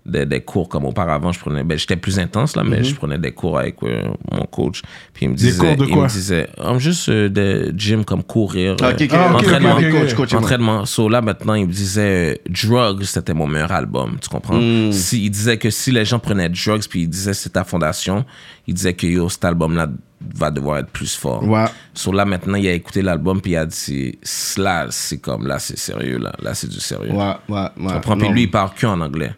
des, des cours comme auparavant. Je prenais, ben, j'étais plus intense, là,
Mm-hmm.
mais je prenais des cours avec euh, mon coach. Puis il me disait...
cours de
il
quoi?
me disait, Ah, juste euh, des gym, comme courir,
Ah,
euh,
ok, ok,
Ah, ok,
entraînement.
ok, ok, ok.
Coach, coach, ouais.
Entraînement. So là, maintenant, il me disait euh, Drugs, c'était mon meilleur album, tu comprends?
Hmm.
Si, il disait que si les gens prenaient Drugs, puis il disait c'est ta fondation, il disait que yo, cet album-là va devoir être plus fort.
Ouais.
So là, maintenant, il a écouté l'album, puis il a dit c'est- là, c'est comme là, c'est sérieux, là, là, c'est du sérieux.
Ouais, ouais, ouais.
Tu comprends? Puis
Non.
lui, il parle que en anglais.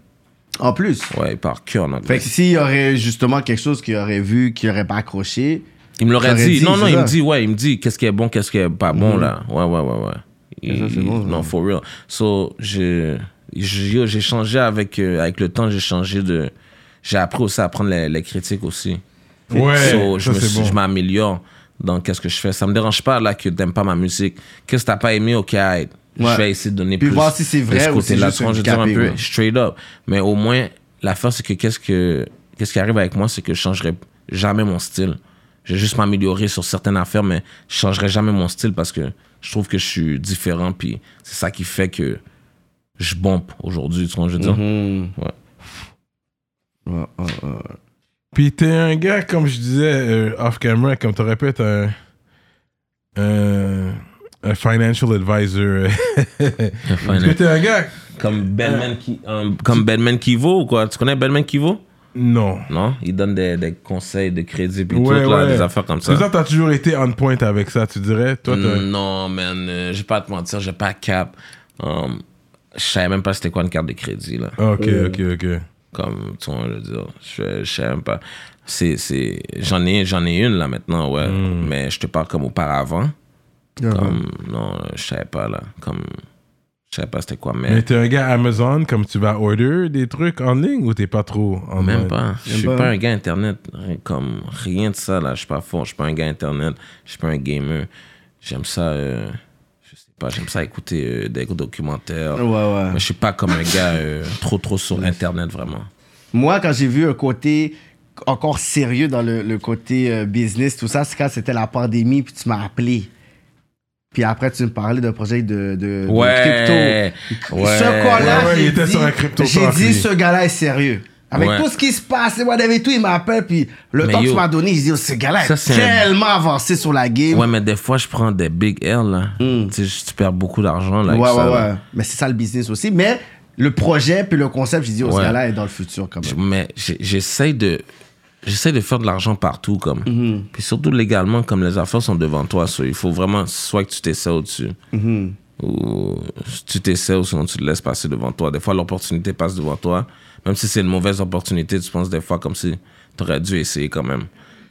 En plus.
Ouais, il parle que en anglais.
Fait que s'il y aurait justement quelque chose qu'il aurait vu, qu'il aurait pas accroché.
Il me l'aurait
T'aurais
dit.
dit,
Non, non,
c'est
il
ça. Mm-hmm.
me dit, ouais, il me dit qu'est-ce qui est bon, qu'est-ce qui est pas bon, là. Ouais, ouais, ouais, ouais. Il-
ça, c'est
il-
bon, ça.
non, for real. So, je- je- yo, j'ai changé avec, euh, avec le temps, j'ai changé de. J'ai appris aussi à prendre les, les critiques aussi.
Ouais,
So, je
ça,
me
c'est
suis-
bon.
je m'améliore dans qu'est-ce que je fais. Ça me dérange pas, là, que t'aimes pas ma musique. Qu'est-ce que t'as pas aimé, ok, aïe,
Ouais.
je vais essayer de donner
Puis
plus.
voir si c'est
de
vrai
ce
ou si
côté-là,
juste
tu vois,
une
je veux dire un
capée,
peu
ouais.
straight up. Mais au moins, la force, c'est que qu'est-ce que qu'est-ce qui arrive avec moi, c'est que je changerai jamais mon style. Je vais juste m'améliorer sur certaines affaires, mais je changerai jamais mon style parce que je trouve que je suis différent. Puis c'est ça qui fait que je bombe aujourd'hui, tu vois, je veux dire. Hmm. Ouais.
Ouais, ouais, ouais.
Puis t'es un gars, comme je disais euh, off camera, comme t'aurais pu être un, un, un financial advisor. Parce que
Mm-hmm.
t'es un gars.
Comme Batman qui euh, comme Batman Kivo ou quoi Tu connais Batman Kivo
Non.
Non, il donne des, des conseils de crédit puis
Ouais,
tout là,
ouais.
des affaires comme ça. Hmm.
C'est ça, t'as toujours été on point avec ça, tu dirais. Toi, t'as-
Non, man, euh, je vais pas à te mentir, j'ai pas cap. Um, je savais même pas c'était quoi une carte de crédit là.
Ok, ok, ok.
Comme tu vois, je veux dire, je, je savais même pas. C'est c'est j'en ai j'en ai une là maintenant ouais,
Hmm. Ah,
mais je te parle comme auparavant. Comme non, euh, je savais pas là, comme Je sais pas c'était quoi,
Mais
mais
t'es un gars Amazon, comme tu vas order des trucs en ligne ou t'es pas trop en
même
mode?
pas. Je suis
pas.
pas un gars internet, rien- comme rien de ça là. Je suis pas fort, je suis pas un gars internet, je suis pas un gamer. J'aime ça, euh, je sais pas, j'aime ça écouter euh, des documentaires.
Ouais, ouais.
Mais je suis pas comme un gars euh, trop trop sur internet vraiment.
Moi, quand j'ai vu un côté encore sérieux dans le, le côté euh, business, tout ça, c'est quand c'était la pandémie, puis tu m'as appelé. Puis après, tu me parlais d'un projet de, de- de
Ouais.
crypto.
Ouais.
Ce gars-là,
Ouais, ouais,
j'ai
il était
dit-
sur un crypto
j'ai
talk,
dit,
lui.
ce gars-là est sérieux. Avec
Ouais.
tout ce qui se passe, et moi, avec tout, il m'appelle, puis le
Mais
temps que
yo,
tu m'as donné, j'ai dit, oh, ce gars-là
ça,
est
c'est un-
tellement avancé sur la game.
Ouais, mais des fois je prends des big L là. Tu sais, tu perds beaucoup d'argent là. avec
Hmm. ouais,
ça,
ouais,
là.
ouais. Mais c'est ça le business aussi. Mais le projet, puis le concept, j'ai dit, oh, ce
Ouais.
gars-là est dans le futur, quand
Je-
même.
mais j'ai- j'essaie de j'essaie de faire de l'argent partout comme
Mhm.
puis surtout légalement comme les affaires sont devant toi so il faut vraiment soit que tu t'essaies au-dessus
Mhm.
ou tu t'essaies ou sinon tu te laisses passer devant toi des fois l'opportunité passe devant toi même si c'est une mauvaise opportunité tu penses des fois comme si tu aurais dû essayer quand même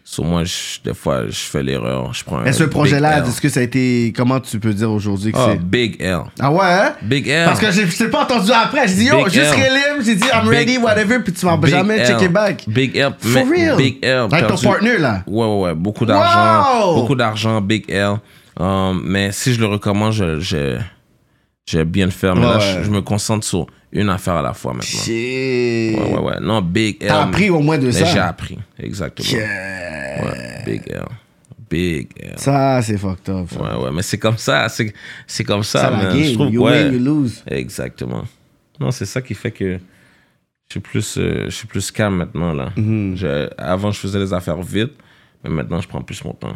sur moi je- des fois je fais l'erreur je prends un
Et ce
big
projet-là,
L.
est-ce que ça a été. Comment tu peux dire aujourd'hui que
Ah,
c'est.
big L
Ah ouais, hein?
big L
Parce que j'ai- je t'ai pas entendu après. J'ai dit, yo,
Big
juste
L.
relim. J'ai dit, I'm
Big-
ready, whatever. Puis tu m'as
Big
jamais
L.
checké back.
Big L.
For
mais-
real.
Big L.
Avec ton
perdu-
partner, là.
Ouais, ouais, ouais. Beaucoup d'argent.
Wow.
Beaucoup d'argent, Big L. Euh, mais si je le recommande, je, je, je vais bien le faire. Mais là,
Ouais.
je, je me concentre sur une affaire à la fois maintenant.
Shit.
Ouais, ouais, ouais. Non, Big L.
T'as appris au moins de
mais
ça.
J'ai appris, exactement.
Yeah.
Ouais, Big L. Big L.
Ça, c'est fucked up.
Ouais, ouais. Mais c'est comme ça. C'est c'est comme ça,
Ça, la
man.
game.
Je trouve
you
ouais.
win, you lose.
Exactement. Non, c'est ça qui fait que je suis plus, euh, je suis plus calme maintenant. Là.
Mm-hmm.
Je- avant, je faisais les affaires vite, mais maintenant, je prends plus mon temps.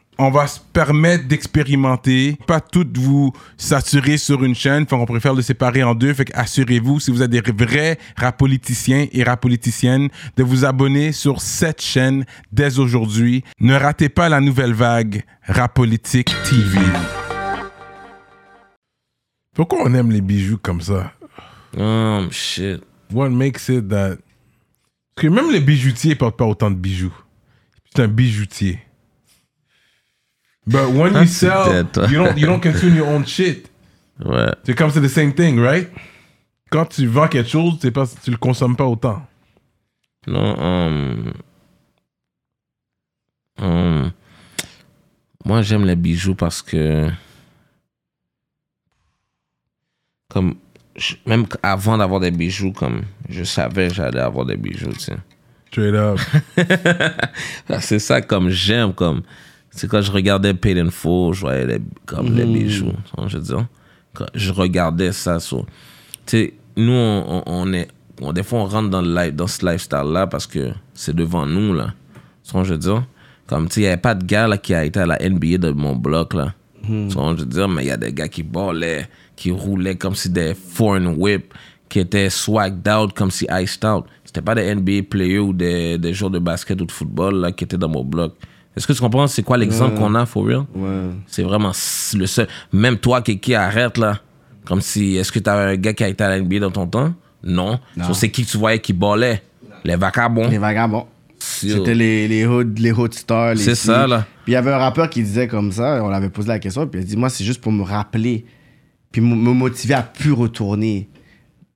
On va se permettre d'expérimenter, pas toutes vous saturer sur une chaîne. Fait qu'on préfère le séparer en deux. Fait assurez-vous, si vous êtes des vrais rapoliticiens et rapoliticiennes, de vous abonner sur cette chaîne dès aujourd'hui. Ne ratez pas la nouvelle vague Rapolitique TV. Pourquoi on aime les bijoux comme ça?
Oh, shit.
What makes it that. Parce que même les bijoutiers portent pas autant de bijoux. C'est un bijoutier. But when you
Ah, c'est
sell,
dead, toi.
you don't, you don't consume your own shit.
Ouais.
C'est comme c'est the same thing, right? Quand tu vends quelque chose, c'est parce que tu le consommes pas autant.
Non, hum, hum, moi, j'aime les bijoux parce que. Comme. je- Même avant d'avoir des bijoux, comme je savais que j'allais avoir des bijoux, tu sais.
Straight up.
Ah, C'est ça comme j'aime comme c'est quand je regardais Paid in Full, je voyais les, comme les bijoux, tu vois, je veux dire. Quand je regardais ça sur tu sais nous on, on- on est on- des fois on rentre dans le life dans ce lifestyle là parce que c'est devant nous là. Tu vois, je veux dire comme tu sais il y avait pas de gars là qui a été à la NBA de mon bloc là. Tu vois, je veux dire mais il y a des gars qui ballaient, qui roulaient comme si des foreign whip qui étaient swagged out comme si iced out. C'était pas des NBA players ou des, des joueurs de basket ou de football là, qui étaient dans mon bloc. Est-ce que tu comprends c'est quoi l'exemple qu'on a, for real? C'est vraiment s- le seul. Même toi, qui, qui arrête là. Comme si, est-ce que t'avais un gars qui a été à la NBA dans ton temps? Non. So, c'est qui que tu voyais qui ballait? Les vagabonds.
Les vagabonds.
Yo.
C'était les, les, hood, les hood stars. les
C'est
ci.
ça, là.
Puis il y avait un rappeur qui disait comme ça, on l'avait posé la question, puis il a dit Moi, c'est juste pour me rappeler, puis me me motiver à plus retourner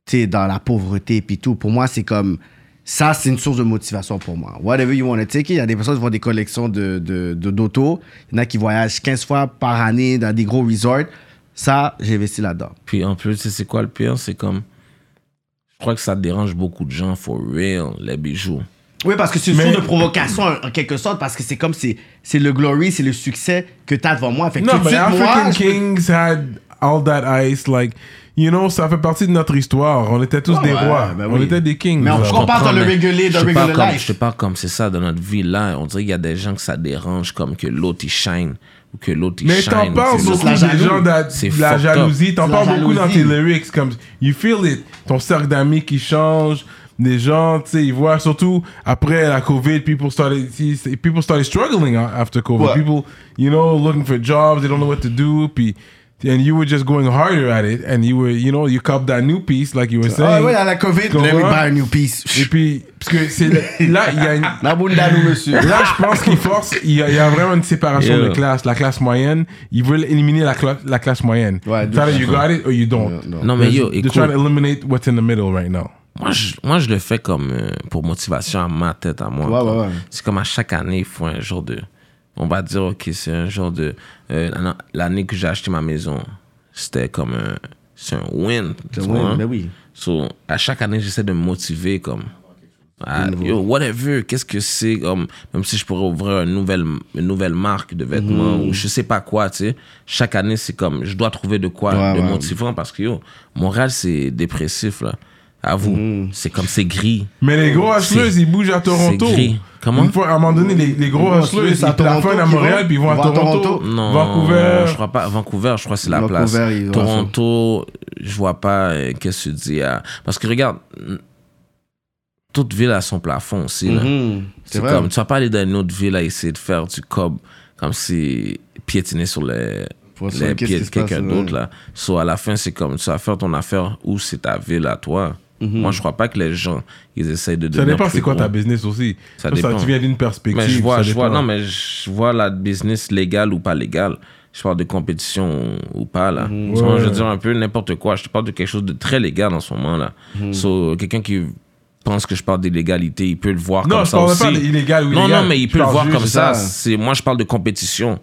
tu sais, dans la pauvreté, puis tout. Pour moi, c'est comme. Ça, c'est une source de motivation pour moi. Whatever you want to take it. Il y a des personnes qui font des collections d'autos. De, de, d'autos. il y en a qui voyagent 15 fois par année dans des gros resorts. Ça, j'ai investi là-dedans.
Puis en plus, tu sais, c'est quoi le pire? C'est comme. Je crois que ça dérange beaucoup de gens, for real, les bijoux.
Oui, parce que c'est une
Mais-
source de provocation en en quelque sorte, parce que c'est comme c'est c'est le glory, c'est le succès que t'as devant moi. Fait que
Non,
tout de
mais
suite,
African
moi, je peux-
Kings had all that ice. Like, you know, ça fait partie de notre histoire. On était tous
Ouais,
des
ouais,
rois.
ben
On
oui.
était des kings.
Mais on
genre.
se comprend. parle dans le
mais
regular- dans
je
le
te parle
regular
comme-
life.
Je te parle comme c'est ça dans notre vie là. On dirait qu'il y a des gens que ça dérange, comme que l'autre il shine ou que l'autre il
Mais
shine.
t'en parles
tu sais,
juste
beaucoup
la
des
jalousie.
gens de la,
C'est
de la
fucked up.
jalousie. T'en
C'est la
parles beaucoup dans tes
jalousie.
lyrics. Comme, you feel it. Ton cercle d'amis qui change. les gens, tu sais, ils voient surtout après la COVID, people started, see- see- people started struggling a- after COVID.
Ouais.
People, you know, looking for jobs, they don't know what to do, puis and you were just going harder at it, and you were, you know, you copped that new piece, like you were saying.
Ah ouais, à la COVID,
Comment?
let me buy a new piece.
Et puis, parce que c'est le- là, il y a une,
La boule d'anneau, monsieur.
Là, je pense qu'il force. Il y, a, il y a vraiment une séparation
Yeah.
de classe. La classe moyenne, ils veulent éliminer la, cla- la classe moyenne.
Ouais,
Either
de-
you got it or you don't.
Non, mais yo,
They're
écoute.
trying to eliminate what's in the middle right now.
Moi je, moi, je le fais comme euh, pour motivation à ma tête, à moi.
Ouais,
Comme-
ouais, ouais.
C'est comme à chaque année, il faut un genre de. On va dire, OK, c'est un genre de. euh, l'an- L'année que j'ai acheté ma maison, c'était comme un. C'est un win. tu
un
vois,
win,
hein?
ben oui.
So, à chaque année, j'essaie de me motiver comme. à- yo, whatever, qu'est-ce que c'est comme. Même si je pourrais ouvrir une nouvelle, une nouvelle marque de vêtements
Mhm.
ou je sais pas quoi, tu sais. Chaque année, c'est comme. Je dois trouver de quoi
Ouais,
de
ouais.
motivant hein, parce que, yo, Montréal, c'est dépressif, là. À vous.
Mm.
C'est comme, c'est gris.
Mais
Oh,
les gros
C'est-
hustlers, ils bougent à Toronto.
c'est gris. Comment?
Une fois, à un moment donné, les, les gros
Les gros
hustlers,
hustlers, c'est à
ils la
Toronto
fin à
qu'ils
Montréal,
vont.
puis ils vont à
Ils vont à
Toronto.
Toronjo.
Non,
Vancouver.
je crois pas. Vancouver, je crois que c'est la
Vancouver,
place.
ils ont
Toronto, je vois pas euh, qu'est-ce que tu dis. à- Parce que regarde, mm, toute ville a son plafond aussi. là.
Mhm.
C'est comme, tu vas pas aller dans une autre ville à essayer de faire du cob comme si piétiner sur les,
Pour ça,
les
qu'est-ce
pieds
qui
de
se passe,
quelqu'un
ouais.
d'autre. là. So, à la fin, c'est comme, tu vas faire ton affaire où c'est ta ville à toi.
Mm-hmm.
Moi, je crois pas que les gens, ils essayent de
Ça
devenir
dépend,
plus
c'est quoi ta
gros.
business aussi.
Ça
Ça, ça,
dépend.
tu viens d'une perspective.
Mais je vois,
ça
je vois,
dépend.
non, mais je vois la business légale ou pas légale. Je parle de compétition ou pas, là. So,
Mhm. Ouais.
Je veux dire un peu n'importe quoi. Je te parle de quelque chose de très légal en ce moment, là.
Mhm.
So, quelqu'un qui pense que je parle d'illégalité, il peut le voir
Non,
comme
je
ça
parle
aussi.
pas d'illégal ou
non,
illégal.
non, mais il
Je
peut le
parle
voir
juste
comme
de
ça.
ça.
C'est, moi, je parle de compétition.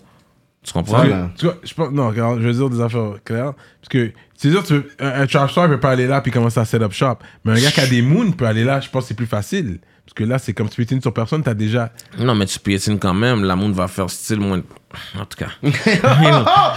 Tu comprends?
Parce que,
Voilà.
Tu vois, je pense, non, regarde, je veux dire des affaires claires. Parce que, c'est sûr, tu, veux- un, un trap shop peut pas aller là puis commencer à set up shop. Mais un gars qui a des moons peut aller là, je pense que c'est plus facile. Parce que là, c'est comme tu pétines sur personne, t'as déjà.
Non, mais tu piétines quand même. L'amour va faire style moins. En tout cas,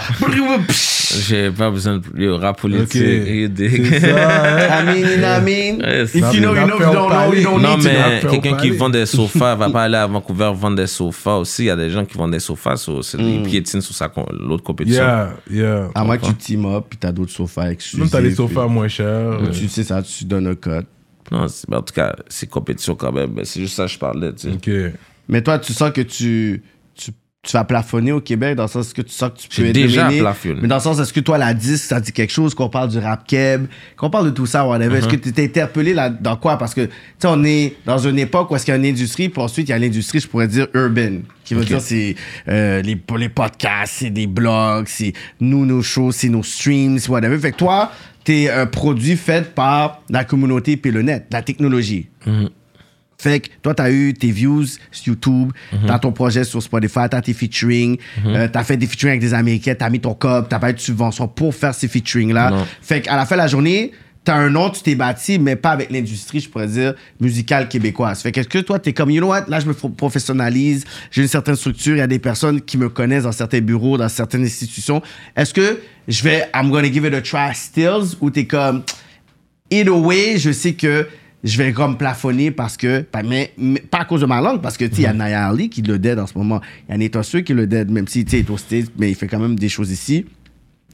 j'ai pas besoin de yo, rap
Ok.
politique. et des-
C'est ça, hein?
Amin, amin.
Ouais,
If
ça-
you know, you know, if you don't know, you don't
Non,
need to know.
mais
faire
quelqu'un qui
parler.
vend des sofas va pas aller à Vancouver vendre des sofas aussi. Il y a des gens qui vendent des sofas, so, c'est- ils piétinent sur sa com- l'autre compétition.
Mm. Yeah, yeah.
Ah,
À moins que tu team up, puis t'as d'autres sofas exclusifs.
Même t'as les
puis-
sofas moins chers.
Puis Tu sais ça, tu donnes un code.
Non, c'est- mais en tout cas, c'est compétition quand même. C'est juste ça que je parlais. tu sais.
Ok.
Mais toi, tu sens que tu, tu, tu vas plafonner au Québec dans le sens que tu sens que tu peux
J'ai
être
déjà
dominé.
plafonné.
Mais dans le sens, est-ce que toi, la disque, ça dit quelque chose, qu'on parle du rap keb, qu'on parle de tout ça, whatever. Est-ce
Uh-huh.
que tu t'es interpellé là, dans quoi? Parce que, tu sais, on est dans une époque où est-ce qu'il y a une industrie, puis ensuite, il y a l'industrie, je pourrais dire, urban, qui veut dire c'est euh, les, les podcasts, c'est des blogs, c'est nous, nos shows, c'est nos streams, c'est whatever. Fait que toi, t'es un produit fait par la communauté puis le net, la technologie. Fait que toi, t'as eu tes views sur YouTube, t'as ton projet sur Spotify, t'as tes featuring, euh, t'as fait des featuring avec des Américains, t'as mis ton cop, t'as pas eu de subvention pour faire ces featuring-là.
Non.
Fait qu'à la fin de la journée, t'as un nom, tu t'es bâti, mais pas avec l'industrie, je pourrais dire, musicale québécoise. Fait que est-ce que toi, t'es comme, you know what, là, je me pro- professionnalise, j'ai une certaine structure, il y a des personnes qui me connaissent dans certains bureaux, dans certaines institutions. Est-ce que je vais, I'm gonna give it a try stills, ou t'es comme, either way, je sais que je vais comme plafonner parce que, pas- mais, mais pas à cause de ma langue, parce que, tu sais, il
Mhm.
y a Naya Ali qui le dead en ce moment. Il y en a Nathan Suhr qui le dead, même si, tu sais, il est au States, mais il fait quand même des choses ici.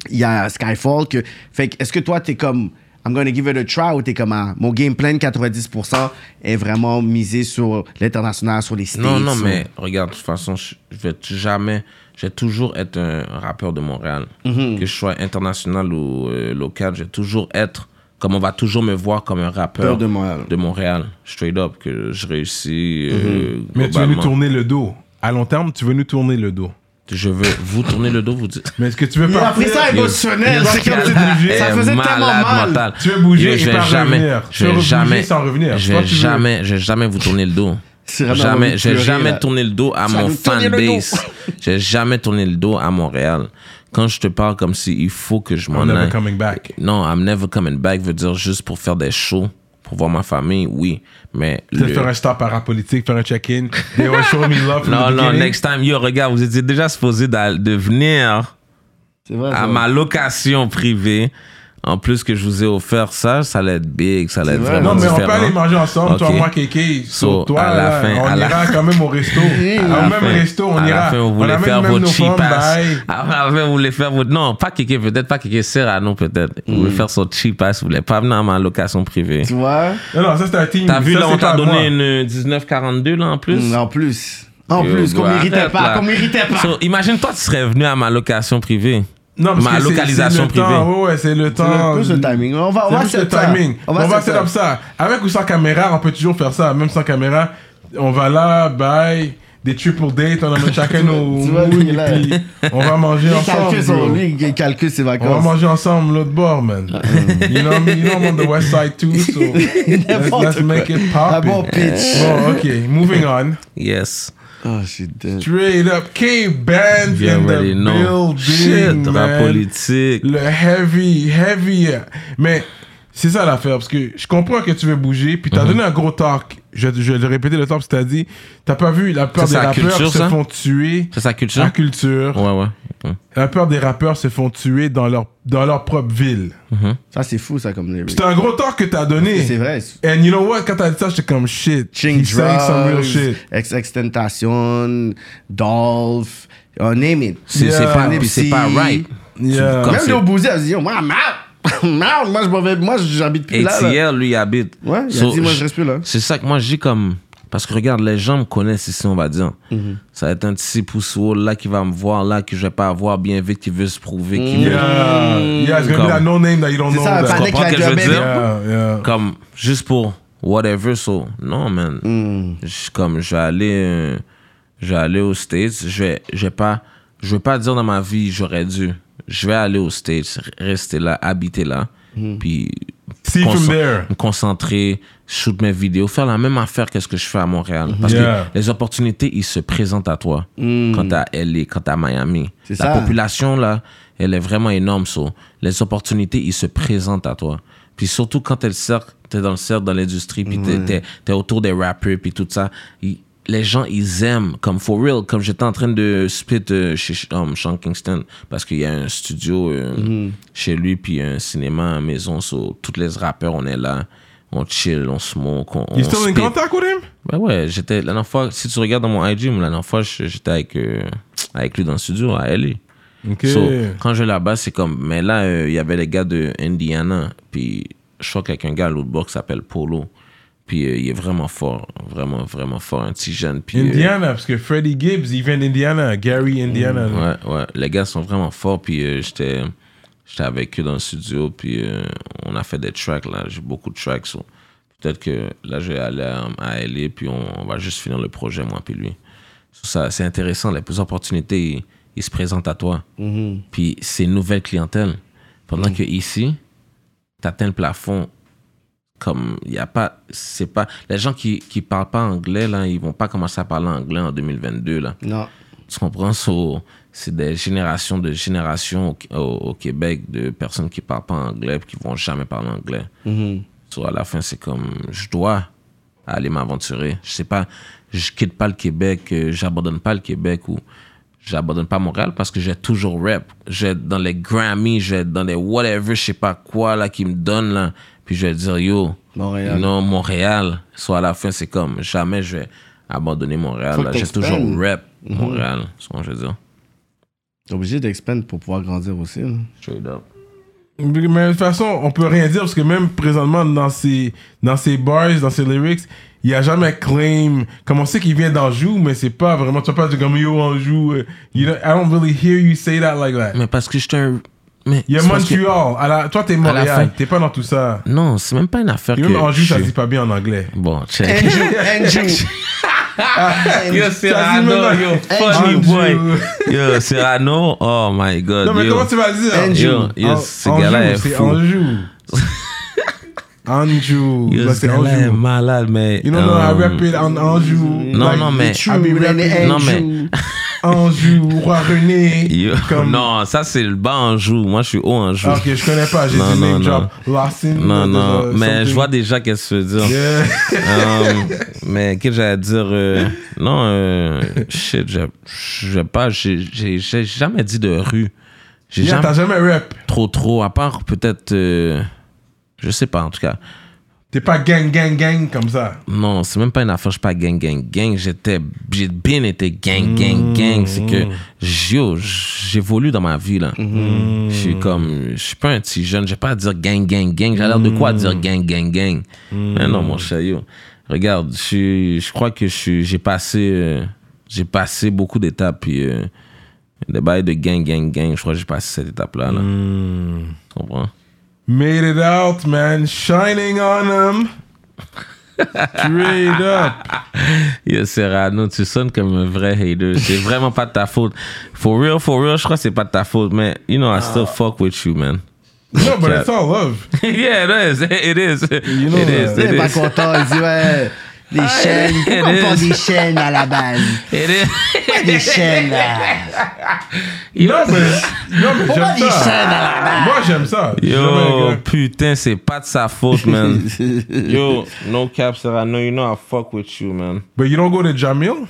Il y a Skyfall que, fait que, est-ce que toi, t'es comme, I'm gonna give it a try ou t'es comme, ah, mon game plan 90% est vraiment misé sur l'international, sur les States.
Non, non,
sur-
mais regarde, de toute façon, je je vais t- jamais. Je vais toujours être un rappeur de Montréal.
Mm-hmm.
Que je sois international ou euh, local, je vais toujours être. Comme on va toujours me voir comme un rappeur
Peur de Montréal.
de Montréal, straight up, que je réussis. euh,
Mm-hmm. Mais tu veux nous
globalement.
tourner le dos. À long terme, tu veux nous tourner le dos.
Je veux vous tourner le dos, vous dire.
Mais est-ce que tu veux
Il a
partir?
pris ça émotionnel,
Yo.
c'est comme
Yo.
tu
Eh,
Ça faisait tellement mal.
Tu veux bouger
Yo,
et
je vais
pas
jamais,
revenir. Tu
Je
veux
vais
bouger
jamais,
sans revenir.
Je
Toi,
vais
tu veux.
jamais, je vais jamais vous tourner le dos.
C'est vraiment envie
Jamais,
de
j'ai
pleurer,
jamais
là.
tourné le dos à
Ça
mon
nous tourne le
fanbase. J'ai jamais tourné le dos à Montréal. Quand je te parle comme si il faut que je m'en
I'm never
aille.
coming back.
Non, I'm never coming back veut dire juste pour faire des shows, pour voir ma famille, oui. Mais
Tu veux
le-
faire un stop parapolitique, faire un check-in. They were showing me love. from
non,
the
non,
beginning.
next time, yo, regarde, vous étiez déjà supposé d'a- de venir
C'est vrai.
à
ça.
ma location privée En plus que je vous ai offert ça, ça allait être big, ça allait être
vrai.
vraiment
Non, mais on peut
différent.
aller manger ensemble, toi,
Ok.
moi, Kéké.
So,
sur toi,
à la
là,
fin-
on
à la-
ira quand même au resto.
À
Au
la
même
fin-
resto, on
à
ira.
La fin, vous
On
voulez
amène
faire
même
votre
nos
cheap
femmes,
ass.
bye.
À la fin, vous voulez faire votre. Non, pas Kéké, peut-être pas Kéké Serrano, peut-être. Vous voulez faire son cheap ass, vous voulez pas venir à ma location privée.
Tu vois?
Non, non, Mm. ça, c'est un team.
T'as vu,
Ça,
là,
c'est
on t'a
à moi.
donné une 19,42 là en plus.
Mm, En plus. En
Yo,
plus, qu'on
bro,
méritait
arrête,
pas,
là.
qu'on méritait pas.
So, imagine, toi, tu serais venu à ma location privée.
Non, parce
ma
que c'est-
localisation
c'est le
privée.
Temps, ouais, ouais, c'est le
C'est
temps.
plus le timing. On va, on
C'est
va
plus le
set ça.
timing. On va,
set
set up ça. Avec ou sans caméra, on peut toujours faire ça. Même sans caméra, on va là, bye. Des triple dates, on amène chacun nos
Tu vois, lui,
moules, et
là.
puis on va manger
Il calcule,
ensemble.
son-
bro.
lui, il calcule ses
On va
vacances.
manger ensemble l'autre bord, man.
Ah.
you know me, you know I'm on the west side too, so let's,
N'importe
let's
quoi.
make it pop.
Ah bon, pitch.
Bon, ok, moving on.
Yes.
Oh, je suis dead.
Straight up, K-Band
You
in the
already know.
building,
Shit, rap
man.
politique.
Le heavy, heavy. euh, Mais c'est ça l'affaire, parce que je comprends que tu veux bouger, puis
Mm-hmm.
t'as donné un gros talk. Je, je vais le répéter le talk, parce que t'as dit, t'as pas vu la
Ça,
peur des
c'est la
rappeurs
culture,
se
ça?
font tuer.
C'est sa
La
culture?
culture.
Ouais, ouais. Mhm.
La peur des rappeurs se font tuer dans leur, dans leur propre ville.
Ça, c'est fou, ça, comme lyric.
C'est un gros talk que t'as donné.
C'est vrai.
And you know what, quand t'as dit ça, j'étais comme shit.
Ching
He's saying some real
Drugs,
shit.
Extentation, Dolph, uh, name it.
C'est
Yeah.
c'est pas, puis c'est pas
Nipsey.
right.
Yeah.
Comme
Même
c'est-
Léo Bouzé, elle se dit, moi, merde, merde, moi, je m'en vais- moi, j'habite plus là. là.
ATL, lui, il habite.
Ouais, il a dit, moi, je reste plus là.
C'est ça que moi, je dis comme. Parce que regarde, les gens me connaissent ici, on va dire.
Mhm.
Ça va être un petit pousseau là qui va me voir, là, que je vais pas avoir bien vite, qui veut se prouver, qui
Mm.
veut.
Yeah. Yeah, it's gonna be
Comme-
that no name that you don't
C'est
know.
ça, un
that-
panic
comprends
like
ce que je
a
veux
baby.
dire?
Yeah, yeah.
Comme, juste pour whatever, so. Non, man. Je- Comme, je vais aller. euh, je vais aller aux States. Je vais, je vais pas. Je veux pas dire dans ma vie, j'aurais dû. Je vais aller aux States, rester là, habiter là. Puis
See from
concent-
there.
me concentrer, shoot mes vidéos, faire la même affaire que ce que je fais à Montréal. Parce
Mm-hmm. Yeah.
que les opportunités, ils se présentent à toi quand t'es à LA, quand t'es à Miami.
Hmm. C'est
La
ça.
population, là, elle est vraiment énorme. so. Les opportunités, ils se présentent à toi. Puis surtout quand t'es le cercle, t'es dans le cercle, dans l'industrie, puis t'es- t'es t'es autour des rappers, puis tout ça. Ils- les gens, ils aiment, comme for real, comme j'étais en train de split euh, chez um, Sean Kingston, parce qu'il y a un studio euh,
Hmm.
chez lui, puis un cinéma, une maison, so, tous les rappeurs, on est là, on chill, on smoke, on,
You
on
still in
spit.
contact with him?
Ben ouais, j'étais, la dernière fois, si tu regardes dans mon IG, la dernière fois, je- j'étais avec, euh, avec lui dans le studio à LA.
Ok.
So, quand je vais là-bas, c'est comme. Mais là, euh, il y avait les gars de Indiana. Puis je crois qu'avec un gars à l'autre bord qui s'appelle Polo. Puis euh, il est vraiment fort. Vraiment, vraiment fort. Un petit jeune. Puis, euh,
Indiana, parce que Freddie Gibbs, il vient d'Indiana. Gary, Indiana.
Mm, ouais, ouais. Les gars sont vraiment forts. Puis euh, j'étais. J'étais avec eux dans le studio, puis euh, on a fait des tracks, là. J'ai beaucoup de tracks. so. Peut-être que là, je vais aller euh, à LA, puis on, on va juste finir le projet, moi, puis lui. So, ça, c'est intéressant. Les opportunités, ils, ils se présentent à toi. Puis c'est une nouvelle clientèle. Pendant que ici, tu atteins le plafond. Comme il y a pas, c'est pas les gens qui qui parlent pas anglais là, ils vont pas commencer à parler anglais en 2022 là.
Non.
Tu comprends? So, c'est des générations de générations au, au- au Québec de personnes qui parlent pas anglais et qui vont jamais parler anglais. So, à la fin, c'est comme je dois aller m'aventurer. Je sais pas, je quitte pas le Québec, euh, j'abandonne pas le Québec ou j'abandonne pas Montréal parce que j'ai toujours rap. J'ai dans les Grammy, j'ai dans les whatever, je sais pas quoi là qui me donne là. Puis je vais dire yo,
Montréal.
non Montréal. Soit à la fin, c'est comme jamais je vais abandonner Montréal.
Faut que
là. J'ai toujours
t'expandes.
rap
Mhm.
Montréal, c'est ce que je veux dire.
T'es obligé d'expand pour pouvoir grandir aussi. là.
Straight up.
Mais de toute façon, on peut rien dire parce que même présentement, dans ses, dans ses bars, dans ses lyrics, il n'y a jamais claim. Comme on sait qu'il vient d'Anjou, mais c'est pas vraiment. Tu vas pas dire comme yo, Anjou. euh, You don't, I don't really hear you say that like that.
Mais parce que je suis un. Mais
Il y a
c'est parce que-
Montreal. À la- toi, t'es
fin.
Montréal. T'es pas dans tout ça.
Non, c'est même pas une affaire
Et
que.
même Anjou,
je
ça se
suis-
dit pas bien en anglais.
Bon, check.
Andrew, Andrew.
Yo,
Serrano, yo, funny boy.
Yo, Serrano, oh my god.
Non, mais
yo.
comment tu vas le dire
Andrew.
Yo, yo,
An-
ce gars-là
Anjou,
est
c'est
fou.
Anjou. Anjou.
Yo,
Bah,
ce
c'est
gars-là est
Anjou.
malade, mais.
You know, no, I
euh,
rap it on Anjou.
Non, non, mais-
Ah,
I be rapping
Non, mais-
Anjou, Roi René.
yo-
comme-
Non, ça c'est le bas en joue. Moi, je suis haut en joue.
Ah, ok, je connais pas, j'ai dit
Non, non,
name
non.
drop. Lawson.
Non,
euh,
non,
euh,
mais je
something.
vois déjà qu'est-ce que tu veux dire.
Yeah.
Euh, mais qu'est-ce que j'allais dire? euh, non, euh, shit, je je sais pas, j'ai j'ai- j'ai jamais dit de rue. J'ai
Yeah,
jamais
t'as jamais rap.
trop, trop, à part peut-être. euh, je sais pas, en tout cas.
T'es pas gang, gang, gang comme ça.
Non, c'est même pas une affaire, je suis pas gang, gang, gang. J'étais, j'ai bien été gang, gang, gang. C'est que, yo, j'évolue dans ma vie, là. Je suis comme, je suis pas un petit jeune, j'ai pas à dire gang, gang, gang. J'ai l'air de quoi à dire gang, gang, gang. Mais non, mon chat, yo. Regarde, je suis- je crois que je suis- j'ai passé, euh, j'ai passé beaucoup d'étapes, puis euh, le bail de gang, gang, gang, je crois que j'ai passé cette étape-là, là. Tu comprends?
Made it out, man. Shining on them. Straight up.
Yo, Serrano, tu sonnes comme un vrai hater. C'est vraiment pas de ta faute. For real, for real, je crois que c'est pas de ta faute, mais you know, I still fuck with you, man.
No, but it's all love.
yeah, it is. It is.
You know
it is.
that.
It
Il est pas
is.
content, il dit ouais. Des
Ah,
chaînes, pourquoi
it
on prend
is.
des chaînes à la base?
It is.
Pourquoi des chaînes là?
Non, mais, non, mais
Pourquoi
j'aime
des chaînes
ça.
à la base?
Moi, j'aime ça. Jamais
Yo,
le gars.
putain, c'est pas de sa faute, man. Yo, no cap, Serrano, you know I fuck with you, man.
But you don't go to Jamil?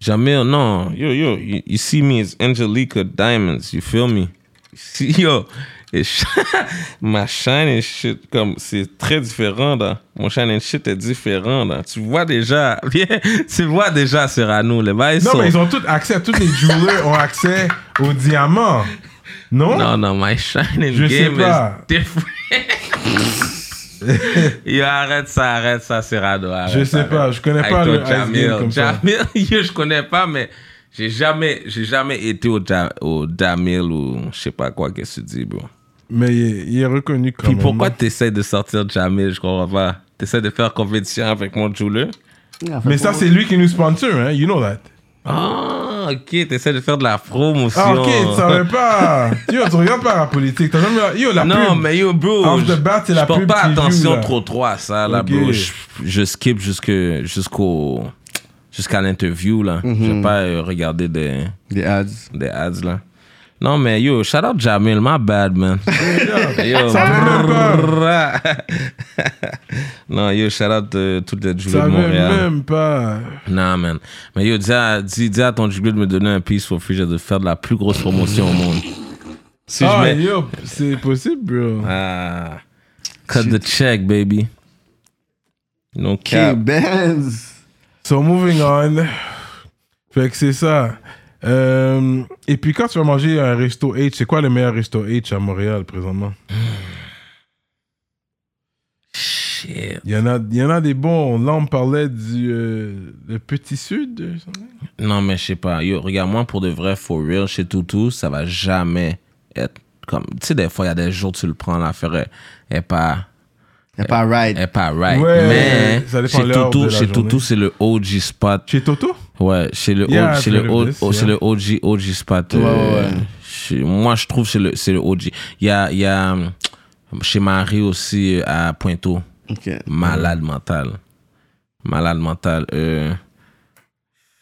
Jamil, no. non. Yo, yo, you, you see me as Angelica Diamonds. You feel me? You See, yo, it's my shining shit, comme c'est très différent là. Mon shining shit est différent là. Tu vois déjà, tu vois déjà Serrano, les bails
Non,
sont-
mais ils ont tous accès, tous les jewelers ont accès aux diamants. Non?
Non, non, my shining
Je sais
game
pas.
is different. yo, arrête ça, arrête ça, Serrano. arrête,
Je sais
arrête.
pas, je connais
Avec
pas
ton
le ice game
Jamil.
comme ça.
Jamil, yo, je connais pas, mais j'ai jamais, j'ai jamais été au, Ja- au Jamil ou je sais pas quoi qu'est-ce que tu dis, bro.
Mais il est, il est reconnu comme.
Puis pourquoi t'essayes de sortir Jamil, je comprends pas. T'essayes de faire compétition avec mon Jouleux?
Mais ça, c'est lui qui nous sponsor, hein? You know that.
Ah, ok, t'essayes de faire de la promotion.
Ah, ok, tu savais pas. Yo, tu regardes pas la politique. T'as jamais. Yo, la
Non,
pub.
mais yo, bro,
Off
je,
the bat, c'est la
je porte
pub
pas
qui joue,
attention
là.
trop trop à ça, là,
Ok.
bro. Je, je skip jusque, jusqu'au, jusqu'à l'interview, là.
Mhm.
J'ai pas euh, regardé des,
Des ads.
des ads, là. Non, mais yo, shout out Jamil, my bad, man. yo,
Ça fait même pas.
brrra. non, yo, shout out euh, toutes les
Ça
joueurs de
veut
Montréal.
même pas.
Non, man. Mais yo, dis à, dis, dis à ton jugulier de me donner un piece for free, j'ai de faire de la plus grosse promotion au monde. Si
ah,
je mets.
yo, c'est possible, bro.
Ah. Cut the check, baby. No cap.
K-Benz.
So, moving on. Fait que c'est ça. Euh, et puis, quand tu vas manger à un resto H, c'est quoi le meilleur resto H à Montréal présentement?
Shit.
Il y, en a, il y en a des bons. Là, on parlait du euh, le Petit Sud. euh, something.
Non, mais je sais pas. Yo, regarde, moi, pour de vrai, for real, chez Toutou, ça va jamais être comme. Tu sais, des fois, il y a des jours, tu le prends, l'affaire est- est pas.
Y'a pas right.
est pas right.
Ouais,
mais.
ça dépend
chez
l'heure de
Toutou,
la
chez
journée.
Toutou, c'est le OG spot.
Chez Toto?
Ouais, c'est le,
Yeah,
O- c'est le,
I've
O-
heard of this,
O- c'est
yeah.
le OG, OG spot. euh, chez- moi, je trouve que c'est le, c'est le OG. Il y a, il y a hum, chez Marie aussi euh, à Pointeau.
Ok.
Malade mental. Malade mental. Euh,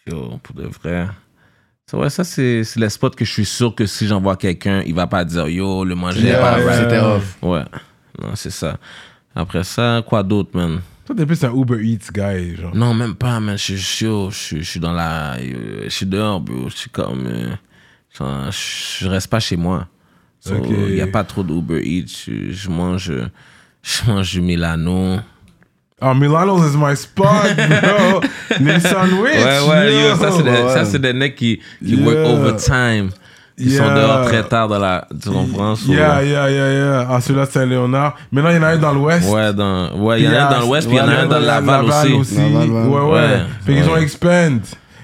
yo, pour de vrai. Ça, ouais, ça c'est c'est les spots que je suis sûr que si j'envoie quelqu'un, il va pas dire yo, le manger est pas
yeah,
vrai.
C'était
yeah.
off.
Ouais, non, c'est ça. Après ça, quoi d'autre, man?
Toi, t'es plus un Uber Eats guy. Genre.
Non, même pas, man. Je suis chaud. Je suis- je suis dans la. euh, Je suis dehors, bro. Je suis comme. euh, genre, Je je reste pas chez moi. Il
Ok.
n'y a pas trop d'Uber Eats. Je, je mange. euh, Je mange du Milano.
Ah, Milano's is my spot, bro. Les sandwichs.
Ouais, ouais,
yo.
yo, ça, c'est des,
Ouais.
ça, c'est des mecs qui, qui
Yeah.
work overtime. Ils sont
Yeah.
dehors très tard dans la, tu comprends? so- euh,
Yeah, yeah, yeah, yeah. Ah, celui-là, c'est Léonard. Maintenant, il y en a un dans l'Ouest.
Ouais, dans, ouais, il y en a un
Yeah,
dans l'Ouest, puis il y en a
ouais,
un dans
ouais,
Laval aussi.
Laval, ouais.
ouais, ouais.
Ouais,
Fait qu'ils
ouais.
ont expand.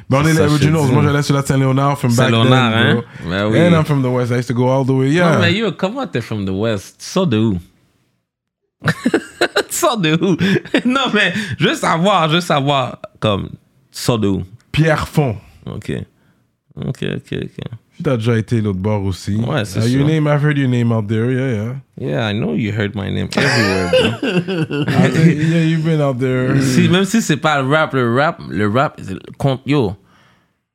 Ben, on
C'est
est les
ça, je te
originals.
dis.
Moi, j'allais sur la Saint-Léonard from back then, bro.
Saint-Léonard, hein? Ben oui.
And I'm from the West. I used to go all the way. Yeah.
Non, mais yo, comment t'es from the West? Tu sors de où? tu sors de où? non, mais je veux savoir, je veux savoir, comme, tu sors de où?
Pierrefonds.
Ok. Ok, ok, ok.
T'as déjà été l'autre bord aussi.
Ouais, c'est
Uh,
sûr.
Your name, I've heard your name out there. Yeah, yeah.
Yeah, I know you heard my name everywhere, bro.
I think- yeah, you've been out there.
Si- même si c'est pas le rap, le rap, le rap, c'est le- com- yo,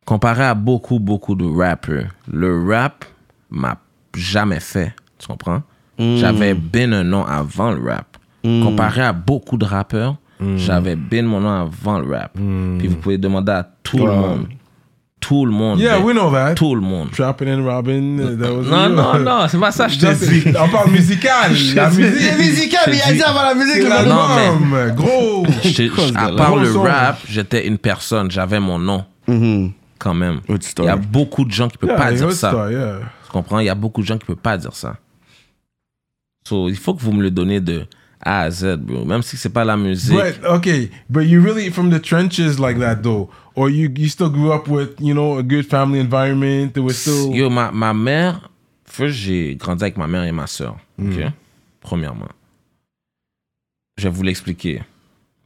comparé à beaucoup, beaucoup de rappers, le rap m'a jamais fait. Tu comprends? J'avais bien un nom avant le rap. Comparé à beaucoup de Hmm. ben rappeurs, j'avais bien mon nom avant le rap. Puis vous pouvez demander à tout le monde. tout le monde.
Yeah,
mais
we know that.
Tout le monde.
Trapping and Robin, uh, that was
Non,
you.
non, non, c'est pas ça, je te
Just-
dis.
on parle musical. la
C'est
musique.
musical, mais il a dit avant la musique,
C'est
le
la
moment.
Non, mais-
norme. Gros.
Je- je- à
Gros
part le
son.
rap, j'étais une personne, j'avais mon nom
Mm-hmm.
quand même.
Good
Il
story.
y a beaucoup de gens qui ne peuvent
Yeah,
pas
you're
dire
a
ça.
star, yeah.
Tu comprends? Il y a beaucoup de gens qui ne peuvent pas dire ça. So, il faut que vous me le donnez de A à Z, bro. Même si ce n'est pas la musique.
But okay, but you really from the trenches like that though, or you you still grew up with you know a good family environment. There was still
Yo, ma, ma mère, first, j'ai grandi avec ma mère et ma soeur.
Mm.
Premièrement. Je vais vous l'expliquer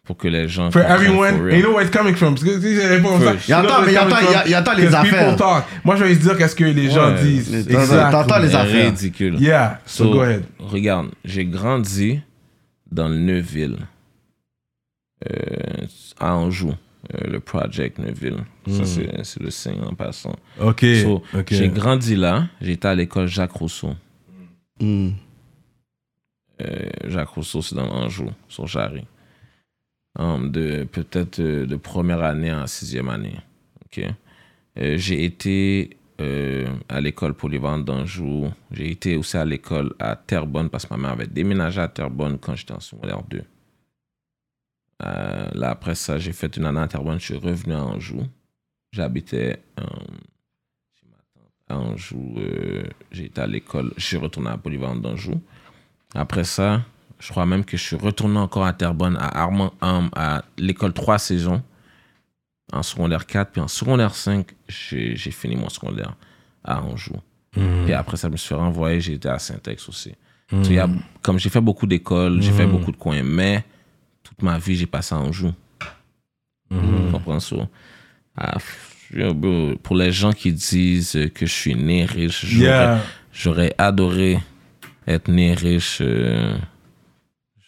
pour que les gens.
for
comprennent for
everyone.
real.
And you know where it's coming from. Because these are people-
For-
You know
Y'entends,
where
mais
it's coming
y'entends-
from.
y- y'entends les
'Cause
affaires.
people talk. Moi, je vais se dire qu'est-ce que les gens
Ouais.
disent.
T'entends- t'entends les
Exactly.
affaires.
Ridicule.
Yeah. So,
So,
go ahead.
Regarde, j'ai grandi dans le Neuville, euh, à Anjou, euh, le Project Neuville.
Mm.
Ça, c'est c'est le signe en passant.
Okay.
So, J'ai
okay.
grandi là, j'étais à l'école Jacques Rousseau.
Mm.
Euh, Jacques Rousseau, c'est dans Anjou, sur Jarry. Hum, de peut-être euh, de première année à sixième année. Ok. Euh, j'ai été euh, à l'école polyvalente d'Anjou. J'ai été aussi à l'école à Terrebonne parce que ma mère avait déménagé à Terrebonne quand j'étais en secondaire 2. Euh, là, après ça, j'ai fait une année à Terrebonne. Je suis revenu à Anjou. J'habitais euh, chez ma tante à Anjou. euh, j'ai été à l'école. Je suis retourné à la polyvalente d'Anjou. Après ça, je crois même que je suis retourné encore à Terrebonne, à Armand Ham, à l'école trois saisons, en secondaire 4. Puis en secondaire 5, j'ai j'ai fini mon secondaire à Anjou. Puis après ça, je me suis renvoyé, j'ai été à Syntex aussi.
Mm.
Tu sais, il y a- comme j'ai fait beaucoup d'écoles, j'ai fait beaucoup de coins, mais toute ma vie, j'ai passé à Anjou. Tu comprends ça? Ah, pff, yo, bro, pour les gens qui disent que je suis né riche, j'aurais-
Yeah.
J'aurais adoré être né riche. euh,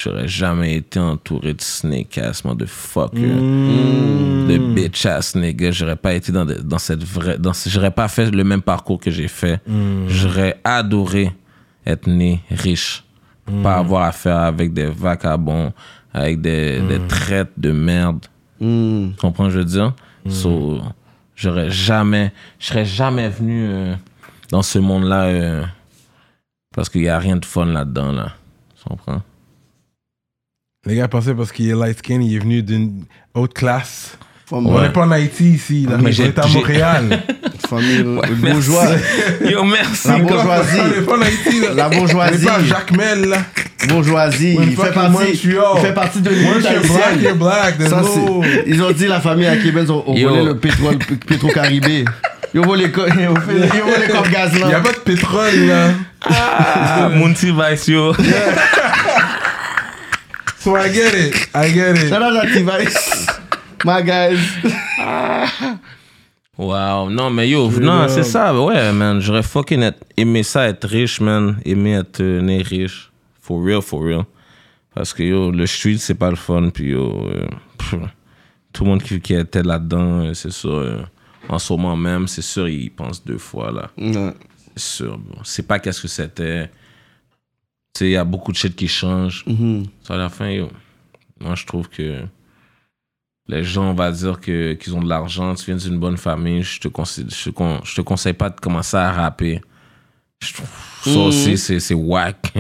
J'aurais jamais été entouré de snake ass, motherfucker. De bitch ass nigga. J'aurais pas été dans, de- dans cette vraie. Dans, ce- j'aurais pas fait le même parcours que j'ai fait. J'aurais adoré être né riche. Pour Pas avoir affaire avec des vagabonds, avec des, des traites de merde. Tu comprends ce que je veux dire? So, j'aurais jamais, je serais jamais venu euh, dans ce monde-là euh, parce qu'il n'y a rien de fun là-dedans, là. Tu comprends?
Les gars pensaient parce qu'il est light skin, il est venu d'une haute classe.
Famille,
On n'est pas en Haïti ici, là.
Mais
on
j'ai-
est à
j'ai-
Montréal.
euh, famille bourgeoise.
Yo, merci.
La
On
gros.
bourgeoisie.
n'est pas en Haïti, là.
La
On n'est
bourgeoisie,
pas à Jacmel, là.
bourgeoisie,
When
il fait
fucking
partie,
Montreal.
il fait partie de l'élite
Once you're black, you're
haïtienne.
black. There's
Ça,
no...
c'est- ils ont dit la famille à Québec, on, on
Yo.
volait le pétrole, pétro-caribé. Ils ont volé les co- ils ont fait- ils ont volé les corps gaz
Il n'y a
là.
pas de pétrole, là.
Ah, Mon petit vice, yo.
So I get it. I get it.
Shout out à T-Vice. My guys.
Wow, non, mais yo, non,
grave.
c'est ça, ouais, man. J'aurais fucking être- aimé ça, être riche, man. Aimé être euh, né riche. For real, for real. Parce que yo, le street, c'est pas le fun. Puis yo, euh, pff, tout le monde qui, qui était là-dedans, euh, c'est sûr. euh, en ce moment même, c'est sûr, il pense deux fois, là. C'est sûr, bon. C'est pas qu'est-ce que c'était. Tu sais, il y a beaucoup de shit qui change. Ça, à la fin, yo, moi, je trouve que les gens, on va dire que- qu'ils ont de l'argent, tu viens d'une bonne famille, je te, conseille, je, te con- je te conseille pas de commencer à rapper. Je trouve ça aussi, c'est- c'est whack.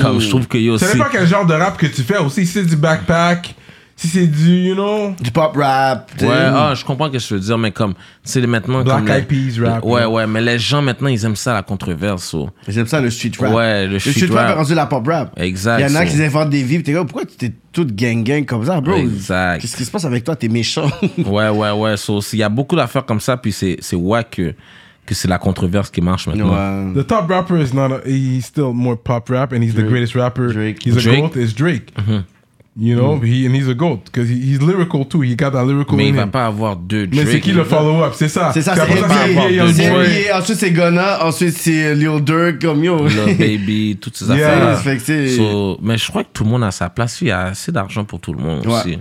Comme je trouve que yo,
Ça
c'est.
dépend quel genre de rap que tu fais aussi. Si c'est du backpack, si c'est du, you know...
Du pop rap. tu sais.
Ouais, ah, je comprends ce que je veux dire, mais comme, tu sais, maintenant.
Black
comme les-
Eyed Peas rap,
Ouais,
hein.
ouais, mais les gens maintenant, ils aiment ça, la controverse. oh.
J'aime ça le street rap.
Ouais, le street
rap
rap.
est rendu la pop rap.
Exact,
Il y en
ça.
a qui inventent des vies. T'es comme, pourquoi tu t'es toute gang gang comme ça, bro?
Exact.
Qu'est-ce qui se passe avec toi? T'es méchant.
Ouais, ouais, ouais. So, Il y a beaucoup d'affaires comme ça, puis c'est c'est wack que, que c'est la controverse qui marche maintenant.
Ouais.
The top rapper is not... A, he's still more pop rap and he's the greatest rapper.
Drake. Mm-hmm.
He's a
Drake.
goat. It's Drake. You know? He, and he's a goat. Because he, he's lyrical, too. He got that lyrical
Mais
in
il va
him.
pas avoir deux Drake.
Mais c'est qui le follow-up? C'est ça.
C'est ça,
Puis
c'est
NBA,
après NBA,
NBA.
Young
C'est
Young Boy.
NBA. Ensuite, c'est Ghana. Ensuite, c'est Lil Durk. Comme yo.
Le baby, toutes ces
Yeah.
affaires-là.
Fait que c'est-
So, mais je crois que tout le monde a sa place. Il y a assez d'argent pour tout le monde
Ouais.
aussi.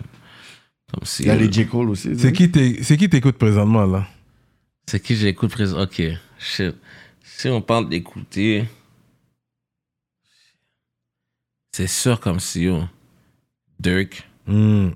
Comme si,
Il y a les J. Cole aussi.
C'est qui t'é- c'est qui t'écoutes présentement, là?
euh, C'est qui j'écoute présent Ok, shit. Si on parle d'écouter, c'est sûr comme si yo, Dirk,
Hmm.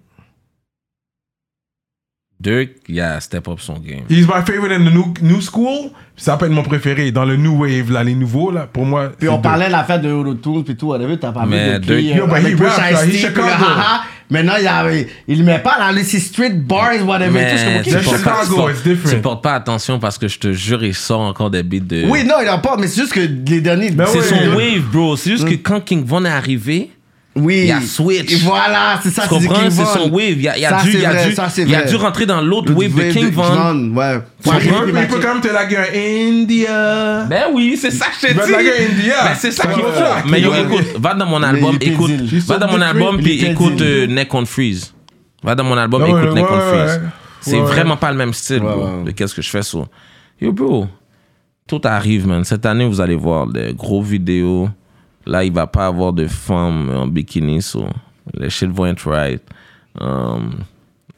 Dirk, il a step up son game.
He's my favorite in the new, new school. Ça peut être mon préféré. Dans le new wave, là, les nouveaux, là, pour moi. c'est
Puis on
deux.
parlait de l'affaire de Eurotune, puis tout, whatever, t'as parlé
Mais
de qui,
Drake-
euh,
Yo, bah,
avec
he
Pusha
raps, là, he
T, puis le
Chicago.
haha. Maintenant, il, y avait, il met pas dans les six street bars, whatever, tout ce
Mais
que
tu
The
vous
portes pas- tu
Chicago,
portes-
it's different.
tu portes pas attention parce que je te jure, il sort encore des beats de.
Oui, non, il en parle, mais c'est juste que les derniers.
Ben
c'est
oui,
son
oui.
wave, bro. C'est juste que
Mm.
quand King Von est arrivé,
Oui.
Il y a Switch.
Et voilà, c'est ça,
tu
c'est du
comprends,
King
c'est
Von.
son wave. Il y a, il y a
Ça,
dû,
c'est
il y a
vrai,
dû-
ça, c'est
il y a
vrai.
dû rentrer dans l'autre wave de King Von.
John, ouais.
Tu
Pour arriver,
comprends?
puis
Mais il peut
matcher.
quand même te laguer un India.
Ben oui, c'est ça que je
Ben,
te dis.
la gueule India.
Ben, c'est ça
Ça
qu'il
va.
faut. Mais yo,
Ouais.
écoute, va dans mon
Mais
album,
il est
écoute.
paisible.
Va dans
Il
mon
sort
album,
du
puis
truc, il est
écoute
paisible.
euh, Neck on Freeze. Va dans mon album,
Ouais,
écoute
ouais,
Neck on
ouais,
Freeze.
ouais.
C'est
Ouais,
vraiment
ouais.
pas le même style, bro,
ouais, ouais.
de qu'est-ce que je fais sur. Yo, bro, tout arrive, man. Cette année, vous allez voir des gros vidéos. Là, il va pas avoir de femmes en bikini, so les shit vont être right. Um,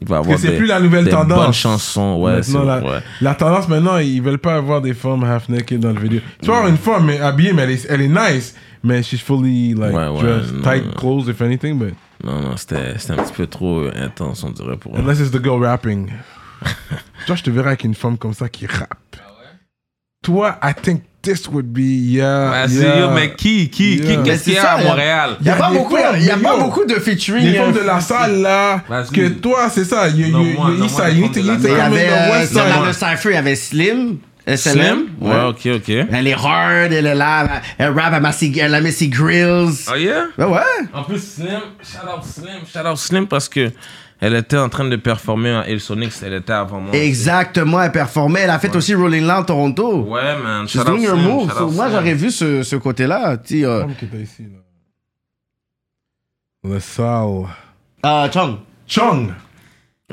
il va avoir
que c'est
des,
plus la nouvelle
des
tendance.
bonnes chansons, ouais. c'est-
Maintenant, la,
ouais.
la tendance maintenant, ils veulent pas avoir des femmes half naked dans le vidéo. Tu vois, une femme mais habillée, mais elle est, elle est nice, mais she's fully like
Ouais, ouais,
dressed,
non,
tight
non.
clothes if anything, but
Non, non, c'était c'était un petit peu trop intense, on dirait, pour
unless it's the girl rapping. Toi, je te verrai avec une femme comme ça qui rappe. Toi, I think this would be yeah.
Ah, c'est
yeah.
yo, mais qui, qui,
Yeah.
qui,
Mais
qu'est-ce
c'est
qu'il y a
ça,
à
y a-
Montréal?
Il y a pas
des
beaucoup,
femmes,
il y a
mais
pas
yo,
beaucoup de featuring.
Les
euh,
femmes de la salle là,
Vas-y.
que toi, c'est ça. You, you,
Non, moi, non,
you, you,
moi, les
you
femmes
need to
de la salle.
need to
Il y
Mais
come in
avait,
the
euh,
west
dans
side.
le cypher, il y avait Slim,
Slim?
SLM.
Ouais, ok, ok.
Elle est Ben, hard, elle est là, elle rap, elle, m'a ses- elle a mis ses grills.
Oh yeah?
Ben ouais.
En plus, Slim, shout out Slim, shout out Slim parce que elle était en train de performer à Hillsonics, elle était avant moi.
Exactement, elle performait. Elle a fait aussi Rolling Loud Toronto.
Ouais, man,
She's
shout out
doing her
Slim.
move.
shout
So,
out
moi,
Slim.
j'aurais vu ce, ce côté-là. tu sais, Euh,
Femme que t'as ici, là. La salle.
ah, Chong.
Chung.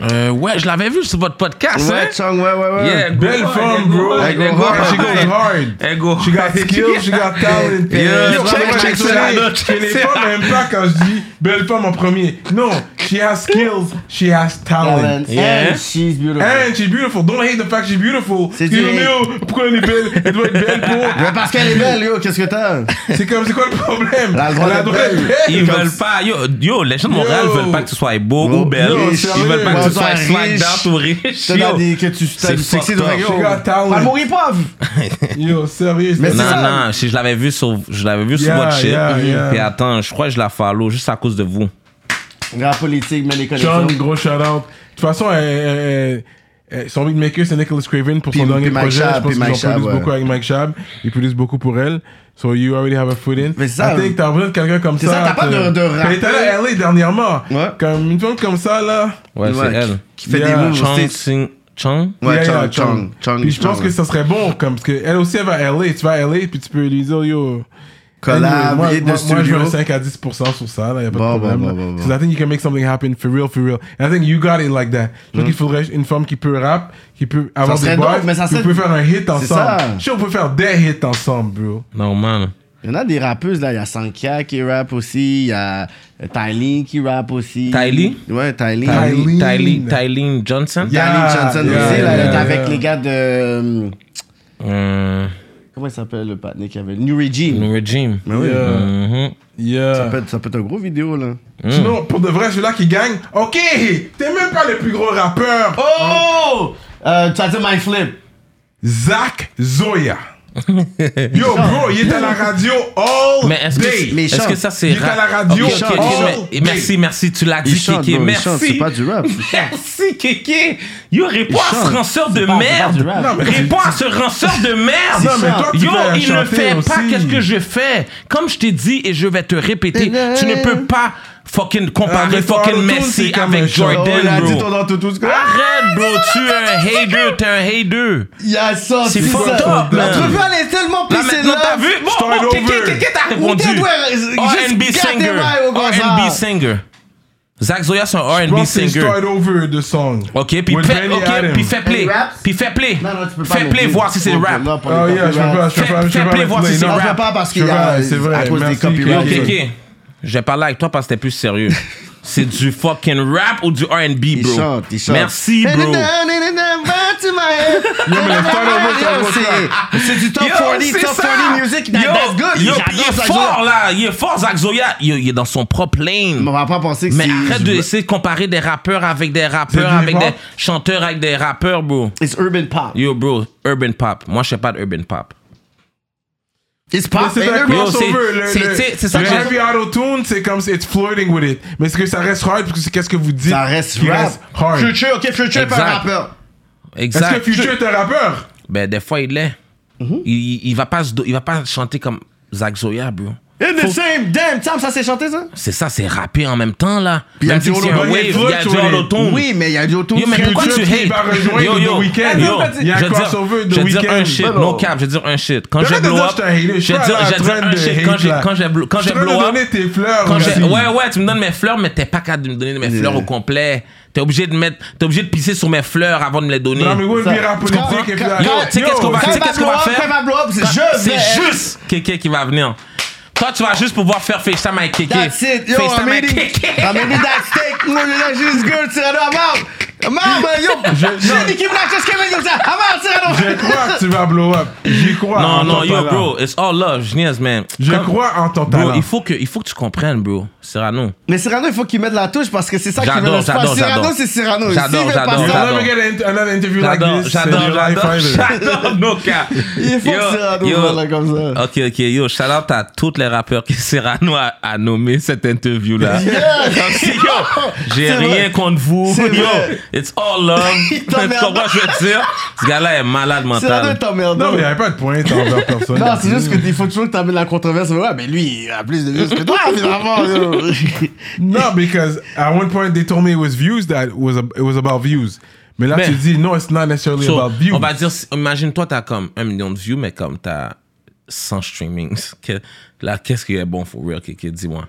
Euh, ouais, je l'avais vu sur votre podcast, hein?
Ouais, Chong, ouais, ouais, ouais.
Yeah, go
Belle
hard,
femme,
go
bro.
hard,
Elle go
go
hard.
She goes hard.
Elle go
She got
hard.
skills, she got talent.
Yeah.
Yo,
Check,
moi,
check
je
ça,
sais
là,
que
check
les
ça.
femmes n'aiment pas quand je dis belle femme en premier. Non, she has skills, she has talent.
And
Yeah.
she's beautiful.
And she's beautiful. Don't hate the fact she's beautiful.
C'est
Tu
du
dis, mais
hate.
yo, pourquoi elle est belle Elle doit être belle
Ouais,
pour.
parce qu'elle est belle, yo, qu'est-ce que t'as?
C'est comme, c'est quoi le problème
Elle a le droit
Elle a
d'être
le droit d'être
belle.
belle.
Ils
Comme
veulent
si-
pas, yo, yo, les gens de Montréal
Yo.
veulent pas que tu sois beau ou belle.
yo,
Ils
sérieux.
veulent pas que tu sois
Moi, sois
slack
riche.
out ou riche.
T'as
yo.
des- que tu t'as
C'est
du sexy
fucked
de
up.
yo.
She got talent.
Elle mourit pas.
Yo, sérieux.
Mais
c'est-
c'est
Non,
ça.
non, si je l'avais vu sur, je l'avais vu sur
Yeah,
votre shit.
yeah, yeah.
Puis attends, je crois que je la follow juste à cause de vous.
Grand politique, mais les
John,
connexions.
gros shout out. De toute façon, euh, elle- elle- elle- son beatmaker, c'est Nicholas Craven pour son
Puis-
dernier
puis Mike
projet.
Schaab,
Je pense
puis
qu'ils en
Mike Schaab,
produisent
ouais.
beaucoup avec Mike Schaab. Ils produisent beaucoup pour elle. So you already have a foot in.
Mais c'est ça,
I think t'as besoin de quelqu'un comme ça.
C'est ça, t'as pas
que-
de- de
Elle était allée à LA dernièrement.
Ouais.
Comme une femme comme ça, là.
Ouais, c'est
Ouais,
elle.
Qui fait
Yeah.
des moves.
Chang
aussi.
Sing Chang.
Ouais,
Yeah, yeah,
Chong, Chong, Chong.
Puis je pense
Chong,
que
ouais.
ça serait bon, comme, parce qu'elle aussi, elle va à LA. Tu vas à LA, puis tu peux lui dire, yo.
Collab,
moi,
hit the
moi, moi, je
studio.
veux un 5 à 10% sur ça, là, y a pas
Bon,
de problème.
bon,
là.
bon, bon,
So I think you can make something happen for real, for real. And I think you got it like that. Je pense qu'il faudrait une femme qui peut rap, qui peut avoir
serait
des bars,
dope, mais Hmm. ça
puis
serait-
on peut faire un hit ensemble.
ça.
Je suis sûr, on peut faire des hits ensemble, bro.
Normal.
Il y en a des rappeuses, là. Il y a Sankia qui rappe aussi. Il y a Tylee qui rappe aussi.
Tylee?
Ouais, Tylee. Tylee.
Tylee
Tylee.
Tylee Johnson.
Yeah.
Johnson
Yeah,
aussi, là.
yeah,
Elle était
yeah.
avec les gars de. euh,
Euh,
Comment il s'appelle le patiné qui avait. New Regime.
New Regime.
Mais oui.
Yeah.
Mhm.
Ça peut,
Yeah.
être, ça peut être un gros vidéo, là.
Sinon, pour de vrai, celui-là qui gagne, ok, t'es même pas le plus gros rappeur.
Oh! Euh, tu as dit Mind Flip.
Zach Zoya. Yo, bro, il est à la radio all
Mais est-ce que,
day.
Mais il
est-ce
chante.
que ça c'est
Il est à la radio,
Ok, ok,
chante,
ok,
il
mais-
chante.
et merci, merci, tu l'as
Oh, Il
dit,
chante,
Kéké,
bro, il
merci.
chante, c'est pas du rap.
Merci, Kéké. Yo, réponds
Il
à ce
chante.
ranceur de
C'est pas- c'est pas du
merde.
rap.
Non, mais-
Réponds à ce ranceur de merde.
Non, mais toi, tu
Yo,
vas
il ne
chanter
fait pas
aussi.
qu'est-ce que je fais. Comme je t'ai dit et je vais te répéter,
Mais non.
tu ne peux pas fucking comparer
Avec
fucking
Ronaldo,
Messi
Euh, c'est Ah, comme un
avec
chanteur.
Oh, il a
Jordan,
dit
bro.
ton nom tout tout ce que.
Arrête, bro, tu es un hater, t'es un hater.
Il y a ça,
C'est
ça.
fucked up, man.
L'entrevue, elle est tellement
Là,
pissée
maintenant,
là.
t'as vu? Bon,
Start
bon,
over.
Kéké, Kéké, t'as répondu.
Who did where- just
R&B
get
singer.
them right au hasard.
R&B singer. Zach Zoya, c'est un
Je
R&B
pense que c'est
singer.
Start Over, the song.
OK, puis
With
fais,
Benny
ok,
Adams.
puis fais play.
Any raps?
Puis fais play.
Non, non, tu peux pas.
Fais
non
play,
plus.
voir si c'est
Non,
rap.
non, pour les
Oh yeah, je peux
copyrights.
pas, je peux
Fais-
pas, je
fais
peux pas.
play, voir si c'est
Non, je peux
rap.
pas parce qu'il
Je
y a.
peux pas, c'est vrai.
À cause des
Merci,
copyrights.
OK,
Kéké.
OK. J'ai parlé avec toi parce que t'es plus sérieux. C'est du fucking rap ou du RB,
Il
bro?
chante, il chante.
Merci, bro.
C'est- C'est du top
Yo,
40,
c'est
top
ça.
40 music.
Yo,
that- That's good.
yo,
J'adore
puis il est
Zach
fort,
Zoya.
là. Il est fort, Zach Zoya. Yo, il est dans son propre lane.
On va pas penser que
Mais
c'est-
arrête d'essayer de comparer des rappeurs avec des rappeurs,
du
avec
hip-hop?
des chanteurs avec des rappeurs, bro.
It's urban pop.
Yo, bro, urban pop. Moi, je sais pas d'urban pop.
It's
Mais
pop
c'est
and
un
urban.
Yo,
crossover.
c'est-
le-
c'est-
le-
c'est- c'est ça
le
que j'ai-
heavy auto-tune, c'est comme c'est it's flirting with it. Mais est-ce que ça reste hard parce que c'est qu'est-ce que vous dites
Ça reste
qui
rap.
reste hard.
Future, ok, Future est un
Exact.
rappeur.
Est-ce
Exact.
que Mhm. Future est un rappeur
Ben, des fois, il l'est. il, il- il va pas se do- il va pas chanter comme Zach Zoya, bro.
In the same damn time, ça s'est chanté ça?
C'est ça, c'est rappé en même temps, là.
il y a
Même
du
si c'est un wave,
auto-tune,
il y a
il y a
du
du
auto-tune.
auto-tune.
Oui, mais il y a du auto
Yo, mais pourquoi
Future
tu
qui va
hates?
rejoindre The Weeknd.
yo,
Il y a un
je vais dire-
crossover The
Je vais dire un
Weeknd.
shit,
Alors.
no cap, je vais dire un shit. Quand
Arrête
j'ai
de
blow
dire
up,
je t'ai haï,
je
je
vais
suis
dire
pas là en
je vais dire
train
un
de
shit.
hate,
Quand j'ai-
là.
Quand j'ai blow quand
Je
j'ai
te
blow up,
donner tes fleurs.
quand j'ai-
merci.
ouais, ouais, tu me donnes mes fleurs, mais t'es pas capable de me donner mes fleurs au complet. T'es obligé de mettre, t'es obligé de pisser sur mes fleurs avant de me les donner.
Non, mais oui,
Ça-
il rap
Tu comprends?
politique et puis
Quand-
là,
Yo, tu sais
yo,
qu'est-ce qu'on va,
quand
tu sais
il va
qu'est-ce qu'on va
blow up,
faire?
quand il va blow up, c'est je
C'est
vais-
juste Kéké qui va venir. Toi, tu vas juste pouvoir faire FaceTime avec Kéké.
That's it. Yo, I'm
FaceTime avec
eating,
Kéké.
I'm eating that steak. Moi, je lâche this girl, Cyrano, I'm out. I'm out, man, ben, yo. J'ai dit qu'il me lâche, qu'est-ce qu'il me dit, ça? I'm out, Cyrano.
Je crois que tu vas blow up. J'y
Ah,
crois. en
Non, non,
ton
yo,
talent.
bro, it's all love, je niaise, man.
Je
Comme-
crois en ton
Bro,
talent.
il faut, que, il faut que tu comprennes, bro. Cyrano.
Mais Cyrano, il faut qu'il mette la touche parce que c'est ça qui
J'adore,
veut le
j'adore,
faire. Cyrano,
j'adore.
c'est Cyrano.
J'adore,
S'il veut pas
j'adore,
ça,
j'adore.
You'll never get an- another interview like
J'adore,
this. in
j'adore,
your life
j'adore,
either.
j'adore nos cas.
Il faut
Yo,
que Cyrano
yo.
parle comme ça.
Ok, ok, yo, shout out à tous les rappeurs que Cyrano a, a nommé cette interview-là. Comme si, yo, j'ai
C'est vrai.
rien contre vous.
C'est
Yo,
vrai.
it's all love.
Il
tu
t'emmerde.
comprends ce que je veux dire? Ce gars-là est malade
Cyrano,
mental.
t'es emmerdant.
Non, mais il n'y avait pas de pointe envers personne.
Non, c'est juste que il faut toujours que t'amènes la controverse. Ouais, mais lui, il a plus de vues que toi, finalement. yo.
No, because at one point they told me it was views that was a, it was about views. Mais là
Mais-
tu dis no, it's not necessarily
So,
bah,
about views.
on va dire, imagine-toi, t'as comme un million de views, mais comme t'as 100 streamings. Que- là, qu'est-ce qui est bon for real, Kiki? Dis-moi.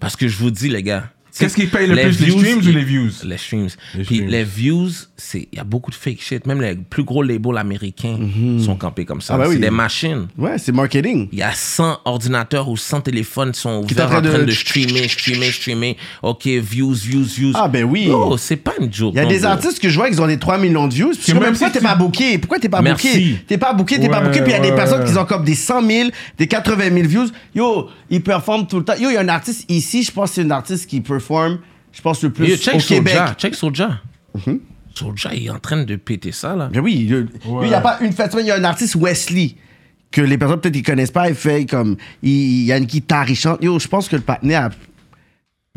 Parce que je vous dis, les gars.
Qu'est-ce
c'est-
qui paye le plus, les streams
ils-
ou les views?
Les streams.
Les
Puis
streams.
les views, c'est- il y a beaucoup de fake shit. Même les plus gros labels américains sont campés comme ça.
Ah bah
c'est
oui.
des machines.
Ouais, c'est marketing.
Il y a 100 ordinateurs ou 100 téléphones qui sont ouverts
t'en
en
train
train
de-
de... streamer, streamer, streamer. OK, views, views, views.
Ah, ben oui.
Oh, c'est pas une joke.
Il y a
non,
des
bro.
artistes que je vois qui ont des 3 millions de views. Puis
Que
même
même
pourquoi
si
t'es
tu-
pas booké Pourquoi t'es pas
Merci.
booké T'es pas booké, t'es pas
Ouais,
booké. Puis il y a des
ouais,
personnes
ouais.
qui ont comme des 100 000, des 80 000 views. Yo, ils performent tout le temps. Yo, il y a un artiste ici, je pense que c'est un artiste qui performe, je pense, le plus
Yo, check
au
Soulja,
Québec. Mhm.
check Soulja. Soulja, il est en train de péter ça, là.
Mais oui, il
Ouais.
n'y a pas une fête. Il y a un artiste Wesley que les personnes peut-être ils connaissent pas. Il fait comme il, il y a une guitare, il chante. Yo, je pense que le partenaire,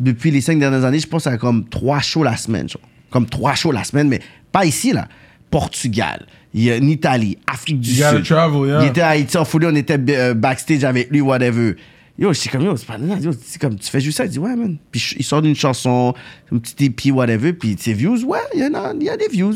depuis les cinq dernières années, je pense qu'il a comme trois shows la semaine, genre. comme trois shows la semaine, mais pas ici là. Portugal, il y a en Italie, Afrique du
You gotta
Sud.
travel, yeah.
Il était à Haïti en folie, on était euh, backstage avec lui, whatever. Yo, je suis comme, yo, c'est pas yo, c'est comme, tu fais juste ça, il dit, ouais, man. Puis ch- il sort d'une chanson, une petite épi, whatever, puis ses views, ouais, il y, en a, il y a des views.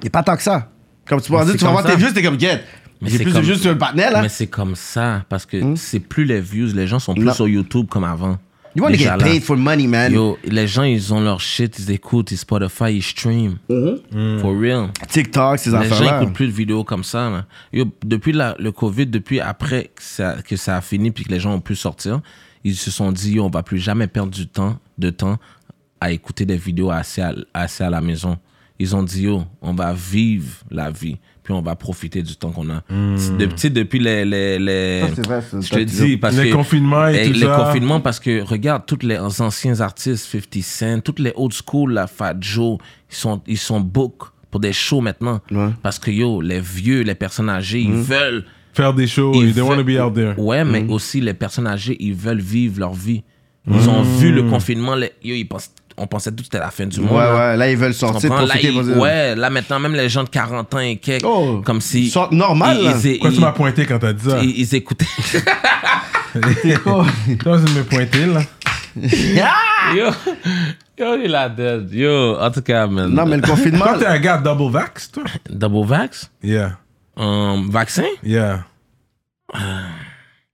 Il n'y a pas tant que ça. Comme tu pourras
Mais
dire, tu
c'est
vas
comme
voir tes
ça.
views, t'es comme, get.
Mais
J'ai
c'est
plus de
comme-
views sur le hein. partenaire, là.
Mais c'est comme ça, parce que c'est plus les views, les gens sont plus
Non.
sur YouTube comme avant.
You want to
Déjà
get
là.
paid for money, man.
Yo, les gens, ils ont leur shit, ils écoutent, ils Spotify, ils stream.
Mm-hmm.
For real.
TikTok, ces
Les gens
affaires-là.
n'écoutent plus de vidéos comme ça. là. Yo, depuis la- le COVID, depuis après que ça, que ça a fini puis que les gens ont pu sortir, ils se sont dit, yo, on va plus jamais perdre du temps, de temps à écouter des vidéos assez à, assez à la maison. Ils ont dit, yo, on va vivre la vie, puis on va profiter du temps qu'on a.
Hmm.
De, tu sais, depuis les... les, les-
Ça, c'est vrai, c'est
je
un
te
petit
dis, parce
Les
que...
confinements et tout
les
ça.
confinements, parce que regarde, tous les anciens artistes, 50 Cent, toutes les old school, la Fat Joe, ils sont, ils sont book pour des shows maintenant.
Ouais. Mm.
Parce que yo, les vieux, les personnes âgées, ils veulent.
Faire des shows,
ils
they want to
veulent-
be out there.
Ouais, mais aussi les personnes âgées, ils veulent vivre leur vie. Ils ont vu
Mm.
le confinement, les- yo, ils pensent- on pensait tout que c'était la fin du
Ouais,
monde. là.
ouais, là, ils veulent
Tu
sortir,
comprends? Là,
profiter.
ils-
pour-
ouais, là maintenant, même les gens de 40 ans et quelques,
Oh,
comme si.
ils sortent normal, là.
Ils,
Pourquoi tu m'as
ils,
pointé quand t'as dit ça?
ils- ils écoutaient.
Toi, tu me pointer là.
yo,
Ah.
yo, il a dead. Yo, en tout cas, man.
Non, mais le confinement.
Toi, t'es un gars double vax, toi?
Double vax? Um,
Yeah,
Euh, vaccin?
yeah.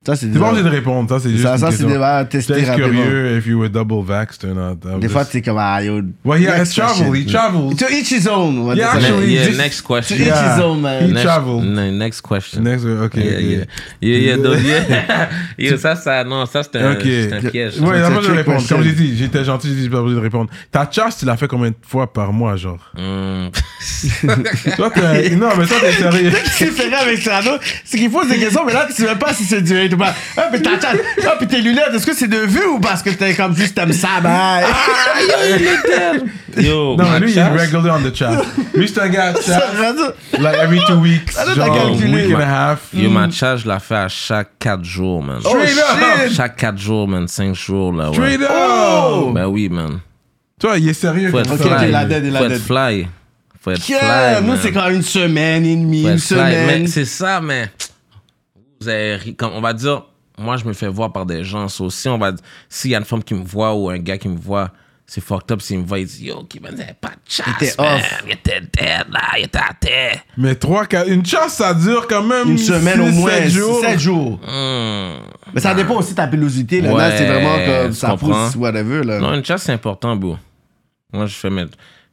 Ça, c'est
C'est
des-
pas obligé de répondre, ça, c'est juste.
ça,
une
ça, c'est
question.
des à tester
Just
rapidement.
curieux if you were double vaxxed or not. I'm
Des
just-
fois, t'es comme, ah, yo.
Well, he has
next question.
traveled, he traveled.
To each his own. on va
Yeah,
dire ça.
actually,
Ne- yeah,
just-
next question.
to each
Yeah.
his own, man.
He
Next,
traveled.
ne- next question.
Next, ok.
Yeah, yeah.
ok.
Yeah, yeah, donc, yeah. Yo, ça, ça, non, ça, c'est un,
Ok.
Euh, c'est un piège.
Ouais,
C'est
non,
un
moi je
trick
réponds.
question.
Comme j'ai dit, j'étais gentil, j'ai dit, j'ai pas obligé de répondre. Ta chasse, tu l'as fait combien de fois par mois, genre
Hmm.
Toi, t'es. Non, mais toi, t'es sérieux.
C'est ferré avec Cyrano. Ce qu'il faut, c'est que ça, mais là, tu sais même pas si c'est du hate ou pas. Ah, puis ta chatte. Ah, puis tes lunettes, est-ce que c'est de vue ou parce que t'es comme juste t'aimes ça, bah.
Ah,
Yo,
Non,
ma
mais lui, il est
chasse.
regular on the chat. Lui, c'est un gars de
Ça,
chat.
Cyrano.
Like every two weeks.
Ah, non, t'as
genre,
calculé.
week and a half.
Yo, ma chasse, je la fais à chaque 4 jours, man.
Oh, Straight up!
Chaque 4 jours, man. 5 jours, là, ouais.
Straight up!
Oh!
Ben oui, man.
Toi, il est sérieux.
Faut
comme
être
ça.
Ok, ok,
fly.
la dead, la
Faut être
dead.
fly. Faut être
Yeah,
fly,
nous,
man.
c'est quand même une semaine et demie,
Faut
une
être fly. Mais
semaine.
c'est ça, mais... Vous avez ri- Comme on va dire, moi, je me fais voir par des gens. So, si on va... S'il y a une femme qui me voit ou un gars qui me voit... C'est fucked up s'il me voit, il dit Yo, Kevin, t'avais pas de chasse.
Il était
man.
off.
Il était dead, là. Il était à terre.
Mais trois, quatre- une chasse, ça dure quand même.
Une semaine au
six,
moins,
sept jours.
7 jours.
Hmm.
Mais ça dépend aussi de ta pilosité, là. Là,
Ouais,
c'est vraiment
je
comme ça
comprends.
pousse, whatever, là.
Non, une chasse, c'est important, bro. Moi, je fais mes...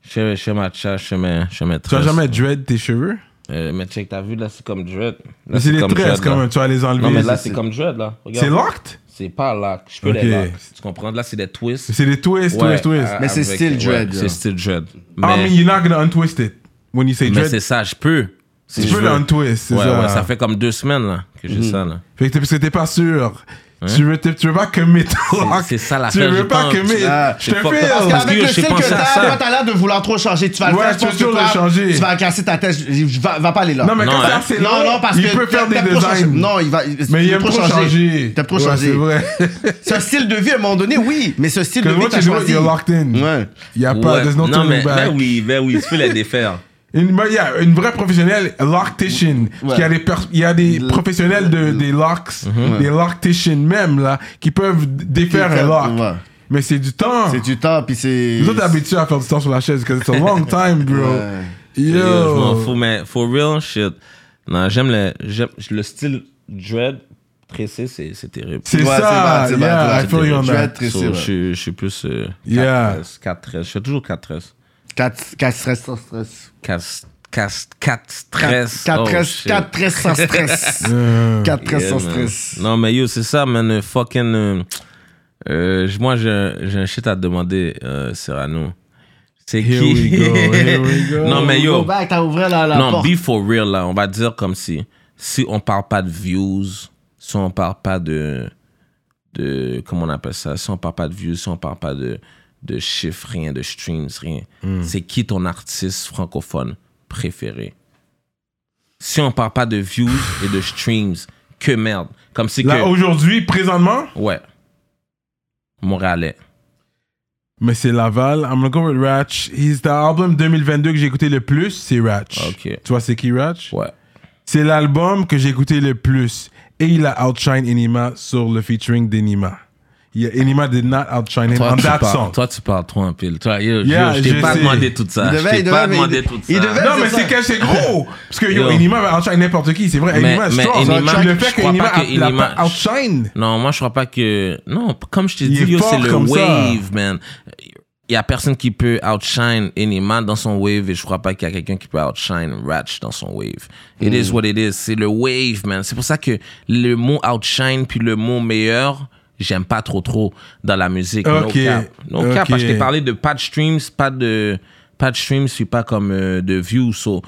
Je fais, je fais ma chasse, je fais mes, je fais mes
Tu as
tresses.
jamais dread tes cheveux?
Euh, mais check, t'as vu, là, c'est comme dread. Là,
Mais c'est les
comme
tresses
dread,
quand
là.
même, tu vas les enlever.
Non, mais là, c'est comme dread, là. Regarde.
C'est locked?
C'est pas lock. Je peux
Ok.
les lock. Tu comprends? Là, c'est des twists.
C'est les twists,
Ouais,
twists, twists.
euh,
Mais c'est
avec-
still
ouais,
dread, là.
C'est still dread.
I mean,
Mais,
you're not gonna untwist it when you say
mais
dread.
c'est ça, je peux. Si
Tu
je
peux
veux.
l'untwist, c'est
Ouais,
ça.
ouais, ça fait comme deux semaines, là, que
Mhm.
j'ai ça, là.
Fait que t'es- parce que t'es pas sûr. Tu veux, t'es- tu veux pas commit au lock.
Hein? c'est ça, la
Tu
fin, je
veux pas
pense.
commit.
Ah,
Je te
c'est fucked up.
fais.
Parce que
Avec
yo,
le
j'ai
style que
pensé à ça.
t'as, toi, t'as l'air de vouloir trop changer. Tu vas le
Ouais,
faire, je
tu veux
pense que
toujours
toi,
le changer.
Tu vas casser ta tête. Je- je- Va va pas aller là.
Non, mais
Non,
quand
hein.
ça, c'est
Non, non, parce
il
que
peut faire des
t'aimes trop changer.
designs.
Non, il va. il-
mais il
t'aimes
aime trop changer.
T'aimes trop
Ouais,
changer.
C'est vrai.
Ce style de vie, à un moment donné, oui. Mais ce style de
Because
vie,
what
t'as
you do,
choisi.
you're locked in.
Ouais.
Y a Ah, pas,
Ouais.
there's no
non, mais,
turning
ben
back.
oui, ben oui, tu peux les défaire.
Une, bah, mais yeah, une vraie professionnelle, a loctician.
Ouais.
Il y a des, pers- il y a des professionnels de, des locks,
Mhm.
des locticians même, là, qui peuvent défaire
Qui
un
peuvent-
lock.
ouais.
Mais c'est du temps.
C'est du temps, puis c'est.
Vous êtes habitués à faire du temps sur la chaise, parce que c'est un long time, bro.
Ouais.
Yo,
Yo.
je m'en fous, mais for real shit. Non, j'aime le, j'aime- le style dread tressé, c'est c'est terrible.
C'est
Ouais, c'est
ça.
bad, c'est bad,
yeah,
ouais,
I feel you on
je vais
that.
être tressé,
So,
ouais.
je, suis- je suis plus euh, 4
Yeah.
tresses, 4 tresses. Je fais toujours 4 tresses.
Quatre quatre stress sans stress.
4 tresses.
4
Oh,
stress,
shit.
4 stress sans stress.
Euh,
4 stress
Yeah,
sans
man.
stress.
Non, mais yo, c'est ça, man. euh, Fucking. euh, euh, j- moi, j'ai un j'ai un shit à te demander, euh, Serrano. C'est
Here
qui
we go, here we go.
Non, mais yo.
Go back, t'as ouvert la, la
non,
porte.
be for real, là. On va dire comme si. Si on parle pas de views, si on parle pas de. de comment on appelle ça Si on parle pas de views, si on parle pas de, de chiffres, rien, de streams, rien.
Hmm.
C'est qui ton artiste francophone préféré Si on parle pas de views et de streams, que merde. Comme si
Là,
que.
aujourd'hui, présentement,
Ouais. Montréalais.
mais c'est Laval. I'm gonna go with Ratch. He's the album 2022 que j'ai écouté le plus, c'est Ratch.
Ok.
Tu vois, c'est qui Ratch?
Ouais.
C'est l'album que j'ai écouté le plus. Et il a outshine Enima sur le featuring d'Enima. Yeah, Enima did not outshine him on
tu
that
parles,
song.
toi, tu parles trop un pile. Toi, yo, yo,
Yeah,
je
je
t'ai pas
sais.
demandé tout ça.
Il
je
devait-
t'ai
il
pas
devait-
demandé
il-
tout ça.
il devait-
Non, mais
c'est
c'est
ça.
que c'est gros. Parce que yo,
Yo.
Enima va outshine n'importe qui. C'est vrai,
Mais-
Enima est
mais
strong.
Enima,
le
je
fait
crois
qu'Enima
pas
a-
que
l'a
Enima-
pas outshine.
Non, moi, je crois pas que. Non, comme je t'ai
Il est
dit, yo,
fort
c'est le
comme ça.
wave, man. Il y a personne qui peut outshine Enima dans son wave et je crois pas qu'il y a quelqu'un qui peut outshine Ratch dans son wave. It is
Mm.
what it is. C'est le wave, man. C'est pour ça que le mot outshine puis le mot meilleur, j'aime pas trop trop dans la musique.
Ok.
No cap. No cap, parce
Ok.
que je t'ai parlé de pas de streams, pas de. Pas de streams, puis pas comme euh, de views. So,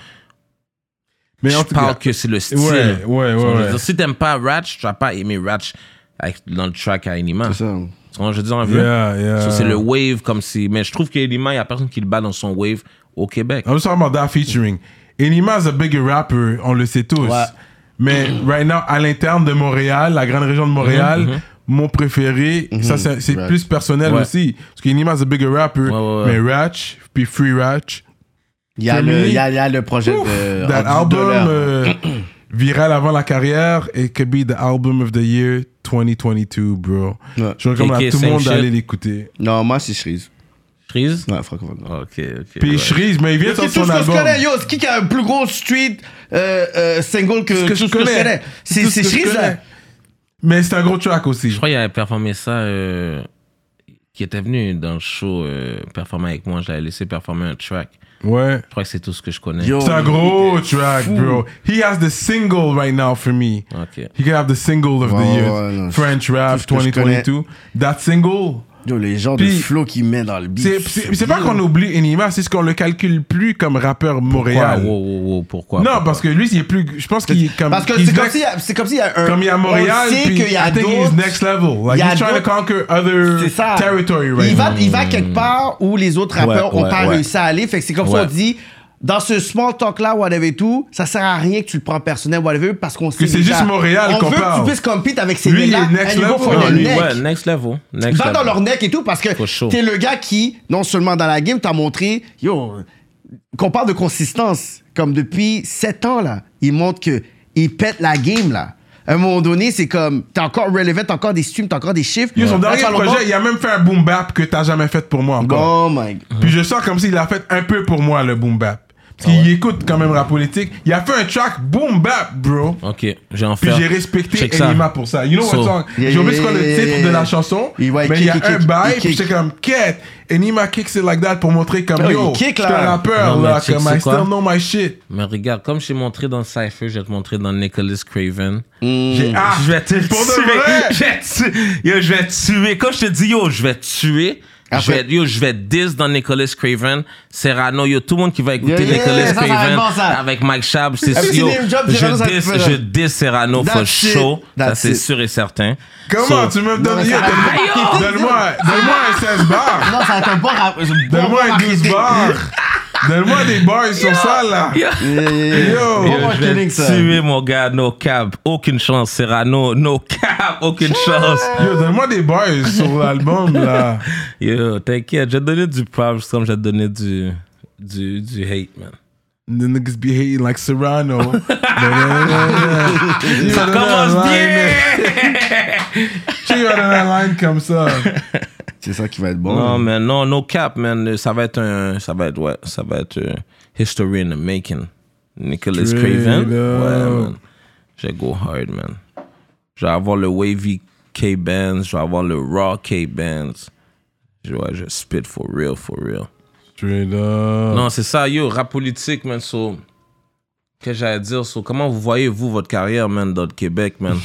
Mais
je
en tout
parle
cas,
que c'est le style.
Ouais,
Tu
ouais,
vois, je veux
ouais. ouais.
dire, si t'aimes pas Ratch, tu vas pas aimer Ratch avec- dans le track à Enima.
C'est ça.
Tu vois, je dis en
Yeah, yeah.
Ça, c'est le wave comme si. Mais je trouve qu'Elima, il n'y a personne qui le bat dans son wave au Québec.
I'm just talking about that featuring. Enima is a bigger rapper, on le sait tous.
Ouais.
Mais
Mm-hmm.
right now, à l'interne de Montréal, la grande région de Montréal, mon préféré, ça c'est c'est
Ratch.
plus personnel
Mm-hmm. Ouais.
aussi. Parce qu'Enima is a bigger rapper,
ouais, ouais.
mais Ratch, puis Free Ratch.
Il y a
Family.
le, il y a, il y a le projet
Ouf,
de.
that
du
album
dollar.
euh, viral avant la carrière, it could be the album of the year 2022, bro.
Ouais.
Je recommande
KK,
à tout le
same
monde
shit.
d'aller l'écouter.
Non, moi, c'est Shreeze.
Freeze?
Ouais, francophone.
Ok, ok.
Puis
ouais.
Shreeze, mais il vient
Yo, C'est
sur son
tout ce qu'on se
album.
connaît, yo. C'est qui qui a le plus gros street euh, euh, single que,
Ce
tout ce qu'on se connaît? C'est
tout ce
c'est
que je
Shreeze,
connais.
là.
Mais c'est un gros track
Je
aussi.
crois qu'il avait performé ça, euh, qui était venu dans le show euh, performer avec moi. Je l'avais laissé performer un track.
Ouais.
Je crois que c'est tout ce que je connais.
Yo,
C'est un
Oh, il
gros
était
track,
fou.
bro. He has the single right now for me.
Ok.
He can have the single of the
Ouais,
year.
ouais, non,
French Rap
tout ce que je
2022. That single.
Yo, les gens de
Puis-
flow qu'il met dans le beat.
C'est- C'est c'est pas qu'on oublie Enima, c'est ce qu'on le calcule plus comme rappeur
Pourquoi?
Montréal.
Wow, wow, wow, pourquoi?
Non,
pourquoi?
parce que lui, il est plus. Je pense qu'il est comme.
Parce que
he's
c'est comme
next-
s'il y a- c'est comme s'il y a un.
comme il est à Montréal,
On sait
puis
qu'il y a
I think he's
d'autres.
next level. Like
Il y a
he's trying to
d'autres-
conquer other
C'est ça.
territory right
il, va,
now.
il va quelque part où les autres rappeurs
Mm. Ouais,
ont
ouais,
pas
ouais.
réussi à aller. Fait que c'est comme ça
Ouais.
on dit. Dans ce small talk là, whatever et tout, ça sert à rien que tu le prends personnel, whatever, parce qu'on sait.
c'est
déjà-
juste Montréal
On
qu'on
veut
parle.
que tu puisses compete avec ces
Lui, il est
gars-là.
next
à niveau
level.
for
Non,
the
lui,
neck.
ouais, next level. Next
va
level.
dans leur neck et tout parce que
For sure.
t'es le gars qui, non seulement dans la game, t'as montré, yo, qu'on parle de consistance, comme depuis 7 ans, là, il montre que il pète la game, là. À un moment donné, c'est comme, t'es encore relevant, t'as encore des streams, t'as encore des chiffres.
Yo, son
Là,
dernier
tu vas le
projet,
voir.
il a même fait un boom bap que t'as jamais fait pour moi encore.
Oh my
Puis je sens comme s'il l'a fait un peu pour moi, le boom bap. Parce
Ah
qu'il écoute quand même rap politique. Il a fait un track boom bap, bro.
Ok, j'ai en
Puis
fait.
j'ai respecté
Check ça.
Enima pour ça. You know
So-
what song?
Yeah,
J'ai oublié
yeah,
c'est quoi le
yeah, yeah,
titre de
yeah.
la chanson.
Il va- il
mais il y a
kick, il
un
kick,
bail,
il
puis
kick.
j'étais comme, quête. Enima kicks it like that pour montrer comme,
Oh,
yo,
il
je
kick,
suis un
là.
rappeur,
Non, mais
là,
check,
comme
c'est
I
quoi?
still know my shit.
Mais regarde, comme je t'ai montré dans Cypher, je vais te montrer dans Nicholas Craven.
Mm.
J'ai ah,
je vais te
pour de
tuer.
vrai.
Je vais tuer. Yo, je vais tuer. Quand je te dis yo, je vais tuer.
Après-
Je vais, yo, je vais 10 dans Nicholas Craven, Serrano, yo, tout le monde qui va écouter
Yeah, yeah,
Nicholas
ça, ça va être
Craven
bon, ça.
avec Mike Shab, c'est
Un petit
sûr.
name drop, Serrano, ça
Je
te
dis,
fait, là.
je dis Serrano for
That's it.
show, ça
That's
c'est
it.
sûr et certain. So,
Comment tu me donnes,
mais
yo,
ça-
donne-moi, donne-moi, donne-moi un 16 bars.
Non, ça t'a pas rap-
Donne-moi
pas
un 12
marketé.
bars. Donne-moi des bars sur ça, là.
yo.
Yo.
Pas
je vais
marketing, ça.
tuer mon gars, no cap, aucune chance, Serrano, no cap, aucune chance.
Yo, donne-moi des bars sur l'album, là.
Yo, t'inquiète, j'ai donné du props comme j'ai donné du, du, du hate, man.
The niggas be hating like Serrano.
Ça commence bien!
Tu sais, il y a un line comme ça.
C'est ça qui va être bon.
Non, Oh, man, non, no cap, man. Ça va être un. Ça va être, ouais, ça va être euh, History in the Making. Nicholas
Straight
Craven.
up.
Ouais, man. Je vais go hard, man. Je vais avoir le Wavy K-Bands, je vais avoir le Raw K-Bands. Je vais je spit for real, for real.
Straight up.
Non, c'est ça, yo, rap politique, man. So, que j'allais dire, so, comment vous voyez, vous, votre carrière, man, dans le Québec, man?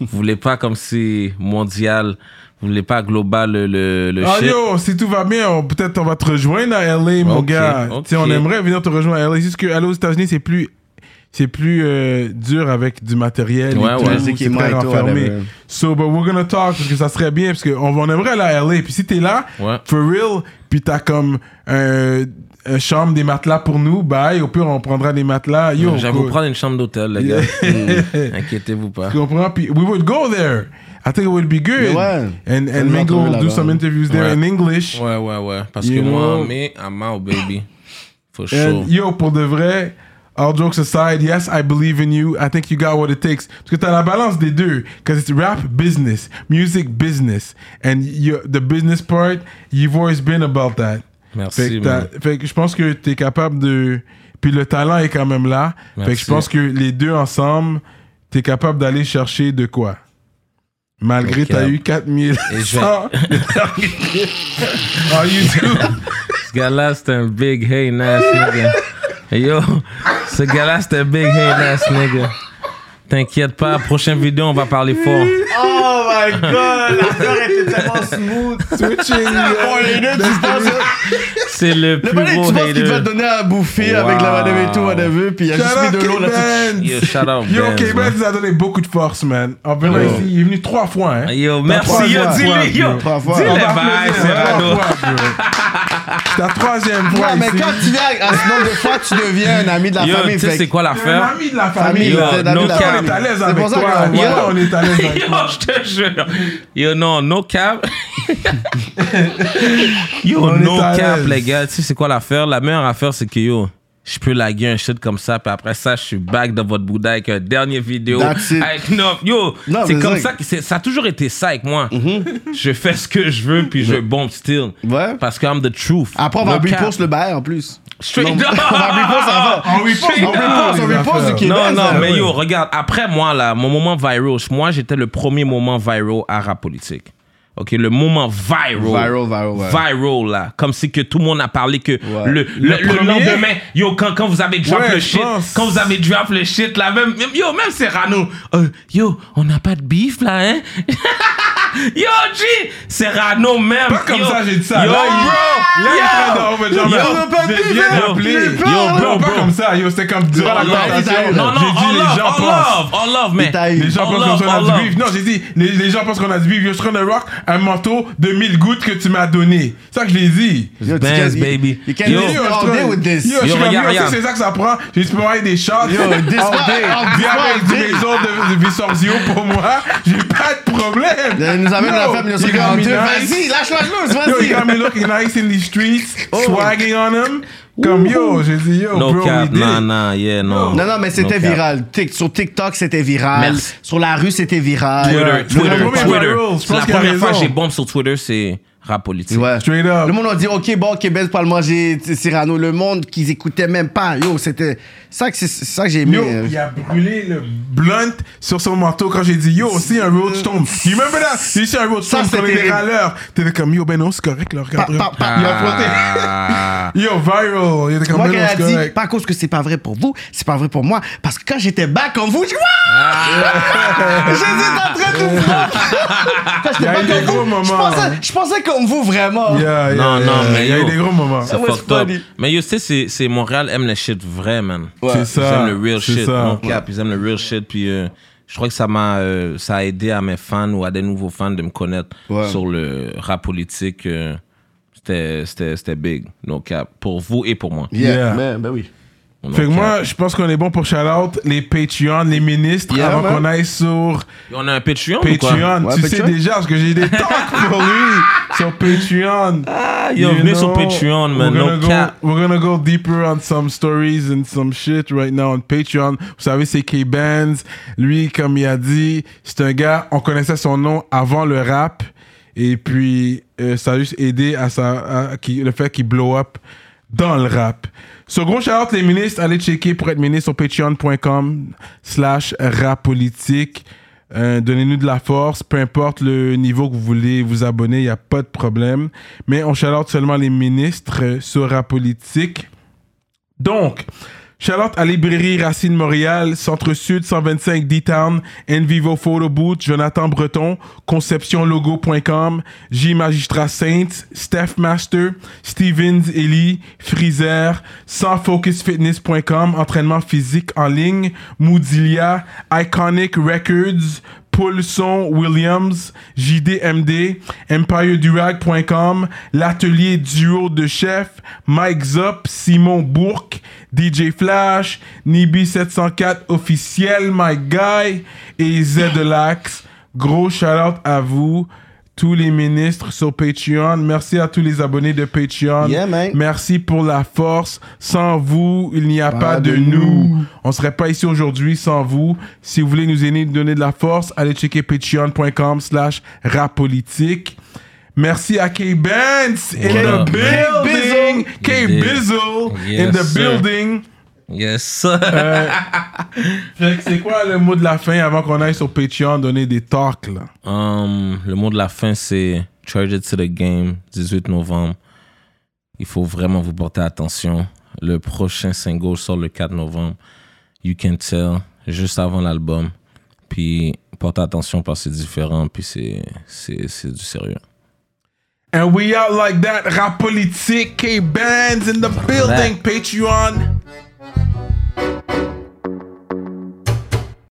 vous voulez pas comme si mondial, vous voulez pas global le, le, le
Ah
shit?
yo, si tout va bien, on- peut-être on va te rejoindre à LA, mon
Ok,
gars.
ok.
Tu sais, on aimerait venir te rejoindre à LA. C'est Juste que aller aux États-Unis, c'est plus, c'est plus euh, dur avec du matériel.
Ouais,
et
ouais.
tout.
Musique
C'est
et moi
très
et tout,
renfermé.
whatever.
So, but we're gonna talk parce que ça serait bien parce qu'on on aimerait aller à LA. Puis si t'es là,
Ouais.
for real, puis t'as comme euh, une chambre, des matelas pour nous, bye. Au pire, on prendra des matelas. Yo,
J'allais vous
go-
prendre une chambre d'hôtel, les gars. Mm. Inquiétez-vous pas.
Tu comprends? Puis we would go there. I think it would be good.
Mais ouais.
And,
Fais
and
une
mingle,
entrevue
do
là-bas.
some interviews there
Ouais.
in English.
Ouais, ouais, ouais. Parce
You
que moi,
know-
mais I'm out, baby. For sure.
And yo, pour de vrai, all jokes aside, yes, I believe in you. I think you got what it takes. Parce que t'as la balance des deux. Because it's rap business, music business. And you, the business part, you've always been about that.
Merci,
Fait que, t'as-
man.
fait que je pense que t'es capable de... Puis le talent est quand même là. Fait que
Merci.
je pense que les deux ensemble, t'es capable d'aller chercher de quoi. Malgré
Ok.
t'as eu 4000
Et je vais-
Are you too?
Ce gars-là, c'est un big hey ass nigga. Yo, ce gars-là, c'est un big hey ass nigga. T'inquiète pas, prochaine vidéo, on va parler fort.
Oh my god, la fleur était tellement smooth.
Switching.
Oh,
euh,
les deux, tu penses-
C'est le plus
Le balai,
gros
tu penses qu'il va te
hater.
donner à bouffer avec la
Wow.
madame et tout, whatever, puis il a
Shout
juste mis
out
de l'eau là-dessus.
K-Benz.
Yo, shout out,
Yo,
Benz,
K-Benz
man.
nous a donné beaucoup de force, man. En venant
Yo.
ici, il est venu trois fois, hein.
Yo,
trois
merci, yo,
fois,
dis-le, yo.
trois fois.
Dis-le,
On
va
bye,
applaudir,
Serrano.
trois fois, bro. C'est ta troisième
Ouais,
fois
mais
ici.
quand tu viens à ce nombre de fois, tu deviens un ami de la
Yo,
famille.
tu sais,
fait
c'est
que-
quoi
T'es un
l'affaire?
ami de la famille.
Yo,
Famille, t'es un ami
no
de la
cap.
On est à
famille.
l'aise
C'est
avec
pour ça
toi.
que-
voilà,
Yo.
on est à l'aise avec
Yo,
toi.
je te jure. Yo, non, no cap. yo,
On est
no
à
cap,
l'aise.
les gars. Tu sais, c'est quoi l'affaire? La meilleure affaire, c'est que yo, je peux laguer un shit comme ça, puis après ça, je suis back dans votre Bouddha avec un dernier vidéo.
That's it.
Avec no, yo,
Non,
c'est
mais
comme
c'est- Mm-hmm.
ça que c'est- ça a toujours été ça avec moi. Je fais ce que je veux, puis je bombe still.
Ouais.
Parce que I'm the truth.
Après, on va
No cap.
plus Ah, le bail en plus.
Straight
Non,
up.
On repose, on repose, on repose du Québec.
Non, non,
ça,
mais
ouais.
yo, regarde, après moi, là, mon moment viral, moi, j'étais le premier moment viral à rap politique. OK, le moment viral.
Viral, viral, ouais.
Viral, là. Comme si que tout le monde a parlé que le, le, le
premier?
lendemain, yo, quand, quand vous avez drop
Ouais,
le
je
shit,
pense.
quand vous avez drop le shit, là, même, même- yo, même Serrano, euh, yo, on n'a pas de beef, là, hein? Yo, G, Serrano même.
Pas comme
yo.
ça, j'ai dit ça.
Yo,
Là,
bro.
il- là, il est en train
yo.
d'en remettre,
Yo.
genre, man,
on a pas de
j'ai
beef,
bien
hein.
rappelé.
Yo, bro,
Yo, pas
bro.
comme ça, yo, c'était comme durant la
Yo,
conversation.
yo,
Non, non,
J'ai dit,
on
les
love,
gens
on
pensent.
love, on love, mais.
Détail.
Les gens
On
pensent comme
love,
ça, on
on
a du beef.
love.
Non, j'ai dit, les, les gens pensent qu'on a du beef. Yo, je suis en train de rock un manteau de 1000 gouttes que tu m'as donné. C'est ça que je l'ai dit.
Yo, tu
Benz,
can- you-
baby.
You
Yo,
can't
yo, je suis
yo, all day
en-
with this.
Yo, je suis comme,
regarde,
yo, ça,
regarde.
c'est ça que ça prend. J'ai envoyé des shots.
Yo, this
All
guy-
day.
all
Viens
day.
avec du maison de, de Visorzio pour moi. J'ai pas de problème.
Elle nous amène
Yo,
la femme
you got me
1942.
nice.
Vas-y, lâche la loose,
Yo, you got
vas-y. Oh.
me looking nice in the streets, swagging on them. Comme yo, j'ai dit yo,
No
bro, we
cap,
did
non,
it.
non, yeah, non.
Non, non, mais c'était
Oh, No cap.
viral. Tic- Sur TikTok, c'était viral.
Merci.
Sur la rue, c'était viral.
Twitter,
Le-
Twitter,
le-
premier
Twitter.
viral, je
C'est
pense
la
qu'il a
première fois que
raison.
j'ai bombe sur Twitter, c'est rap politique.
Ouais.
Straight up.
Le monde a dit, OK, bon, Québec, pas le manger, t- Cyrano. Le monde qu'ils écoutaient même pas. Yo, c'était ça que, c'est c'est ça que j'ai aimé.
Yo,
euh.
il a brûlé le blunt sur son manteau quand j'ai dit yo, c'est un road storm. You remember that? J'ai dit un road
Ça,
storm sur
c'était
les
terrible.
râleurs. T'étais comme yo, ben non, c'est correct, là, regarde.
Pa- pa- pa-
Il a frotté.
Ah.
Yo, viral. Il était comme
Moi,
ben
qu'elle
non,
a
c'est
dit,
correct.
pas à cause que c'est pas vrai pour vous, c'est pas vrai pour moi, parce que quand j'étais bas comme vous, je vois!
Ah.
J'étais en train de vous voir. Quand j'étais
Il y a
bas
eu des
comme
gros
vous, je
moments,
pensais-
hein.
je pensais comme vous vraiment.
Yeah, yeah,
Non,
yeah,
non,
yeah.
mais
Il y a eu
yo.
des gros moments.
C'est
was
fucked up.
funny.
Mais yo, tu sais, c'est- c'est Montréal aime le shit vrai, man.
C'est ça.
Ils aiment le real
C'est
shit.
ça.
Non cap, ils aiment le real shit. Puis euh, je crois que ça m'a euh, ça a aidé à mes fans ou à des nouveaux fans de me connaître
Ouais.
sur le rap politique. euh, c'était- C'était c'était big, no cap. Pour vous et pour moi.
Yeah,
Yeah.
man, ben oui.
No
Fait que
cap.
moi, je pense qu'on est bon pour shout out les Patreon, les ministres,
Yeah,
avant
man.
qu'on aille sur
On a un Patreon ou quoi?
Patreon.
Ouais,
tu
Patreon.
sais déjà, parce que j'ai des talks pour lui sur Patreon.
Ah, yo, venez sur Patreon, man.
We're gonna,
No
go,
cap.
we're gonna go deeper on some stories and some shit right now on Patreon. Vous savez, c'est K-Benz. Lui, comme il a dit, c'est un gars, on connaissait son nom avant le rap. Et puis, euh, ça a juste aidé à, sa, à qui- le fait qu'il blow up dans le rap. So, gros shout out les ministres. Allez checker pour être ministre sur patreon.com slash rap politique. Euh, Donnez-nous de la force, peu importe le niveau que vous voulez vous abonner, il n'y a pas de problème. Mais on shout seulement les ministres euh, sur la politique. Donc, Charlotte à Librairie Racine Montréal, Centre-Sud 125 D-Town, Envivo Photo Booth, Jonathan Breton, ConceptionLogo.com, J Magistrat Saints, Steph Master, Stevens Ellie, Freezer, SansFocusFitness.com, entraînement physique en ligne, Moodilia, Iconic Records, Paulson Williams, JDMD, EmpireDurag.com, l'atelier duo de chef, Mike Zop, Simon Bourque, DJ Flash, Nibi704 officiel, My Guy et Z de l'Axe. Gros shout-out à vous, tous les ministres sur Patreon. Merci à tous les abonnés de Patreon.
Yeah, man.
Merci pour la force. Sans vous, il n'y a pas, de, nous. On serait pas ici aujourd'hui sans vous. Si vous voulez nous aider, nous donner de la force, allez checker patreon.com slash rapolitique. Merci à K-Benz in
Voilà.
the building. K-Bizzle
Yes,
in the
sir.
building.
Yes, sir.
Fait que C'est quoi le mot de la fin avant qu'on aille sur Patreon donner des talks, là?
Um, le mot de la fin, c'est Charge it to the game, 18 novembre. Il faut vraiment vous porter attention. Le prochain single sort le 4 novembre. You Can Tell, juste avant l'album. Puis, portez attention parce que c'est différent, puis c'est- c'est c'est du sérieux.
And we out like that. Rap politique, K-Benz in the building. Patreon.